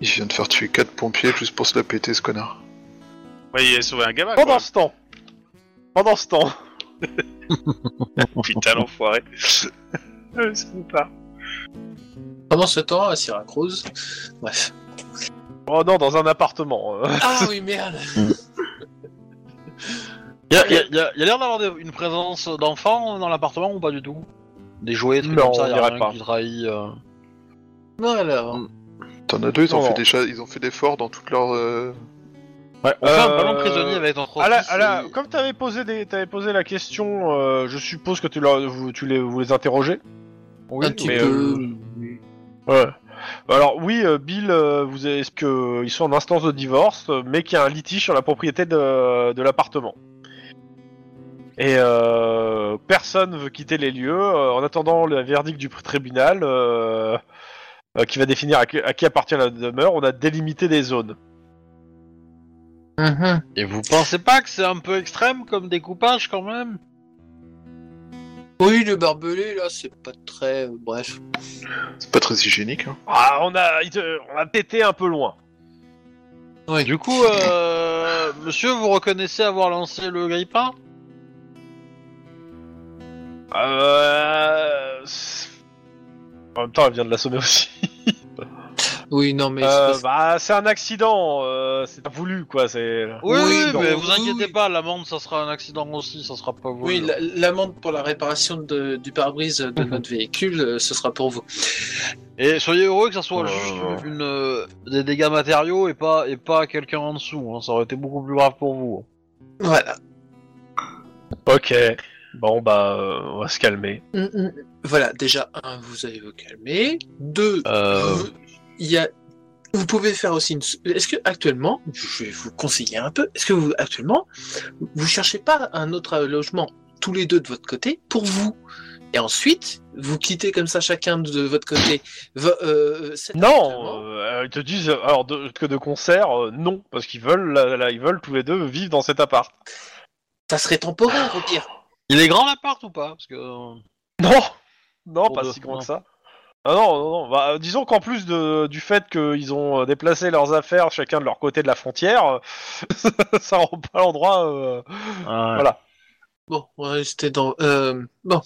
Speaker 3: Il vient de faire tuer 4 pompiers juste pour se la péter ce connard.
Speaker 5: Ouais, il a sauvé un gamin.
Speaker 2: Pendant
Speaker 5: Quoi.
Speaker 2: ce temps, pendant ce temps,
Speaker 5: Putain, l'enfoiré. Euh, Ça me part.
Speaker 4: Pendant ce temps, à Syracuse. Bref.
Speaker 2: oh non, dans un appartement. euh.
Speaker 4: Ah oui, merde
Speaker 1: Y a, y a- y a- y a l'air d'avoir des- une présence d'enfants dans l'appartement ou pas du tout Des jouets, des trucs
Speaker 2: Non,
Speaker 1: comme ça,
Speaker 2: on
Speaker 1: y a
Speaker 2: dirait
Speaker 1: rien
Speaker 2: pas.
Speaker 1: qui trahit. euh.
Speaker 4: Alors.
Speaker 3: T'en as deux, ils ont,
Speaker 2: Non.
Speaker 3: fait des, cha- ils ont fait des forts dans toute leur. euh,
Speaker 1: On fait un
Speaker 2: Euh,
Speaker 1: ballon prisonnier avec notre
Speaker 2: À la-
Speaker 1: fils euh,
Speaker 2: à la-
Speaker 1: et-
Speaker 2: ah comme t'avais posé, des- t'avais posé la question, euh, je suppose que tu, leur- vous, tu les, vous les interrogez.
Speaker 1: Oui,
Speaker 4: un petit
Speaker 2: mais,
Speaker 4: peu.
Speaker 2: Ouais. Alors oui, euh, Bill, euh, vous avez que ils sont en instance de divorce, euh, mais qu'il y a un litige sur la propriété de, de l'appartement. Et euh, personne veut quitter les lieux. euh, en attendant le verdict du tribunal, euh, euh, qui va définir à, qui- à qui appartient la demeure, on a délimité des zones.
Speaker 4: Mhm.
Speaker 1: Et vous pensez pas que c'est un peu extrême comme découpage quand même
Speaker 4: Oui, le barbelé, là, c'est pas très. euh, Bref.
Speaker 3: C'est pas très hygiénique. Hein.
Speaker 2: Ah, on a, il te- on a pété un peu loin.
Speaker 4: Oui.
Speaker 1: Du coup, euh, monsieur, vous reconnaissez avoir lancé le grippin
Speaker 2: Euh, c'est- En même temps, elle vient de l'assommer aussi.
Speaker 4: Oui, non, mais. c'est
Speaker 2: Euh,
Speaker 4: pas-
Speaker 2: bah, c'est un accident, euh, c'est pas voulu quoi. C'est.
Speaker 1: Oui,
Speaker 4: Oui,
Speaker 1: oui,
Speaker 4: non.
Speaker 1: mais
Speaker 4: Oui,
Speaker 1: vous inquiétez
Speaker 4: oui.
Speaker 1: pas, l'amende, ça sera un accident aussi, ça sera pas vous.
Speaker 4: Oui, la- l'amende pour la réparation de- du pare-brise de notre véhicule, euh, ce sera pour vous.
Speaker 1: Et soyez heureux que ça soit
Speaker 2: Ouais,
Speaker 1: juste
Speaker 2: ouais.
Speaker 1: une, euh, des dégâts matériaux et pas, et pas quelqu'un en dessous, hein, ça aurait été beaucoup plus grave pour vous.
Speaker 4: Voilà.
Speaker 2: Ok. Bon bah, euh, on va se calmer.
Speaker 4: Mhm. Voilà, déjà, un, vous allez vous calmer. Deux,
Speaker 1: Euh...
Speaker 4: vous- il y a. Vous pouvez faire aussi une. Est-ce que actuellement, je vais vous conseiller un peu. Est-ce que vous actuellement, vous cherchez pas un autre euh, logement tous les deux de votre côté pour vous et ensuite vous quittez comme ça chacun de votre côté. vo- euh, cet appartement.
Speaker 2: Non, euh, ils te disent euh, alors de- que de concert, euh, non, parce qu'ils veulent, là, là, ils veulent tous les deux vivre dans cet appart.
Speaker 4: Ça serait temporaire au pire.
Speaker 1: Il est grand l'appart ou pas Parce que. euh,
Speaker 2: Non, non,
Speaker 1: Pour
Speaker 2: pas
Speaker 1: deux,
Speaker 2: si grand
Speaker 1: non.
Speaker 2: que ça. Ah non, non, non. Bah, euh, disons qu'en plus de, du fait qu'ils ont euh, déplacé leurs affaires chacun de leur côté de la frontière, euh, ça rend pas l'endroit. euh,
Speaker 4: Bon, on va rester dans. euh, bon,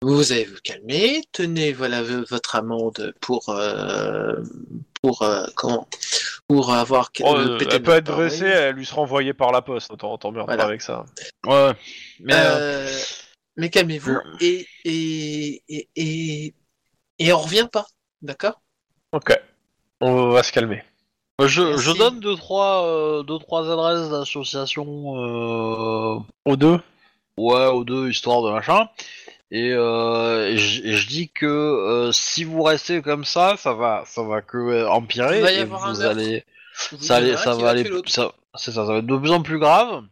Speaker 4: vous allez vous calmer. Tenez, voilà v- votre amende pour euh, pour euh, comment pour avoir ca-
Speaker 2: Oh,
Speaker 4: euh,
Speaker 2: euh,
Speaker 4: pété
Speaker 2: elle
Speaker 4: le
Speaker 2: peut être
Speaker 4: pare-brise.
Speaker 2: dressée, elle lui sera envoyée par la poste. Autant, autant meurt
Speaker 4: Voilà.
Speaker 2: pas avec ça.
Speaker 1: Ouais, mais. euh,
Speaker 4: Euh, mais calmez-vous et et, et et et on revient pas, d'accord?
Speaker 2: Ok. On va se calmer.
Speaker 1: euh, je, je
Speaker 4: merci.
Speaker 1: donne 2-3 trois, euh, deux, trois adresses d'associations. euh,
Speaker 2: Aux deux
Speaker 1: Ouais, ou deux, histoire de machin. Et, euh, et je et je dis que euh, si vous restez comme ça, ça va, ça va que euh, empirer.
Speaker 4: Il va y
Speaker 1: et
Speaker 4: avoir un
Speaker 1: vous
Speaker 4: meurtre.
Speaker 1: allez,
Speaker 4: Vous
Speaker 1: ça,
Speaker 4: il y en
Speaker 1: allait-
Speaker 4: a un
Speaker 1: ça va
Speaker 4: qui tuer
Speaker 1: aller,
Speaker 4: l'autre.
Speaker 1: ça, c'est ça, ça va être de plus en plus grave.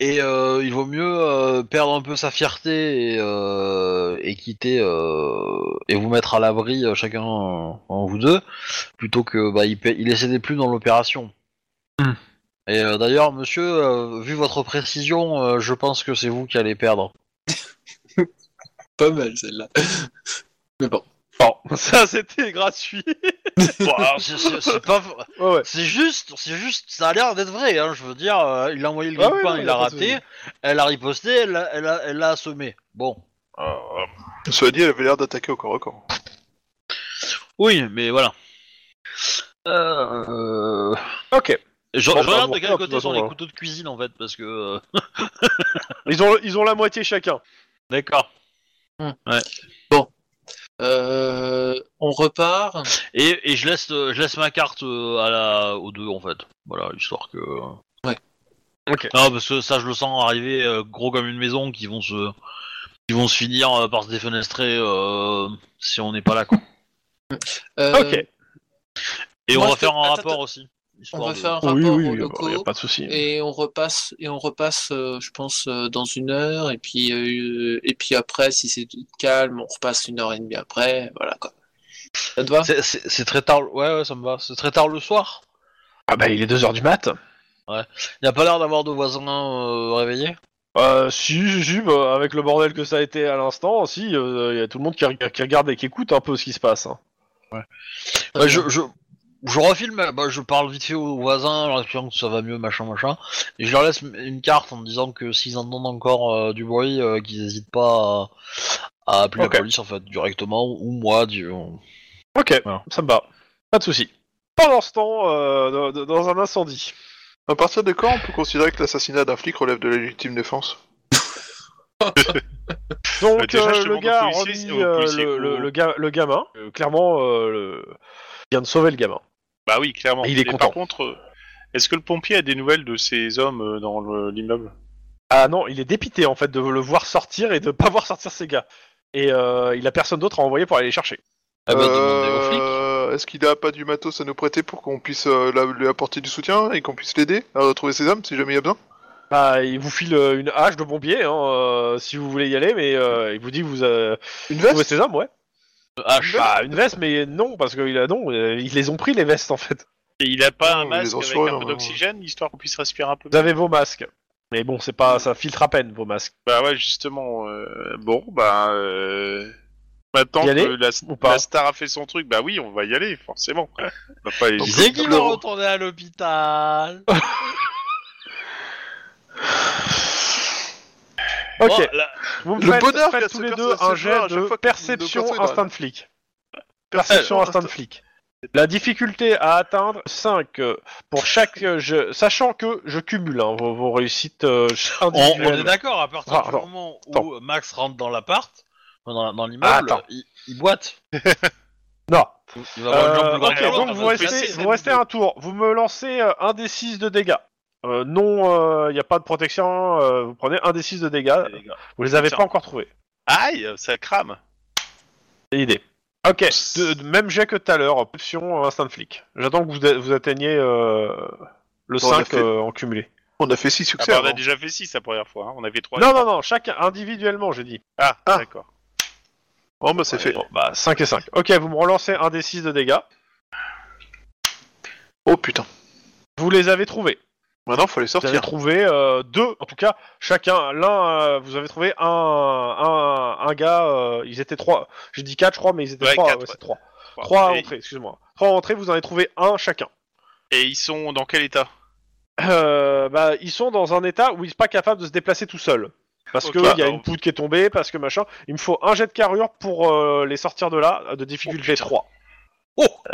Speaker 1: Et euh, il vaut mieux euh, perdre un peu sa fierté et, euh, et quitter euh, et vous mettre à l'abri euh, chacun euh, en vous deux, plutôt que bah, il, paie- il est cédé plus dans l'opération.
Speaker 2: Hmm.
Speaker 1: Et euh, d'ailleurs, monsieur, euh, vu votre précision, euh, je pense que c'est vous qui allez perdre.
Speaker 4: Pas mal celle-là. Mais bon.
Speaker 2: Bon, ça c'était gratuit.
Speaker 1: Bah, c'est- c'est c'est pas,
Speaker 2: Ouais, ouais.
Speaker 1: C'est juste, c'est juste, ça a l'air d'être vrai. Hein, je veux dire, euh, il a envoyé le
Speaker 2: Ah
Speaker 1: grippin,
Speaker 2: oui, non,
Speaker 1: il
Speaker 2: y a
Speaker 1: l'a
Speaker 2: pas de
Speaker 1: raté,
Speaker 2: souci.
Speaker 1: elle a riposté, elle l'a elle a- elle l'a assommé. Bon.
Speaker 3: Euh, Cela dit, elle avait l'air d'attaquer au corps à corps.
Speaker 1: Oui, mais voilà.
Speaker 2: Ok.
Speaker 1: Je,
Speaker 2: Bon,
Speaker 1: je
Speaker 2: bah,
Speaker 1: regarde
Speaker 2: bon,
Speaker 1: de quel
Speaker 2: de toute
Speaker 1: côté
Speaker 2: façon,
Speaker 1: sont les
Speaker 2: voilà.
Speaker 1: couteaux de cuisine en fait, parce que. euh,
Speaker 2: Ils ont, ils ont la moitié chacun.
Speaker 1: D'accord.
Speaker 4: Euh, on repart.
Speaker 1: Et, et je laisse, euh, je laisse ma carte euh, à la, aux deux en fait. Voilà, histoire que. euh.
Speaker 4: Ouais.
Speaker 2: Ok.
Speaker 1: Non, parce que ça, je le sens arriver euh, gros comme une maison qui vont se, qui vont se finir euh, par se défenestrer euh, si on n'est pas là. Quoi.
Speaker 4: Euh,
Speaker 2: Ok.
Speaker 1: Et
Speaker 4: Moi,
Speaker 1: on va
Speaker 4: je
Speaker 1: faire
Speaker 4: peux-
Speaker 1: un
Speaker 4: attends,
Speaker 1: rapport
Speaker 4: attends.
Speaker 1: aussi. histoire
Speaker 4: On va
Speaker 1: de-
Speaker 4: faire un rapport
Speaker 2: Oui, oui,
Speaker 4: aux
Speaker 2: oui,
Speaker 4: locaux
Speaker 2: y a pas de souci. hein.
Speaker 4: et on repasse et on repasse, euh, je pense, euh, dans une heure et puis euh, et puis après, si c'est calme, on repasse une heure et demie après, voilà quoi. Ça te va?
Speaker 1: C'est- C'est c'est très tard. le- Ouais, ouais, ça me va. C'est très tard le soir.
Speaker 2: Ah bah il est 2h du mat.
Speaker 1: Il a pas l'air d'avoir de voisins euh, réveillés.
Speaker 2: Euh, si, si, si, bah, avec le bordel que ça a été à l'instant, si, euh, il y a tout le monde qui, re- qui regarde et qui écoute un peu ce qui se passe. hein.
Speaker 1: Bah, je, je, je refilme. Bah, je parle vite fait aux voisins, en leur expliquant que ça va mieux, machin, machin. Et je leur laisse m- une carte en disant que s'ils entendent encore euh, du bruit, euh, qu'ils n'hésitent pas à, à appeler
Speaker 2: Ok. Euh,
Speaker 1: la police en fait directement ou ou moi. euh, Du...
Speaker 2: Ok,
Speaker 1: Voilà.
Speaker 2: ça me va. Pas de souci. Pendant ce temps, euh, dans, dans un incendie.
Speaker 3: À partir de quand on peut considérer que l'assassinat d'un flic relève de la légitime défense
Speaker 2: Donc
Speaker 5: Bah, déjà,
Speaker 2: euh,
Speaker 5: je
Speaker 2: le
Speaker 5: te demande
Speaker 2: gars,
Speaker 5: au policier,
Speaker 2: remis,
Speaker 5: au
Speaker 2: euh,
Speaker 5: policier,
Speaker 2: le, le-
Speaker 5: au-
Speaker 2: le ga- le gamin, euh, clairement, euh, le... il vient de sauver le gamin.
Speaker 5: Bah oui, clairement.
Speaker 2: Et il est
Speaker 5: Mais
Speaker 2: content.
Speaker 5: Par contre, euh, est-ce que le pompier a des nouvelles de ces hommes euh, dans le- l'immeuble
Speaker 2: Ah non, il est dépité en fait de le voir sortir et de pas voir sortir ses gars. Et euh, il a personne d'autre à envoyer pour aller les chercher.
Speaker 1: Eh ben, demandez aux flics.
Speaker 3: Euh, Est-ce qu'il a pas du matos à nous prêter pour qu'on puisse euh, la- lui apporter du soutien et qu'on puisse l'aider à retrouver ses hommes si jamais il y a besoin
Speaker 2: Bah, il vous file euh, une hache de pompier hein, euh, si vous voulez y aller, mais euh, il vous dit que vous euh,
Speaker 3: Une
Speaker 2: trouvez
Speaker 3: veste
Speaker 2: ces hommes, ouais.
Speaker 1: H.
Speaker 2: Bah, une veste, mais non, parce qu'il a non, euh, ils les ont pris les vestes en fait.
Speaker 5: Et il a pas un
Speaker 3: Non, ils les
Speaker 5: masque
Speaker 3: ont
Speaker 5: avec
Speaker 3: sur eux,
Speaker 5: un peu
Speaker 3: normalement.
Speaker 5: d'oxygène, histoire qu'on puisse respirer un peu
Speaker 2: Vous avez vos masques, mais bon, c'est pas, ça filtre à peine vos masques.
Speaker 5: Bah ouais, justement. euh, bon, bah... euh, Maintenant
Speaker 2: Y aller
Speaker 5: que la,
Speaker 2: ou pas
Speaker 5: la star a fait son truc, bah oui, on va y aller, forcément. On va pas aller-
Speaker 1: Qui c'est qui va retourner à l'hôpital
Speaker 2: Ok,
Speaker 1: Bon, la-
Speaker 2: vous me
Speaker 3: le
Speaker 2: faites,
Speaker 3: bonheur
Speaker 2: faites
Speaker 3: qu'a
Speaker 2: tous
Speaker 3: ce
Speaker 2: les
Speaker 3: perso-
Speaker 2: deux
Speaker 3: à
Speaker 2: un
Speaker 3: ce joueur
Speaker 2: jet
Speaker 3: à chaque
Speaker 2: de
Speaker 3: fois qu'il
Speaker 2: perception
Speaker 3: nous coince dans la-
Speaker 2: instant de flic. Perception
Speaker 3: Alors,
Speaker 2: instant de flic. La difficulté à atteindre 5 euh, pour chaque euh, jeu, sachant que je cumule hein, vos, vos réussites euh,
Speaker 1: On, on
Speaker 2: individuelles.
Speaker 1: est d'accord, à partir
Speaker 2: Ah,
Speaker 1: du
Speaker 2: attends.
Speaker 1: moment où
Speaker 2: Attends.
Speaker 1: Max rentre dans l'appart, enfin, dans, dans
Speaker 2: Ah,
Speaker 1: l'immeuble,
Speaker 2: attends.
Speaker 1: il, il boite.
Speaker 2: non.
Speaker 1: Il va avoir une jambe
Speaker 2: Euh,
Speaker 1: plus grande
Speaker 2: ok,
Speaker 1: que l'autre,
Speaker 2: donc
Speaker 1: parce
Speaker 2: vous
Speaker 1: que hein, c'est-
Speaker 2: restez, vous restez un tour. Vous me lancez euh, un des 6 de dégâts. Euh, non, il n'y a pas de protection. euh, vous prenez un des 6 de dégâts.
Speaker 5: les gars.
Speaker 2: Vous les avez
Speaker 5: Tiens.
Speaker 2: pas encore trouvés.
Speaker 5: Aïe, ça crame.
Speaker 2: C'est l'idée. Ok, de, de- même jet que tout à l'heure, option euh, instinct de flic. J'attends que vous, a- vous atteigniez euh, le
Speaker 3: Bon, on a
Speaker 2: 5
Speaker 3: fait-
Speaker 2: euh, en cumulé.
Speaker 3: On a fait 6
Speaker 5: Ah
Speaker 3: succès.
Speaker 5: bah, on a
Speaker 3: avant.
Speaker 5: déjà fait 6 la première fois, hein. on avait 3.
Speaker 2: Non, non, non, chacun individuellement, j'ai dit.
Speaker 5: Ah,
Speaker 3: Ah.
Speaker 5: d'accord.
Speaker 3: Bon, bah, c'est fait.
Speaker 2: Bon, bah, 5 et 5. Ok, vous me relancez un des 6 de dégâts.
Speaker 3: Oh putain.
Speaker 2: Vous les avez trouvés.
Speaker 3: Maintenant, faut les
Speaker 2: Vous avez
Speaker 3: sortir.
Speaker 2: trouvé euh, deux, en tout cas, chacun. L'un, euh, vous avez trouvé un, un, un gars, euh, ils étaient trois. J'ai dit quatre, je crois, mais ils étaient
Speaker 5: Ouais,
Speaker 2: trois.
Speaker 5: quatre,
Speaker 2: ouais,
Speaker 5: ouais.
Speaker 2: c'est trois. Trois à
Speaker 5: et,
Speaker 2: entrée, excusez-moi. Trois à entrée, vous en avez trouvé un chacun.
Speaker 5: et ils sont dans quel état
Speaker 2: Euh, bah, ils sont dans un état où ils sont pas capables de se déplacer tout seuls. Parce
Speaker 5: Ok,
Speaker 2: que il y a
Speaker 5: alors-
Speaker 2: une poudre qui est tombée, parce que machin. Il me faut un jet de carrure pour euh, les sortir de là, de difficulté 3.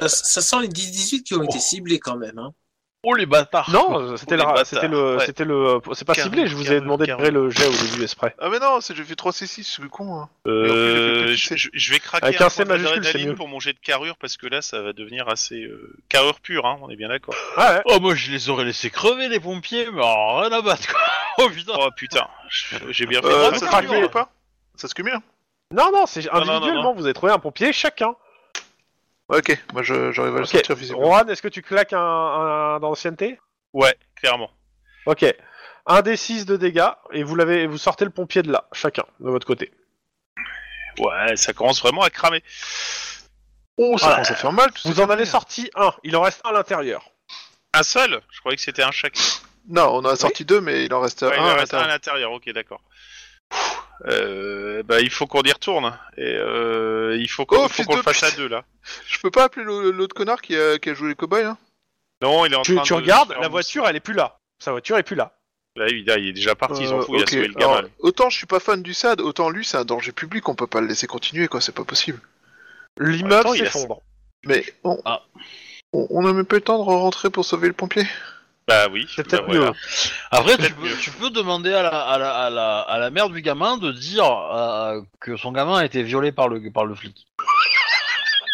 Speaker 4: Ça, ça sent les 10-18 qui ont
Speaker 2: Oh.
Speaker 4: été ciblés quand même. Hein.
Speaker 1: Oh les bâtards
Speaker 2: Non, euh, c'était
Speaker 5: les
Speaker 2: le,
Speaker 5: bâtards,
Speaker 2: c'était le,
Speaker 5: bah, ouais.
Speaker 2: c'était le, c'est pas
Speaker 5: Carrure,
Speaker 2: ciblé. Je vous ai
Speaker 5: carrure,
Speaker 2: demandé de
Speaker 5: carrure.
Speaker 2: vrai le jet au début exprès.
Speaker 3: Ah, mais non, c'est- j'ai fait 3 C6, je suis con. hein. Et en plus,
Speaker 5: Euh,
Speaker 3: j'ai fait
Speaker 5: je,
Speaker 3: le
Speaker 5: je- je vais craquer
Speaker 2: Avec
Speaker 5: un,
Speaker 2: un C
Speaker 5: point
Speaker 2: majuscule, c'est
Speaker 5: d'adrénaline
Speaker 2: mieux.
Speaker 5: pour mon jet de carrure parce que là ça va devenir assez euh, carrure pure, hein, on est bien d'accord.
Speaker 2: Ouais. ouais.
Speaker 1: Oh moi je les aurais laissés crever les pompiers, mais alors, rien à battre quoi Oh putain
Speaker 5: Oh putain, je- j'ai bien fait.
Speaker 3: Euh,
Speaker 5: de-
Speaker 1: c'est
Speaker 3: ça se
Speaker 2: craqué.
Speaker 3: cumule ou pas Ça se hein. cumule
Speaker 2: Non, non, c'est
Speaker 5: non, non,
Speaker 2: individuellement. Vous avez trouvé un pompier chacun.
Speaker 3: Ok, moi je- j'arrive à le
Speaker 2: Ok.
Speaker 3: sortir visiblement.
Speaker 2: Rohan, est-ce que tu claques un, un, d'ancienneté
Speaker 5: Ouais, clairement.
Speaker 2: Ok. Un des 6 de dégâts, et vous, l'avez, vous sortez le pompier de là, chacun, de votre côté.
Speaker 5: Ouais, ça commence vraiment à cramer.
Speaker 3: Oh, ça
Speaker 2: Voilà.
Speaker 3: commence à faire mal. tout
Speaker 2: Vous
Speaker 3: ça.
Speaker 2: en avez sorti un, il en reste un à l'intérieur.
Speaker 5: Un seul Je croyais que c'était un chacun.
Speaker 3: Non, on en a sorti deux, mais il en reste
Speaker 5: Ouais, il
Speaker 3: un.
Speaker 5: en
Speaker 3: à
Speaker 5: reste un à
Speaker 3: l'intérieur.
Speaker 5: l'intérieur, ok, d'accord. Pfff, Euh, bah, il faut qu'on y retourne. Et euh, il faut qu'on
Speaker 3: Oh,
Speaker 5: faut
Speaker 3: fils
Speaker 5: qu'on
Speaker 3: de
Speaker 5: le fasse à
Speaker 3: pute.
Speaker 5: deux là.
Speaker 3: Je peux pas appeler l'au- l'autre connard qui a, qui a joué les hein. cobayes là
Speaker 5: Non, il est en
Speaker 2: Tu,
Speaker 5: train
Speaker 2: tu
Speaker 5: de
Speaker 2: regardes,
Speaker 5: faire
Speaker 2: la
Speaker 5: un-
Speaker 2: voiture, elle est plus là. Sa voiture est plus là.
Speaker 5: Là, il, il est déjà parti, il s'en
Speaker 3: Euh,
Speaker 5: fout, il a
Speaker 3: ok.
Speaker 5: sauvé le
Speaker 3: Alors,
Speaker 5: gamin. lui.
Speaker 3: Autant je suis pas fan du SAD, autant lui c'est un danger public, on peut pas le laisser continuer quoi, c'est pas possible.
Speaker 2: L'immeuble
Speaker 5: Attends, il a-
Speaker 2: s'effondre.
Speaker 3: Mais on...
Speaker 1: Ah.
Speaker 3: on- on a même pas eu le temps de rentrer pour sauver le pompier.
Speaker 5: Bah oui,
Speaker 2: C'est
Speaker 5: bah
Speaker 2: peut-être
Speaker 5: voilà.
Speaker 2: mieux.
Speaker 1: Après, tu
Speaker 5: Peut-être
Speaker 1: peux,
Speaker 5: mieux.
Speaker 1: tu peux demander à la, à, la, à, la, à la mère du gamin de dire euh, que son gamin a été violé par le, par le flic.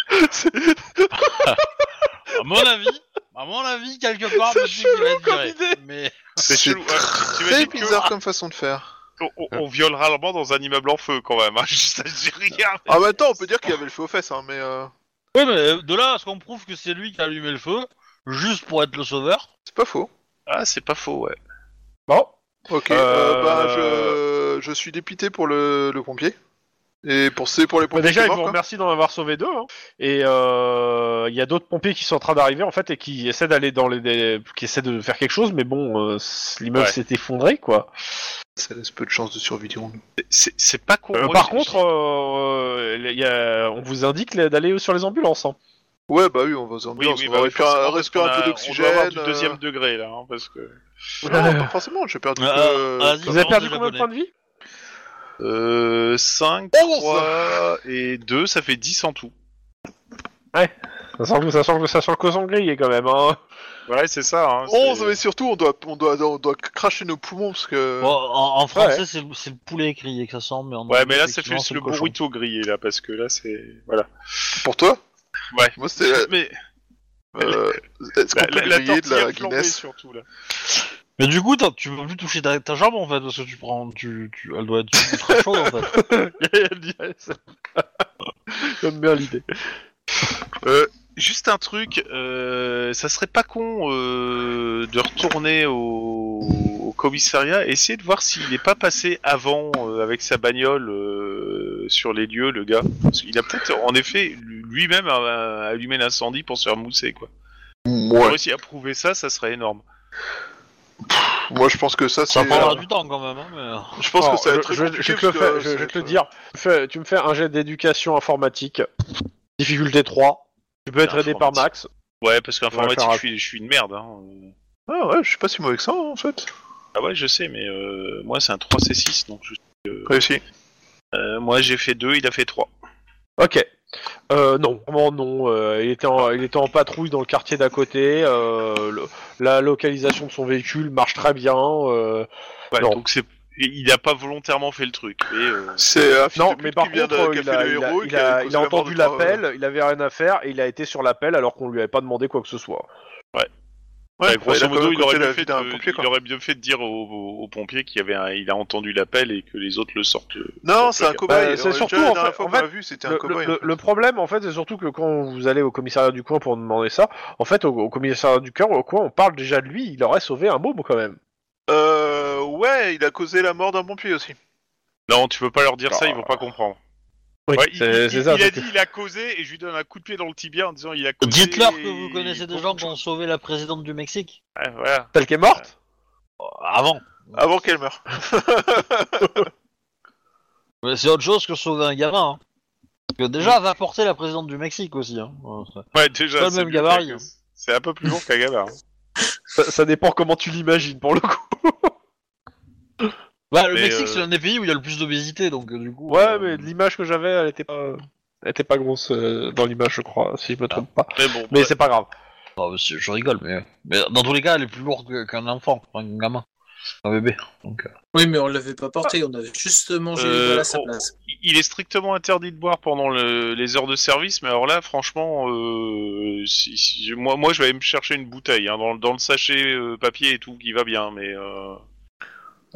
Speaker 1: à mon avis, à mon avis, quelque part,
Speaker 2: C'est
Speaker 1: le flic, il va
Speaker 2: chelou
Speaker 1: être
Speaker 2: comme
Speaker 1: viré.
Speaker 2: idée.
Speaker 1: Mais
Speaker 5: C'est chelou, hein.
Speaker 3: très
Speaker 5: T'imagines que-
Speaker 3: bizarre comme façon de faire.
Speaker 5: On, on- on viole rarement dans un immeuble en feu quand même. Hein. Juste, je dis rien.
Speaker 3: Ah bah attends, on peut dire qu'il y avait le feu aux fesses, hein, mais... euh,
Speaker 1: oui, mais de là à ce qu'on prouve que c'est lui qui a allumé le feu, juste pour être le sauveur.
Speaker 3: C'est pas faux.
Speaker 5: Ah, c'est pas faux, ouais.
Speaker 2: Bon,
Speaker 3: Ok,
Speaker 5: Euh,
Speaker 3: euh, bah, je... je suis dépité pour le, le pompier. Et pour, c'est pour les
Speaker 2: Bah,
Speaker 3: pompiers
Speaker 2: déjà,
Speaker 3: qui
Speaker 2: il
Speaker 3: sont
Speaker 2: vous
Speaker 3: morts, quoi.
Speaker 2: remercie d'en avoir sauvé deux. hein. Et euh, il y a d'autres pompiers qui sont en train d'arriver en fait et qui essaient d'aller dans les, des- qui essaient de faire quelque chose, mais bon, euh, c- l'immeuble
Speaker 5: Ouais.
Speaker 2: s'est effondré quoi.
Speaker 3: Ça laisse peu de chances de survie, dirons-nous.
Speaker 5: C'est- C'est pas con.
Speaker 2: Euh,
Speaker 5: Moi,
Speaker 2: par
Speaker 5: j'ai-
Speaker 2: contre, euh, il y a- on vous indique les- d'aller sur les ambulances. hein.
Speaker 3: Ouais, bah oui, on va aux
Speaker 5: oui,
Speaker 3: ambulances,
Speaker 5: oui,
Speaker 3: on
Speaker 5: bah
Speaker 3: va
Speaker 5: oui,
Speaker 3: respirer,
Speaker 5: forcément,
Speaker 3: un-
Speaker 5: parce
Speaker 3: respirer
Speaker 5: qu'on
Speaker 3: un
Speaker 5: a-
Speaker 3: peu
Speaker 5: On doit
Speaker 3: d'oxygène.
Speaker 5: avoir du
Speaker 2: euh.
Speaker 5: deuxième degré là, hein, parce que.
Speaker 3: euh, Non, pas forcément, j'ai perdu...
Speaker 1: Ah,
Speaker 3: euh,
Speaker 1: ah, vas-y.
Speaker 2: Vous avez perdu
Speaker 1: Ambulances
Speaker 2: combien de
Speaker 1: japonais.
Speaker 2: points de vie
Speaker 5: Euh, 5,
Speaker 2: Oh,
Speaker 3: Onze.
Speaker 1: hein.
Speaker 5: 3 et 2, ça fait 10 en tout.
Speaker 2: Ça sent que ça sent que ça sent le cochon grillé quand même. Hein.
Speaker 5: Ouais, c'est ça. Hein, c'est-
Speaker 3: 11, mais surtout, on doit, on, doit, on doit cracher nos poumons, parce que...
Speaker 1: Bon, en, en français, c'est le- c'est le poulet crié que ça sent, mais en
Speaker 5: Ouais,
Speaker 1: anglais,
Speaker 5: mais là, c'est
Speaker 1: effectivement,
Speaker 5: plus
Speaker 1: c'est
Speaker 5: le
Speaker 1: cochon.
Speaker 5: burrito grillé là, parce que là, c'est. Voilà.
Speaker 3: Pour toi
Speaker 5: Ouais.
Speaker 3: Moi, c'était... la-
Speaker 5: Mais
Speaker 3: Euh, Est-ce qu'on
Speaker 5: la,
Speaker 3: peut
Speaker 5: la, la
Speaker 3: griller de la
Speaker 5: tortilla flambée,
Speaker 3: Guinness
Speaker 5: surtout là.
Speaker 1: Mais du coup, t'as- tu peux plus toucher ta, ta jambe en fait, parce que tu prends, tu, tu- elle doit être ultra chaude en fait.
Speaker 2: J'aime bien l'idée.
Speaker 5: Euh, juste un truc, euh, ça serait pas con euh, de retourner au, au commissariat, essayer de voir s'il n'est pas passé avant euh, avec sa bagnole euh, sur les lieux, le gars. Parce qu'il a peut-être en effet lui- lui-même euh, allumé l'incendie pour se faire mousser quoi.
Speaker 3: Ouais.
Speaker 5: Moi, si à prouver ça, ça serait énorme.
Speaker 3: Moi, je pense que ça,
Speaker 1: Ça
Speaker 3: c'est... euh,
Speaker 1: prendra du temps quand même. Hein,
Speaker 3: Je pense
Speaker 2: Alors,
Speaker 3: que ça va
Speaker 2: je-
Speaker 3: être très
Speaker 2: je,
Speaker 3: compliqué
Speaker 2: je te le
Speaker 3: parce
Speaker 2: fais,
Speaker 3: que
Speaker 2: je,
Speaker 3: ça
Speaker 2: je
Speaker 3: va
Speaker 2: te le
Speaker 3: être-
Speaker 2: dire. Tu, fais- tu me fais un jet d'éducation informatique, difficulté 3. Tu peux être aidé par Max.
Speaker 5: Ouais, parce
Speaker 2: faire
Speaker 5: qu'informatique,
Speaker 2: un-
Speaker 5: je suis, je suis une merde. Hein.
Speaker 3: Ah ouais, je suis pas si mauvais que ça, hein, en fait.
Speaker 5: Ah ouais, je sais, mais euh, moi c'est un 3C6, donc je-
Speaker 3: Réussi.
Speaker 5: euh, moi j'ai fait 2, il a fait 3.
Speaker 2: Ok. Euh, non, vraiment non. euh, il, était en, il était en patrouille dans le quartier d'à côté. euh, le- la localisation de son véhicule marche très bien. euh,
Speaker 5: Ouais,
Speaker 2: Non.
Speaker 5: donc c'est il n'a pas volontairement fait le truc. Et, euh,
Speaker 3: C'est un fils
Speaker 2: non,
Speaker 3: de pute
Speaker 2: mais par
Speaker 3: qui vient
Speaker 2: contre, euh,
Speaker 3: de- qui
Speaker 2: il a,
Speaker 3: fait le
Speaker 2: il a-
Speaker 3: héros et
Speaker 2: il
Speaker 3: qui a
Speaker 2: a-
Speaker 3: causé
Speaker 2: il a
Speaker 3: la mort
Speaker 2: entendu
Speaker 3: de trois-
Speaker 2: l'appel, il avait rien à faire et il a été sur l'appel alors qu'on lui avait pas demandé quoi que ce soit.
Speaker 3: Ouais, bah,
Speaker 5: Ouais, Bah, grosso
Speaker 3: il a quand
Speaker 5: modo,
Speaker 3: même
Speaker 5: il aurait,
Speaker 3: coûté
Speaker 5: bien
Speaker 3: la
Speaker 5: fait
Speaker 3: vie d'un
Speaker 5: de,
Speaker 3: pompier, quoi.
Speaker 5: il aurait bien fait de dire au, au- au pompier qu'il y avait un- il a entendu l'appel et que les autres le sortent. euh,
Speaker 3: Non,
Speaker 5: sortent
Speaker 3: c'est un
Speaker 5: le
Speaker 3: cobaye.
Speaker 2: Bah, c'est
Speaker 3: on-
Speaker 2: surtout,
Speaker 3: déjà,
Speaker 2: en
Speaker 3: la dernière
Speaker 2: fait-
Speaker 3: fois
Speaker 2: en
Speaker 3: qu'on l'a
Speaker 2: fait,
Speaker 3: vu, c'était un
Speaker 2: Le,
Speaker 3: cobaye.
Speaker 2: le-
Speaker 3: en fait.
Speaker 2: le problème, en fait, c'est surtout que quand vous allez au commissariat du coin pour demander ça, en fait, au, au commissariat du coin, au coin, on parle déjà de lui, il aurait sauvé un môme quand même.
Speaker 3: Euh, ouais, il a causé la mort d'un pompier aussi.
Speaker 5: gars. Non, tu peux pas leur dire ça,
Speaker 2: Ah.
Speaker 5: ils vont pas comprendre.
Speaker 2: Oui,
Speaker 5: Ouais, il
Speaker 2: c'est
Speaker 5: il-
Speaker 2: c'est ça. euh,
Speaker 5: il a
Speaker 2: c'est
Speaker 5: dit
Speaker 2: que-
Speaker 5: il a causé et je lui donne un coup de pied dans le tibia en disant il a
Speaker 1: mais-
Speaker 5: causé.
Speaker 1: Euh, Dites-leur que
Speaker 5: et-
Speaker 1: vous connaissez des
Speaker 5: pour-
Speaker 1: gens qui ont sauvé la présidente du Mexique.
Speaker 5: Ouais, voilà.
Speaker 2: Celle qui est morte
Speaker 1: Euh, Avant.
Speaker 3: Avant qu'elle meure.
Speaker 1: Mais c'est autre chose que sauver un gamin. Hein. Parce que déjà, va porter la présidente du Mexique aussi. Hein. Ouais, ça-
Speaker 5: Ouais,
Speaker 1: Pas
Speaker 5: déjà.
Speaker 1: le
Speaker 5: c'est
Speaker 1: même
Speaker 5: mieux
Speaker 1: gabarit,
Speaker 5: qu'un-
Speaker 1: hein.
Speaker 5: C'est un peu plus long qu'un gabarit.
Speaker 2: ça, ça dépend comment tu l'imagines pour le coup.
Speaker 1: Bah, le
Speaker 5: Mais,
Speaker 1: Mexique,
Speaker 5: euh,
Speaker 1: c'est l'un des pays où il y a le plus d'obésité, donc euh, du coup.
Speaker 2: Ouais,
Speaker 1: euh,
Speaker 2: mais l'image que j'avais, elle était pas, elle était pas grosse euh, dans l'image, je crois, si je me trompe pas.
Speaker 5: Mais bon. bah,
Speaker 2: Mais c'est pas grave.
Speaker 1: non, mais ah, bah, c'est- je rigole, mais... mais dans tous les cas, elle est plus lourde que- qu'un enfant, enfin, qu'un gamin, un bébé. Donc, euh,
Speaker 4: Oui, mais on l'avait pas porté, on avait juste mangé
Speaker 5: Euh,
Speaker 4: les balles à sa
Speaker 2: oh.
Speaker 5: on-
Speaker 4: place.
Speaker 5: Il est strictement interdit de boire pendant le- les heures de service, mais alors là, franchement, euh, si- si- moi, moi, je vais aller me chercher une bouteille hein, dans, le- dans le sachet euh, papier et tout qui va bien, mais euh,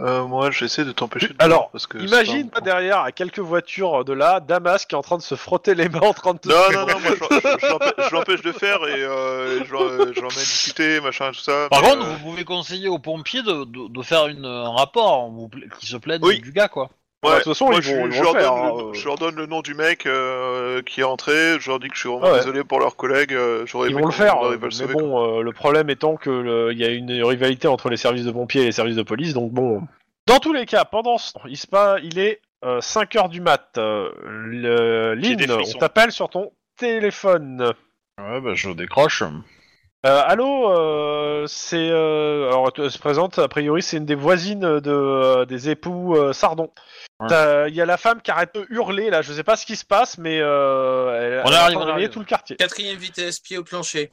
Speaker 3: Euh, moi, j'essaie de t'empêcher de.
Speaker 2: Alors,
Speaker 3: parce que c'est
Speaker 2: Imagine
Speaker 3: pas-
Speaker 2: pas derrière, à quelques voitures de là, Damas qui est en train de se frotter les mains en train de te...
Speaker 3: Ah, Non, non, non, moi, je, je- je l'empê- je l'empêche de faire et euh, je l'en- je l'emmène discuter, machin, tout ça.
Speaker 1: Par
Speaker 3: mais,
Speaker 1: contre,
Speaker 3: euh,
Speaker 1: vous pouvez conseiller aux pompiers de, de, de faire une, un rapport hein, vous pla- qui se plaide
Speaker 3: Oui.
Speaker 1: du gars, quoi.
Speaker 3: ouais,
Speaker 2: de toute façon,
Speaker 3: moi,
Speaker 2: ils
Speaker 3: je,
Speaker 2: vont- ils
Speaker 3: je
Speaker 2: vont
Speaker 3: leur
Speaker 2: le faire,
Speaker 3: donne le,
Speaker 2: hein,
Speaker 3: je leur donne le nom du mec euh, qui est entré, je leur dis que je suis vraiment
Speaker 2: Ah ouais.
Speaker 3: désolé pour leurs collègues, euh, j'aurais
Speaker 2: Ils
Speaker 3: aimé
Speaker 2: vont le
Speaker 3: qu'on
Speaker 2: faire,
Speaker 3: arrive à
Speaker 2: euh,
Speaker 3: le
Speaker 2: mais
Speaker 3: sauver, quoi.
Speaker 2: bon, euh, le problème étant que le- il y a une rivalité entre les services de pompiers et les services de police, donc bon. Dans tous les cas, pendant ce temps, il, se pa- il est 5h du mat. Euh, le-
Speaker 5: J'ai des
Speaker 2: Lynn, on
Speaker 5: frissons.
Speaker 2: t'appelle sur ton téléphone.
Speaker 6: Ouais, bah je décroche.
Speaker 2: Euh, allô, euh, c'est euh, alors elle se présente. A priori, c'est une des voisines de euh, des époux euh, Sardon.
Speaker 6: Ouais.
Speaker 2: T'as- Il y a la femme qui arrête de hurler là. Je sais pas ce qui se passe, mais euh, elle,
Speaker 1: On
Speaker 2: elle
Speaker 1: arrive,
Speaker 2: a
Speaker 1: on
Speaker 2: réveillé
Speaker 1: arrive.
Speaker 2: tout le quartier.
Speaker 4: Quatrième vitesse, pied au plancher.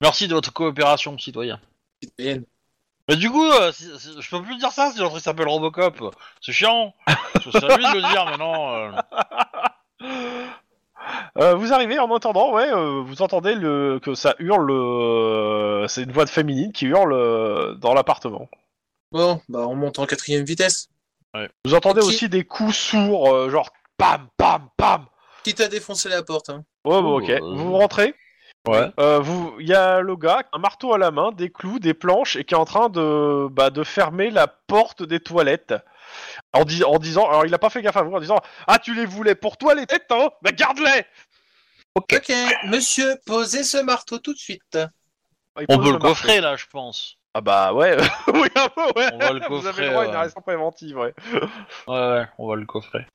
Speaker 1: Merci de votre coopération, citoyen.
Speaker 4: Citoyenne.
Speaker 1: Mais du coup, euh, si- si- je peux plus dire ça si l'entrée s'appelle Robocop. C'est chiant. C'est à lui de le dire maintenant. euh.
Speaker 2: Euh, vous arrivez en entendant, ouais, euh, vous entendez le que ça hurle. euh, c'est une voix de féminine qui hurle euh, dans l'appartement.
Speaker 4: Bon, bah on monte en quatrième vitesse.
Speaker 2: Vous entendez
Speaker 4: Qui-
Speaker 2: aussi des coups sourds, euh, genre pam, pam, pam.
Speaker 4: Quitte à défoncer la porte. Hein.
Speaker 2: Ouais, bon,
Speaker 6: Oh,
Speaker 2: ok.
Speaker 6: euh,
Speaker 2: Vous rentrez.
Speaker 6: Ouais.
Speaker 2: Euh, vous, il y a le gars, un marteau à la main, des clous, des planches, et qui est en train de, bah, de fermer la porte des toilettes. En, dis- en disant, alors il a pas fait gaffe à vous, en disant Ah, tu les voulais pour toi les têtes, hein Bah garde-les
Speaker 4: Ok, monsieur, posez ce marteau tout de suite.
Speaker 2: Ah, Il
Speaker 1: On
Speaker 2: pose
Speaker 1: peut le
Speaker 2: marteau.
Speaker 1: coffrer là, je pense.
Speaker 2: Ah bah ouais, oui, un peu, ouais
Speaker 1: On va le
Speaker 2: Vous avez
Speaker 1: coffrer. euh.
Speaker 2: le droit à
Speaker 1: ouais.
Speaker 2: une arrestation préventive, ouais.
Speaker 1: Ouais, ouais, on va le coffrer.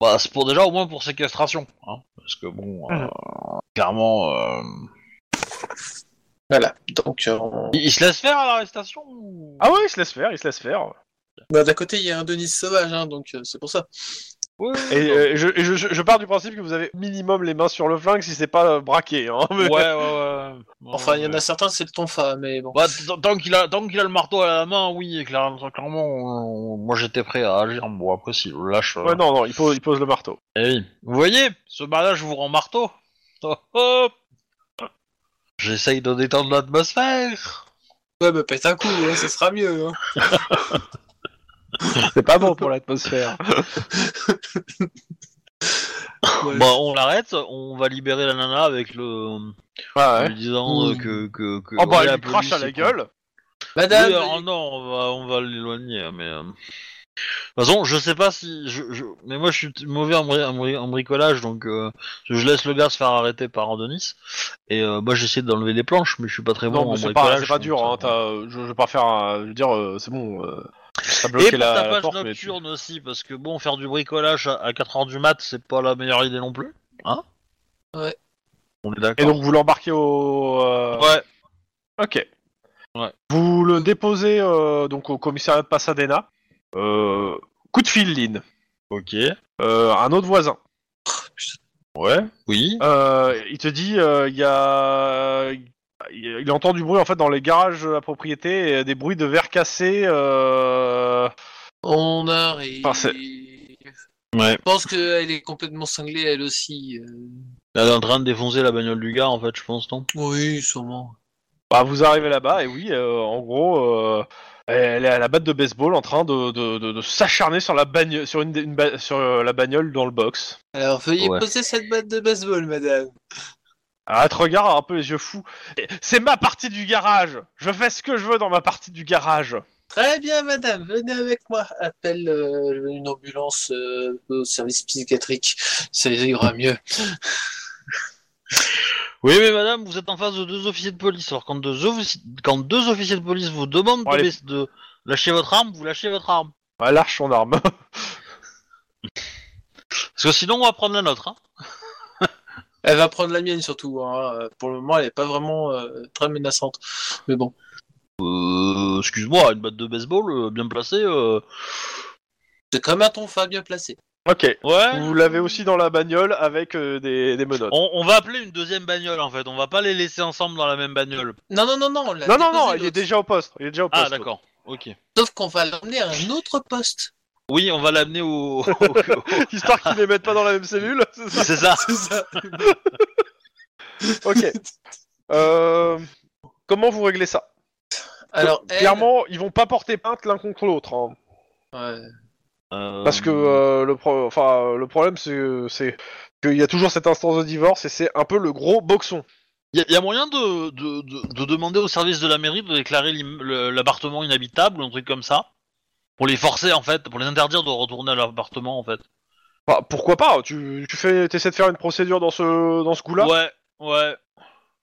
Speaker 1: Bah, c'est pour déjà au moins pour séquestration. Hein, parce que bon,
Speaker 4: Mhm.
Speaker 1: euh, clairement, euh,
Speaker 4: Voilà. Donc, euh, on-
Speaker 1: il, il se laisse faire à l'arrestation ou...
Speaker 2: Ah ouais, il se laisse faire, il se laisse faire.
Speaker 4: bah, d'un côté, il y a un Denis sauvage, hein, donc euh, c'est pour ça.
Speaker 1: Ouais,
Speaker 2: Et, euh, je, et je- je- je pars du principe que vous avez minimum les mains sur le flingue si c'est pas euh, braqué, hein. mais-
Speaker 1: ouais, ouais, Oh, ouais. euh,
Speaker 4: Enfin, il y en a certains, c'est le tonfa, mais bon.
Speaker 1: Bah, t- tant qu'il a, tant qu'il a le marteau à la main, oui, et clairement, clairement, on- moi j'étais prêt à agir. Bon, après, s'il le lâche. euh,
Speaker 2: Ouais, non, non, il pose, il pose le marteau.
Speaker 1: eh oui. Vous voyez, ce mariage vous rend marteau. Oh, oh. J'essaye de détendre l'atmosphère.
Speaker 4: Ouais, bah pète un coup, hein, ça sera mieux. hein.
Speaker 2: C'est pas bon pour l'atmosphère.
Speaker 4: Ouais.
Speaker 1: Bah, on l'arrête, on va libérer la nana avec le. en lui disant euh,
Speaker 4: Mm.
Speaker 1: que, que, que.
Speaker 2: Ah, Oh bah,
Speaker 1: ouais,
Speaker 2: il
Speaker 1: la
Speaker 2: lui crache à
Speaker 1: police
Speaker 2: la
Speaker 1: et tout.
Speaker 2: gueule.
Speaker 4: Madame,
Speaker 1: Oui, alors non, on va, on va l'éloigner, mais. euh, De toute façon, je sais pas si. Je, je- Mais moi, je suis t- mauvais en, bri- en bri- en bricolage, donc euh, je laisse le gars se faire arrêter par Denis. Et euh, moi, j'essaie d'enlever les planches, mais je suis pas très
Speaker 2: Non,
Speaker 1: bon en
Speaker 2: mais c'est pas,
Speaker 1: bricolage.
Speaker 2: c'est pas
Speaker 1: donc,
Speaker 2: dur, hein,
Speaker 1: ça-
Speaker 2: t'as- je, je vais pas faire un- Je veux dire, euh, c'est bon. euh, t'as
Speaker 1: Et
Speaker 2: bloqué
Speaker 1: pour
Speaker 2: la,
Speaker 1: ta
Speaker 2: la
Speaker 1: page
Speaker 2: porte, mais tu-
Speaker 1: nocturne aussi, parce que bon, faire du bricolage à, 4h du mat, c'est pas la meilleure idée non plus, hein
Speaker 4: Ouais.
Speaker 1: On est
Speaker 2: Et
Speaker 1: d'accord.
Speaker 2: donc, vous l'embarquez au. euh,
Speaker 1: Ouais.
Speaker 2: Ok.
Speaker 1: Ouais.
Speaker 2: Vous le déposez euh, donc au commissariat de Pasadena. Euh, coup de fil, Lynn.
Speaker 1: Ok.
Speaker 2: Euh, un autre voisin.
Speaker 1: Ouais. Oui.
Speaker 2: Euh, il te dit, euh, il y a. Il il entend du bruit en fait dans les garages à propriété, et des bruits de verre cassé. euh,
Speaker 4: on arrive.
Speaker 2: Enfin, c'est-
Speaker 1: Ouais.
Speaker 4: Je pense qu'elle est complètement cinglée, elle aussi. euh.
Speaker 1: Elle est en train de défoncer la bagnole du gars, en fait, je pense, non
Speaker 4: Oui, sûrement.
Speaker 2: Bah, vous arrivez là-bas, et oui, euh, en gros, euh, elle est à la batte de baseball en train de, de, de- de s'acharner sur, la bagnole, sur, une, des- une ba- sur euh, la bagnole dans le box.
Speaker 4: Alors, veuillez
Speaker 1: Ouais.
Speaker 4: poser cette batte de baseball, madame.
Speaker 2: Ah, elle te regarde un peu les yeux fous. Eh, C'est ma partie du garage Je fais ce que je veux dans ma partie du garage
Speaker 4: Très bien, madame, venez avec moi. Appelle euh, une ambulance euh, au service psychiatrique. Ça ira mieux.
Speaker 1: Oui, mais madame, vous êtes en face de deux officiers de police. Alors, quand deux, offici- quand deux officiers de police vous demandent
Speaker 2: Bon,
Speaker 1: de,
Speaker 2: allez.
Speaker 1: baisser- de lâcher votre arme, vous lâchez votre arme.
Speaker 2: Bah, elle lâche son arme.
Speaker 1: Parce que sinon, on va prendre la nôtre. Hein.
Speaker 4: Elle va prendre la mienne surtout. hein. Euh, Pour le moment, elle est pas vraiment euh, très menaçante. Mais bon.
Speaker 1: Euh, excuse-moi, une batte de baseball euh, bien placée. euh,
Speaker 4: C'est comme un tonfa bien placé.
Speaker 2: ok.
Speaker 1: Ouais.
Speaker 2: Vous l'avez aussi dans la bagnole avec euh, des, des menottes.
Speaker 1: On, on va appeler une deuxième bagnole en fait. On va pas les laisser ensemble dans la même bagnole.
Speaker 4: Non, non, non, non. on l'a
Speaker 2: Non, non, non,
Speaker 4: déposé,
Speaker 2: il est
Speaker 4: l'autre.
Speaker 2: déjà au poste. Il est déjà au poste.
Speaker 1: Ah, d'accord. Ok.
Speaker 4: Sauf qu'on va l'emmener à un autre poste.
Speaker 1: Oui, on va l'amener au.
Speaker 2: Histoire qu'ils les mettent pas dans la même cellule, c'est ça
Speaker 1: C'est ça.
Speaker 4: C'est ça.
Speaker 2: Ok. Euh, comment vous réglez ça
Speaker 4: Alors, elle,
Speaker 2: Clairement, ils vont pas porter plainte l'un contre l'autre. hein.
Speaker 4: Ouais.
Speaker 1: Euh,
Speaker 2: Parce que euh, le, pro- enfin, euh, le problème, c'est- c'est qu'il y a toujours cette instance de divorce et c'est un peu le gros boxon.
Speaker 1: Il y, a moyen de, de, de- de demander au service de la mairie de déclarer l'im- le- l'appartement inhabitable, un truc comme ça, pour les forcer en fait, pour les interdire de retourner à l'appartement en fait.
Speaker 2: Enfin, pourquoi pas Tu, tu fais, essaies de faire une procédure dans ce, dans ce goût-là
Speaker 1: Ouais, ouais.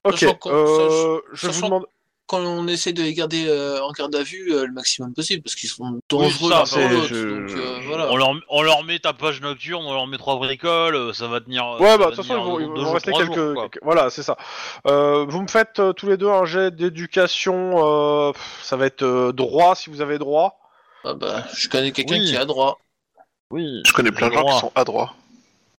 Speaker 2: Ok,
Speaker 4: Sachant qu'on-
Speaker 2: euh, je
Speaker 4: sachant-
Speaker 2: vous demande...
Speaker 4: Quand on essaie de les garder euh, en garde à vue euh, le maximum possible, parce qu'ils sont dangereux
Speaker 1: ça,
Speaker 4: l'un
Speaker 1: c'est-
Speaker 4: pour l'autre.
Speaker 2: je-
Speaker 4: Donc euh, voilà.
Speaker 1: On, leur, on leur met tapage nocturne, on leur met trois bricoles, euh, ça va tenir.
Speaker 2: Ouais,
Speaker 1: ça
Speaker 2: bah
Speaker 1: va
Speaker 2: de toute façon,
Speaker 1: tenir
Speaker 2: ils vont,
Speaker 1: deux
Speaker 2: ils vont
Speaker 1: jours,
Speaker 2: rester
Speaker 1: trois
Speaker 2: quelques...
Speaker 1: jours, quoi.
Speaker 2: quelques- Voilà, c'est ça. Euh, vous me faites euh, tous les deux un jet d'éducation, euh, pff, ça va être euh, droit si vous avez droit.
Speaker 4: Ah bah, je connais quelqu'un
Speaker 1: Oui.
Speaker 4: qui a droit.
Speaker 1: Oui.
Speaker 3: Je connais plein de gens qui sont adroits.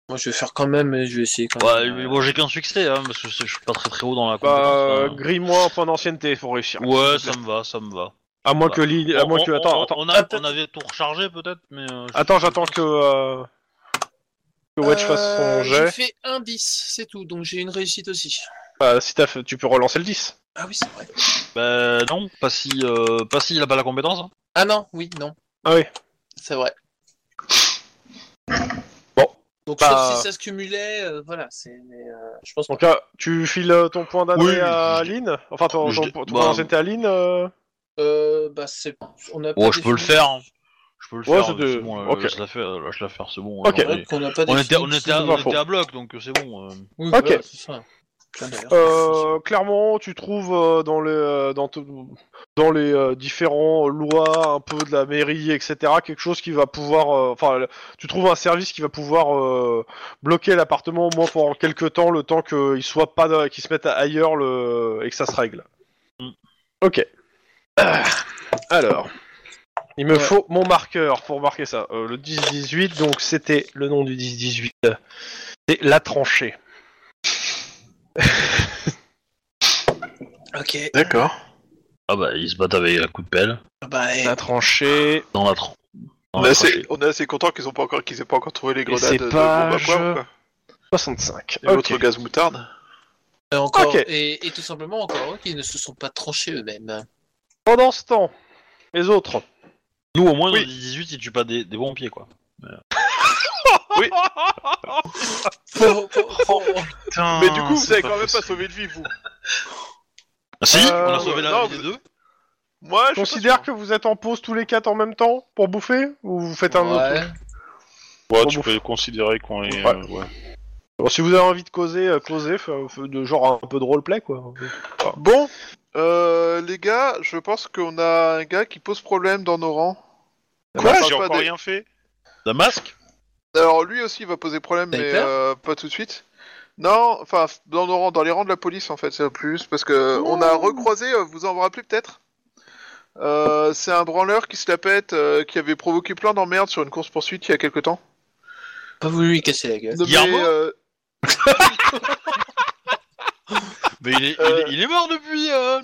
Speaker 4: Moi, je vais faire quand même et je vais essayer quand
Speaker 1: Ouais,
Speaker 4: même.
Speaker 1: mais bon, j'ai qu'un succès, hein, parce que c'est- je suis pas très très haut dans la compétence.
Speaker 2: Bah, euh,
Speaker 1: hein.
Speaker 2: grille-moi un point d'ancienneté pour réussir.
Speaker 1: Ouais, ça me va, ça me va.
Speaker 2: À moins
Speaker 1: bah,
Speaker 2: que... Lily- À
Speaker 1: On-
Speaker 2: moins que...
Speaker 1: on-
Speaker 2: Attends,
Speaker 1: on-
Speaker 2: attends,
Speaker 1: On, a-
Speaker 4: Ah, peut-être-
Speaker 1: on avait tout rechargé peut-être, mais. euh, je-
Speaker 2: attends j'attends que... euh, Que Wedge fasse son
Speaker 4: Euh,
Speaker 2: jet.
Speaker 4: J'ai fait un 10, c'est tout, donc j'ai une réussite aussi.
Speaker 2: Bah, si t'as fait- tu peux relancer le 10.
Speaker 4: Ah oui, c'est vrai.
Speaker 1: Bah non, pas si, euh, pas si il a pas la compétence. hein.
Speaker 4: Ah non, oui, non,
Speaker 2: Ah oui.
Speaker 4: c'est vrai.
Speaker 2: Bon.
Speaker 4: Donc
Speaker 2: Bah-
Speaker 4: sauf si ça se cumulait, euh, voilà, c'est. mais, euh, je pense
Speaker 2: Donc là, tu files euh, ton point d'année
Speaker 1: Oui,
Speaker 2: à
Speaker 1: je-
Speaker 2: Aline Enfin, ton,
Speaker 1: je-
Speaker 2: ton, ton
Speaker 1: bah,
Speaker 2: point d'ancienneté à Aline euh,
Speaker 4: Euh, bah c'est. On a pas
Speaker 1: Oh, je peux le
Speaker 4: défini-
Speaker 1: faire. hein. Je peux le
Speaker 2: Ouais,
Speaker 1: faire.
Speaker 2: c'est
Speaker 1: mais
Speaker 2: de-
Speaker 1: c'est bon, là,
Speaker 2: ok.
Speaker 1: là, je la fais, là, je la fais, c'est bon.
Speaker 2: Ok.
Speaker 1: j'en ai-
Speaker 4: Ouais, qu'on n'a pas
Speaker 1: On
Speaker 4: défini
Speaker 1: était, on
Speaker 4: qui-
Speaker 1: était, à, on
Speaker 2: pas faux.
Speaker 1: était à bloc, donc c'est bon. euh.
Speaker 4: Oui,
Speaker 2: Ok.
Speaker 4: voilà, c'est ça. Tiens, d'ailleurs.
Speaker 2: euh, Clairement, tu trouves euh, dans les, euh, dans, tout- dans les euh, différents lois un peu de la mairie, etc., quelque chose qui va pouvoir... euh, Enfin, le- tu trouves un service qui va pouvoir euh, bloquer l'appartement au moins pendant quelques temps, le temps qu'il soit pas... dans- qu'il se mette ailleurs le, et que ça se règle.
Speaker 1: Mm.
Speaker 2: Ok. Euh, Alors... Il me
Speaker 4: Ouais.
Speaker 2: faut mon marqueur pour marquer ça. Euh, le 10-18, donc c'était le nom du 10-18. C'est la tranchée.
Speaker 4: Ok.
Speaker 3: D'accord.
Speaker 1: Ah bah, ils se battent avec un coup de pelle
Speaker 4: Ah Bah, eh,
Speaker 2: La tranchée.
Speaker 1: dans la tronche.
Speaker 3: On est assez, on est assez content qu'ils ont pas encore, qu'ils aient pas encore trouvé les grenades
Speaker 2: c'est
Speaker 3: de
Speaker 2: pas
Speaker 3: bombe à poivre,
Speaker 2: je-
Speaker 3: quoi.
Speaker 2: 65.
Speaker 3: Et
Speaker 2: Ok.
Speaker 3: l'autre gaz moutarde.
Speaker 4: et euh, encore,
Speaker 2: ok.
Speaker 4: et, et tout simplement encore eux qui ne se sont pas tranchés eux-mêmes.
Speaker 2: Pendant ce temps, les autres.
Speaker 1: Nous, au moins,
Speaker 2: Oui.
Speaker 1: dans les 18, ils tuent pas des, des pompiers, quoi.
Speaker 4: Pour- pour- pour-
Speaker 2: Ah,
Speaker 3: Mais du coup, vous avez quand même pas sauvé de vie, vous.
Speaker 1: Ah, Si,
Speaker 2: Euh,
Speaker 1: on a sauvé la
Speaker 3: non,
Speaker 1: vie des
Speaker 3: vous-
Speaker 1: deux.
Speaker 3: Moi, je
Speaker 2: Je considère que vous êtes en pause tous les quatre en même temps pour bouffer Ou vous faites un autre
Speaker 4: ouais.
Speaker 5: Ouais,
Speaker 2: Bon,
Speaker 5: tu
Speaker 2: bon.
Speaker 5: peux considérer qu'on est.
Speaker 2: Ouais.
Speaker 5: euh, ouais.
Speaker 2: Bon, Si vous avez envie de causer, euh, causez, f- f- de genre un peu de roleplay quoi.
Speaker 3: Bon, euh, les gars, je pense qu'on a un gars qui pose problème dans nos rangs.
Speaker 5: Quoi
Speaker 3: On parle
Speaker 5: J'ai
Speaker 3: Ah, pas
Speaker 5: encore
Speaker 3: des-
Speaker 5: rien fait
Speaker 1: Damasque
Speaker 3: Alors lui aussi va poser problème,
Speaker 4: T'as eu
Speaker 3: mais
Speaker 4: peur
Speaker 3: euh, pas tout de suite. Non, enfin f- dans nos rangs, dans les rangs de la police en fait, c'est le plus parce que on a recroisé, euh, vous en vous rappelez peut-être. Euh, c'est un branleur qui se la pète, euh, qui avait provoqué plein d'emmerdes sur une course poursuite il y a quelque temps.
Speaker 4: Pas voulu lui casser la gueule.
Speaker 1: Guillermo
Speaker 3: Mais, euh,
Speaker 1: Mais il est, il est-
Speaker 3: Euh.
Speaker 1: il est mort depuis. euh.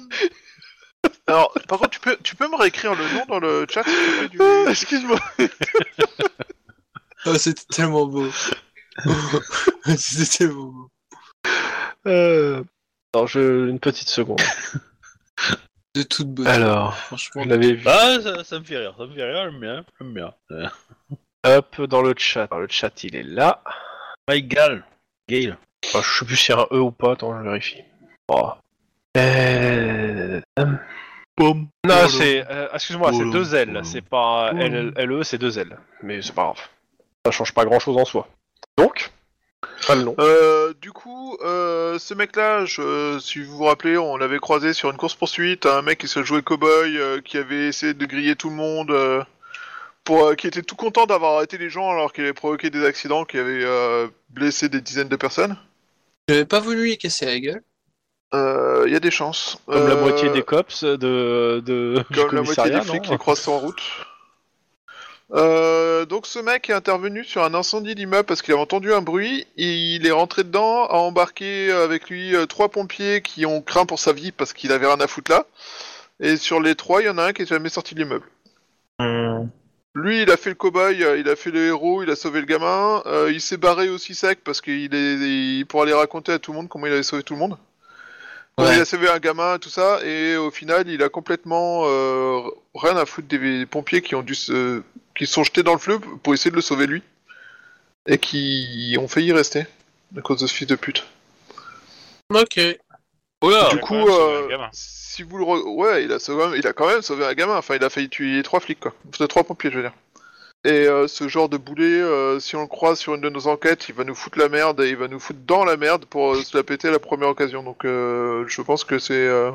Speaker 3: alors, par contre, tu peux, tu peux me réécrire le nom dans le chat. s'il te plaît, du-
Speaker 2: Excuse-moi.
Speaker 4: Oh, c'était tellement beau. c'était tellement beau.
Speaker 2: Alors, je... une petite seconde.
Speaker 4: De toute beauté,
Speaker 2: Alors,
Speaker 4: franchement.
Speaker 2: je l'avais vu.
Speaker 1: Ah, ça, ça me fait rire, ça me fait rire, j'aime bien, j'aime bien. Euh,
Speaker 2: Hop, dans le chat. Alors, le chat, il est là.
Speaker 1: Mike Gall, Gale.
Speaker 2: Enfin, je sais plus s'il y a un E ou pas, attends, je vérifie. Oh. Euh...
Speaker 1: Pom.
Speaker 2: Non,
Speaker 1: Polo.
Speaker 2: c'est. euh, Excuse-moi, c'est
Speaker 1: Polo.
Speaker 2: deux L.
Speaker 1: Polo.
Speaker 2: C'est pas
Speaker 4: Polo.
Speaker 2: L, LE, c'est deux L. Mais c'est pas grave. Ça change pas grand chose en soi. Donc, pas le nom.
Speaker 3: Euh, du coup, euh, ce mec-là, je- si vous vous rappelez, on l'avait croisé sur une course-poursuite, un mec qui se jouait cow-boy, euh, qui avait essayé de griller tout le monde, euh, pour, euh, qui était tout content d'avoir arrêté les gens alors qu'il avait provoqué des accidents, qui avait euh, blessé des dizaines de personnes.
Speaker 4: J'avais pas voulu lui casser la gueule.
Speaker 3: Euh, Il y a des chances.
Speaker 2: Comme la
Speaker 3: Euh,
Speaker 2: moitié des cops de. de du
Speaker 3: Comme la moitié
Speaker 2: commissariat,
Speaker 3: des flics
Speaker 2: non hein.
Speaker 3: les croisent en route. Euh, donc ce mec est intervenu sur un incendie d'immeuble parce qu'il a entendu un bruit. Il est rentré dedans, a embarqué avec lui euh, trois pompiers qui ont craint pour sa vie parce qu'il avait rien à foutre là. Et sur les trois, il y en a un qui est jamais sorti de l'immeuble. Lui, il a fait le cobaye, euh, il a fait le héros, il a sauvé le gamin. euh, il s'est barré aussi sec parce qu'il est il- pour aller raconter à tout le monde comment il avait sauvé tout le monde. Comment
Speaker 4: Ouais.
Speaker 3: Il a sauvé un gamin, tout ça, et au final, il a complètement euh, rien à foutre des pompiers qui ont dû se qui se sont jetés dans le fleuve pour essayer de le sauver lui. Et qui ont failli y rester à cause de ce fils de pute.
Speaker 4: Ok.
Speaker 1: Voilà.
Speaker 3: du
Speaker 5: Ah, il a
Speaker 3: coup,
Speaker 5: quand même sauvé
Speaker 3: euh,
Speaker 5: un gamin.
Speaker 3: si vous le. re- Ouais, il a, sauvé... il a quand même sauvé un gamin. Enfin, il a failli tuer trois flics, quoi. Enfin, trois pompiers, je veux dire. Et euh, ce genre de boulet, euh, si on le croise sur une de nos enquêtes, il va nous foutre la merde et il va nous foutre dans la merde pour euh, se la péter à la première occasion. Donc, euh, je pense que c'est. euh,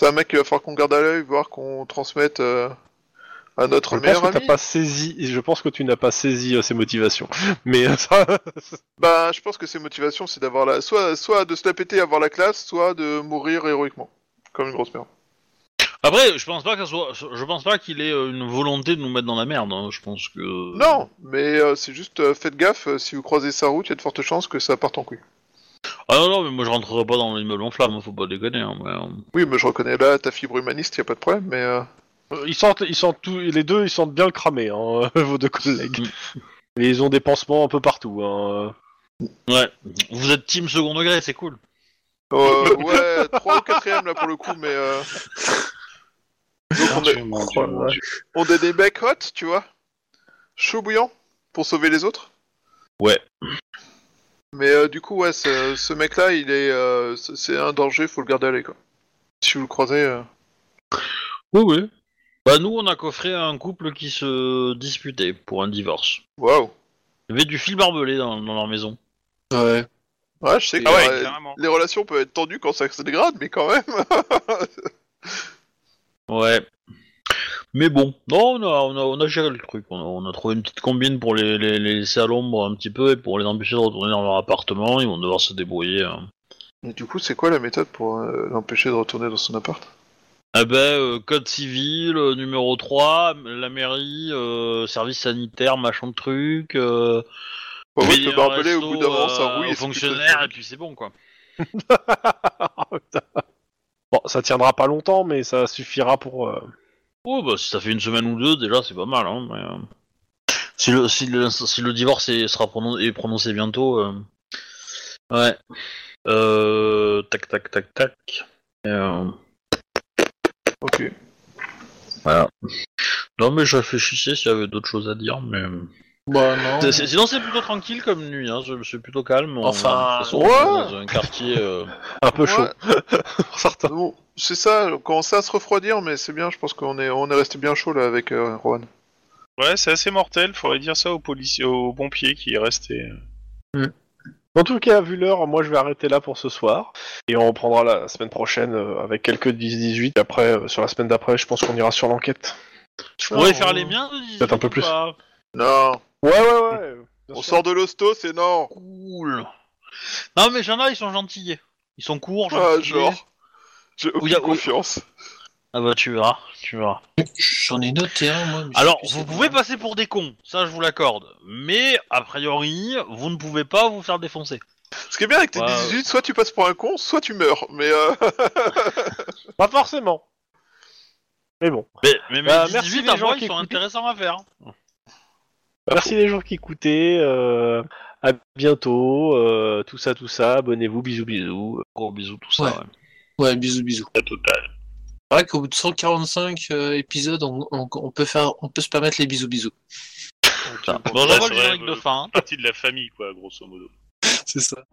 Speaker 3: C'est un mec qu'il va falloir qu'on garde à l'œil, voir qu'on transmette euh, à notre
Speaker 2: Je pense
Speaker 3: meilleur
Speaker 2: que t'as
Speaker 3: ami.
Speaker 2: pas saisi, et je pense que tu n'as pas saisi euh, ses motivations. Mais euh, ça,
Speaker 3: Bah, je pense que ses motivations, c'est d'avoir la. Soit, soit de se la péter et avoir la classe, soit de mourir héroïquement. Comme une grosse merde.
Speaker 1: Après, je pense pas que ça soit- je pense pas qu'il ait euh, une volonté de nous mettre dans la merde. hein. Je pense que.
Speaker 3: Non, mais euh, c'est juste euh, faites gaffe, euh, si vous croisez sa route, il y a de fortes chances que ça parte en couille.
Speaker 1: Ah non, non, mais moi je rentrerai pas dans l'immeuble en flamme. hein, Faut pas déconner. hein, mais, euh,
Speaker 3: Oui, mais je reconnais là ta fibre humaniste, il a pas de problème, mais... euh,
Speaker 2: euh, ils sentent, ils sentent tout, les deux, ils sentent bien le cramer, hein, vos deux collègues.
Speaker 3: Mm.
Speaker 2: Et ils ont des pansements un peu partout. Hein.
Speaker 1: Ouais. Vous êtes team second degré, c'est cool.
Speaker 3: euh, ouais, 3 ou 4 là pour le coup, mais... euh,
Speaker 6: Mon Dieu, mon Dieu, mon Dieu.
Speaker 3: On a des mecs hot, tu vois Chaud bouillant, pour sauver les autres
Speaker 1: Ouais.
Speaker 3: Mais euh, du coup, ouais, ce, ce mec-là, il est... euh, c'est- c'est un danger, faut le garder à l'œil, quoi. Si vous le croisez... euh,
Speaker 1: Oui, oui. Bah nous, on a coffré un couple qui se disputait pour un divorce.
Speaker 3: Waouh
Speaker 1: Il y avait du fil barbelé dans, dans leur maison.
Speaker 4: Ouais.
Speaker 3: Ouais, je sais que
Speaker 5: Ah ouais,
Speaker 3: euh,
Speaker 5: carrément.
Speaker 3: les relations peuvent être tendues quand ça se dégrade, mais quand même
Speaker 1: Ouais. Mais bon, non, on a, on a, on a géré le truc. On a, on a trouvé une petite combine pour les, les, les laisser à l'ombre un petit peu et pour les empêcher de retourner dans leur appartement. Ils vont devoir se débrouiller. hein.
Speaker 3: Mais du coup, c'est quoi la méthode pour euh, l'empêcher de retourner dans son appart
Speaker 1: Ah ben, euh, code civil, euh, numéro 3, la mairie, euh, service sanitaire, machin de truc. Euh,
Speaker 3: Bah ouais,
Speaker 1: payer
Speaker 3: le barbelé,
Speaker 1: un
Speaker 3: au bout d'un moment, ça
Speaker 1: resto,
Speaker 3: rouille
Speaker 1: euh, aux
Speaker 3: et c'est plus
Speaker 1: fonctionnaires,
Speaker 3: possible.
Speaker 1: et puis c'est bon, quoi.
Speaker 2: Bon, ça tiendra pas longtemps, mais ça suffira pour. euh,
Speaker 1: Oh, bah, si ça fait une semaine ou deux, déjà, c'est pas mal, hein, mais, euh, Si le, si le, si le divorce est, sera pronon- est prononcé bientôt... euh, Ouais. Euh... Tac, tac, tac, tac. Euh,
Speaker 3: Ok.
Speaker 1: Voilà. Non, mais je réfléchissais s'il y avait d'autres choses à dire, mais... euh,
Speaker 4: Bah non.
Speaker 1: C'est- c'est- Sinon, c'est plutôt tranquille comme nuit, hein. c'est- c'est plutôt calme. On-
Speaker 4: Enfin,
Speaker 1: de toute façon,
Speaker 3: ouais.
Speaker 1: on est dans un quartier. euh,
Speaker 2: Un peu
Speaker 3: Ouais.
Speaker 2: chaud, pour certains.
Speaker 3: Bon, c'est ça, on commence à se refroidir, mais c'est bien, je pense qu'on est, on est resté bien chaud là avec euh, Rowan.
Speaker 5: Ouais, c'est assez mortel, faudrait dire ça aux, policiers, aux pompiers qui est resté. euh,
Speaker 2: En tout cas, vu l'heure, moi je vais arrêter là pour ce soir. Et on reprendra la semaine prochaine euh, avec quelques 10-18. Après, euh, sur la semaine d'après, je pense qu'on ira sur l'enquête.
Speaker 1: Je pourrais faire les miens de 18
Speaker 2: Peut-être un peu
Speaker 1: ou
Speaker 2: plus.
Speaker 1: pas
Speaker 3: Non,
Speaker 2: Ouais, ouais, ouais.
Speaker 3: on sort de l'hosto, c'est non
Speaker 1: Cool. Non, mais j'en ai, ils sont gentils. Ils sont courts,
Speaker 3: Ah,
Speaker 1: gentils.
Speaker 3: genre, j'ai
Speaker 1: Ou y
Speaker 3: aucune
Speaker 1: a- ou-
Speaker 3: confiance.
Speaker 1: Ah bah, tu verras, tu verras.
Speaker 4: J'en ai noté un, moi. mais je
Speaker 1: Alors,
Speaker 4: sais plus
Speaker 1: vous
Speaker 4: c'est
Speaker 1: pouvez
Speaker 4: quoi.
Speaker 1: passer pour des cons, ça je vous l'accorde. Mais, a priori, vous ne pouvez pas vous faire défoncer.
Speaker 3: Ce qui est bien avec tes
Speaker 1: Ouais,
Speaker 3: 18, soit tu passes pour un con, soit tu meurs, mais euh,
Speaker 2: Pas forcément. Mais bon.
Speaker 1: Mais, mais, mais
Speaker 2: Bah,
Speaker 1: 18,
Speaker 2: merci les
Speaker 1: à
Speaker 2: gens
Speaker 1: moi,
Speaker 2: qui
Speaker 1: ils sont
Speaker 2: écoutaient.
Speaker 1: intéressants à faire. hein.
Speaker 2: Merci les gens qui écoutaient. euh, à bientôt. euh, tout ça, tout ça. Abonnez-vous. Bisous, bisous.
Speaker 1: Gros bisous, tout ça.
Speaker 4: Ouais.
Speaker 1: ouais.
Speaker 4: Ouais, bisous, bisous. C'est vrai qu'au bout de 145 euh, épisodes, on, on- on peut faire, on peut se permettre les bisous, bisous.
Speaker 1: Bon, bah, j'envoie le
Speaker 5: Ouais,
Speaker 1: générique de
Speaker 5: euh,
Speaker 1: fin. hein.
Speaker 5: Partie de la famille, quoi, grosso modo.
Speaker 4: C'est ça.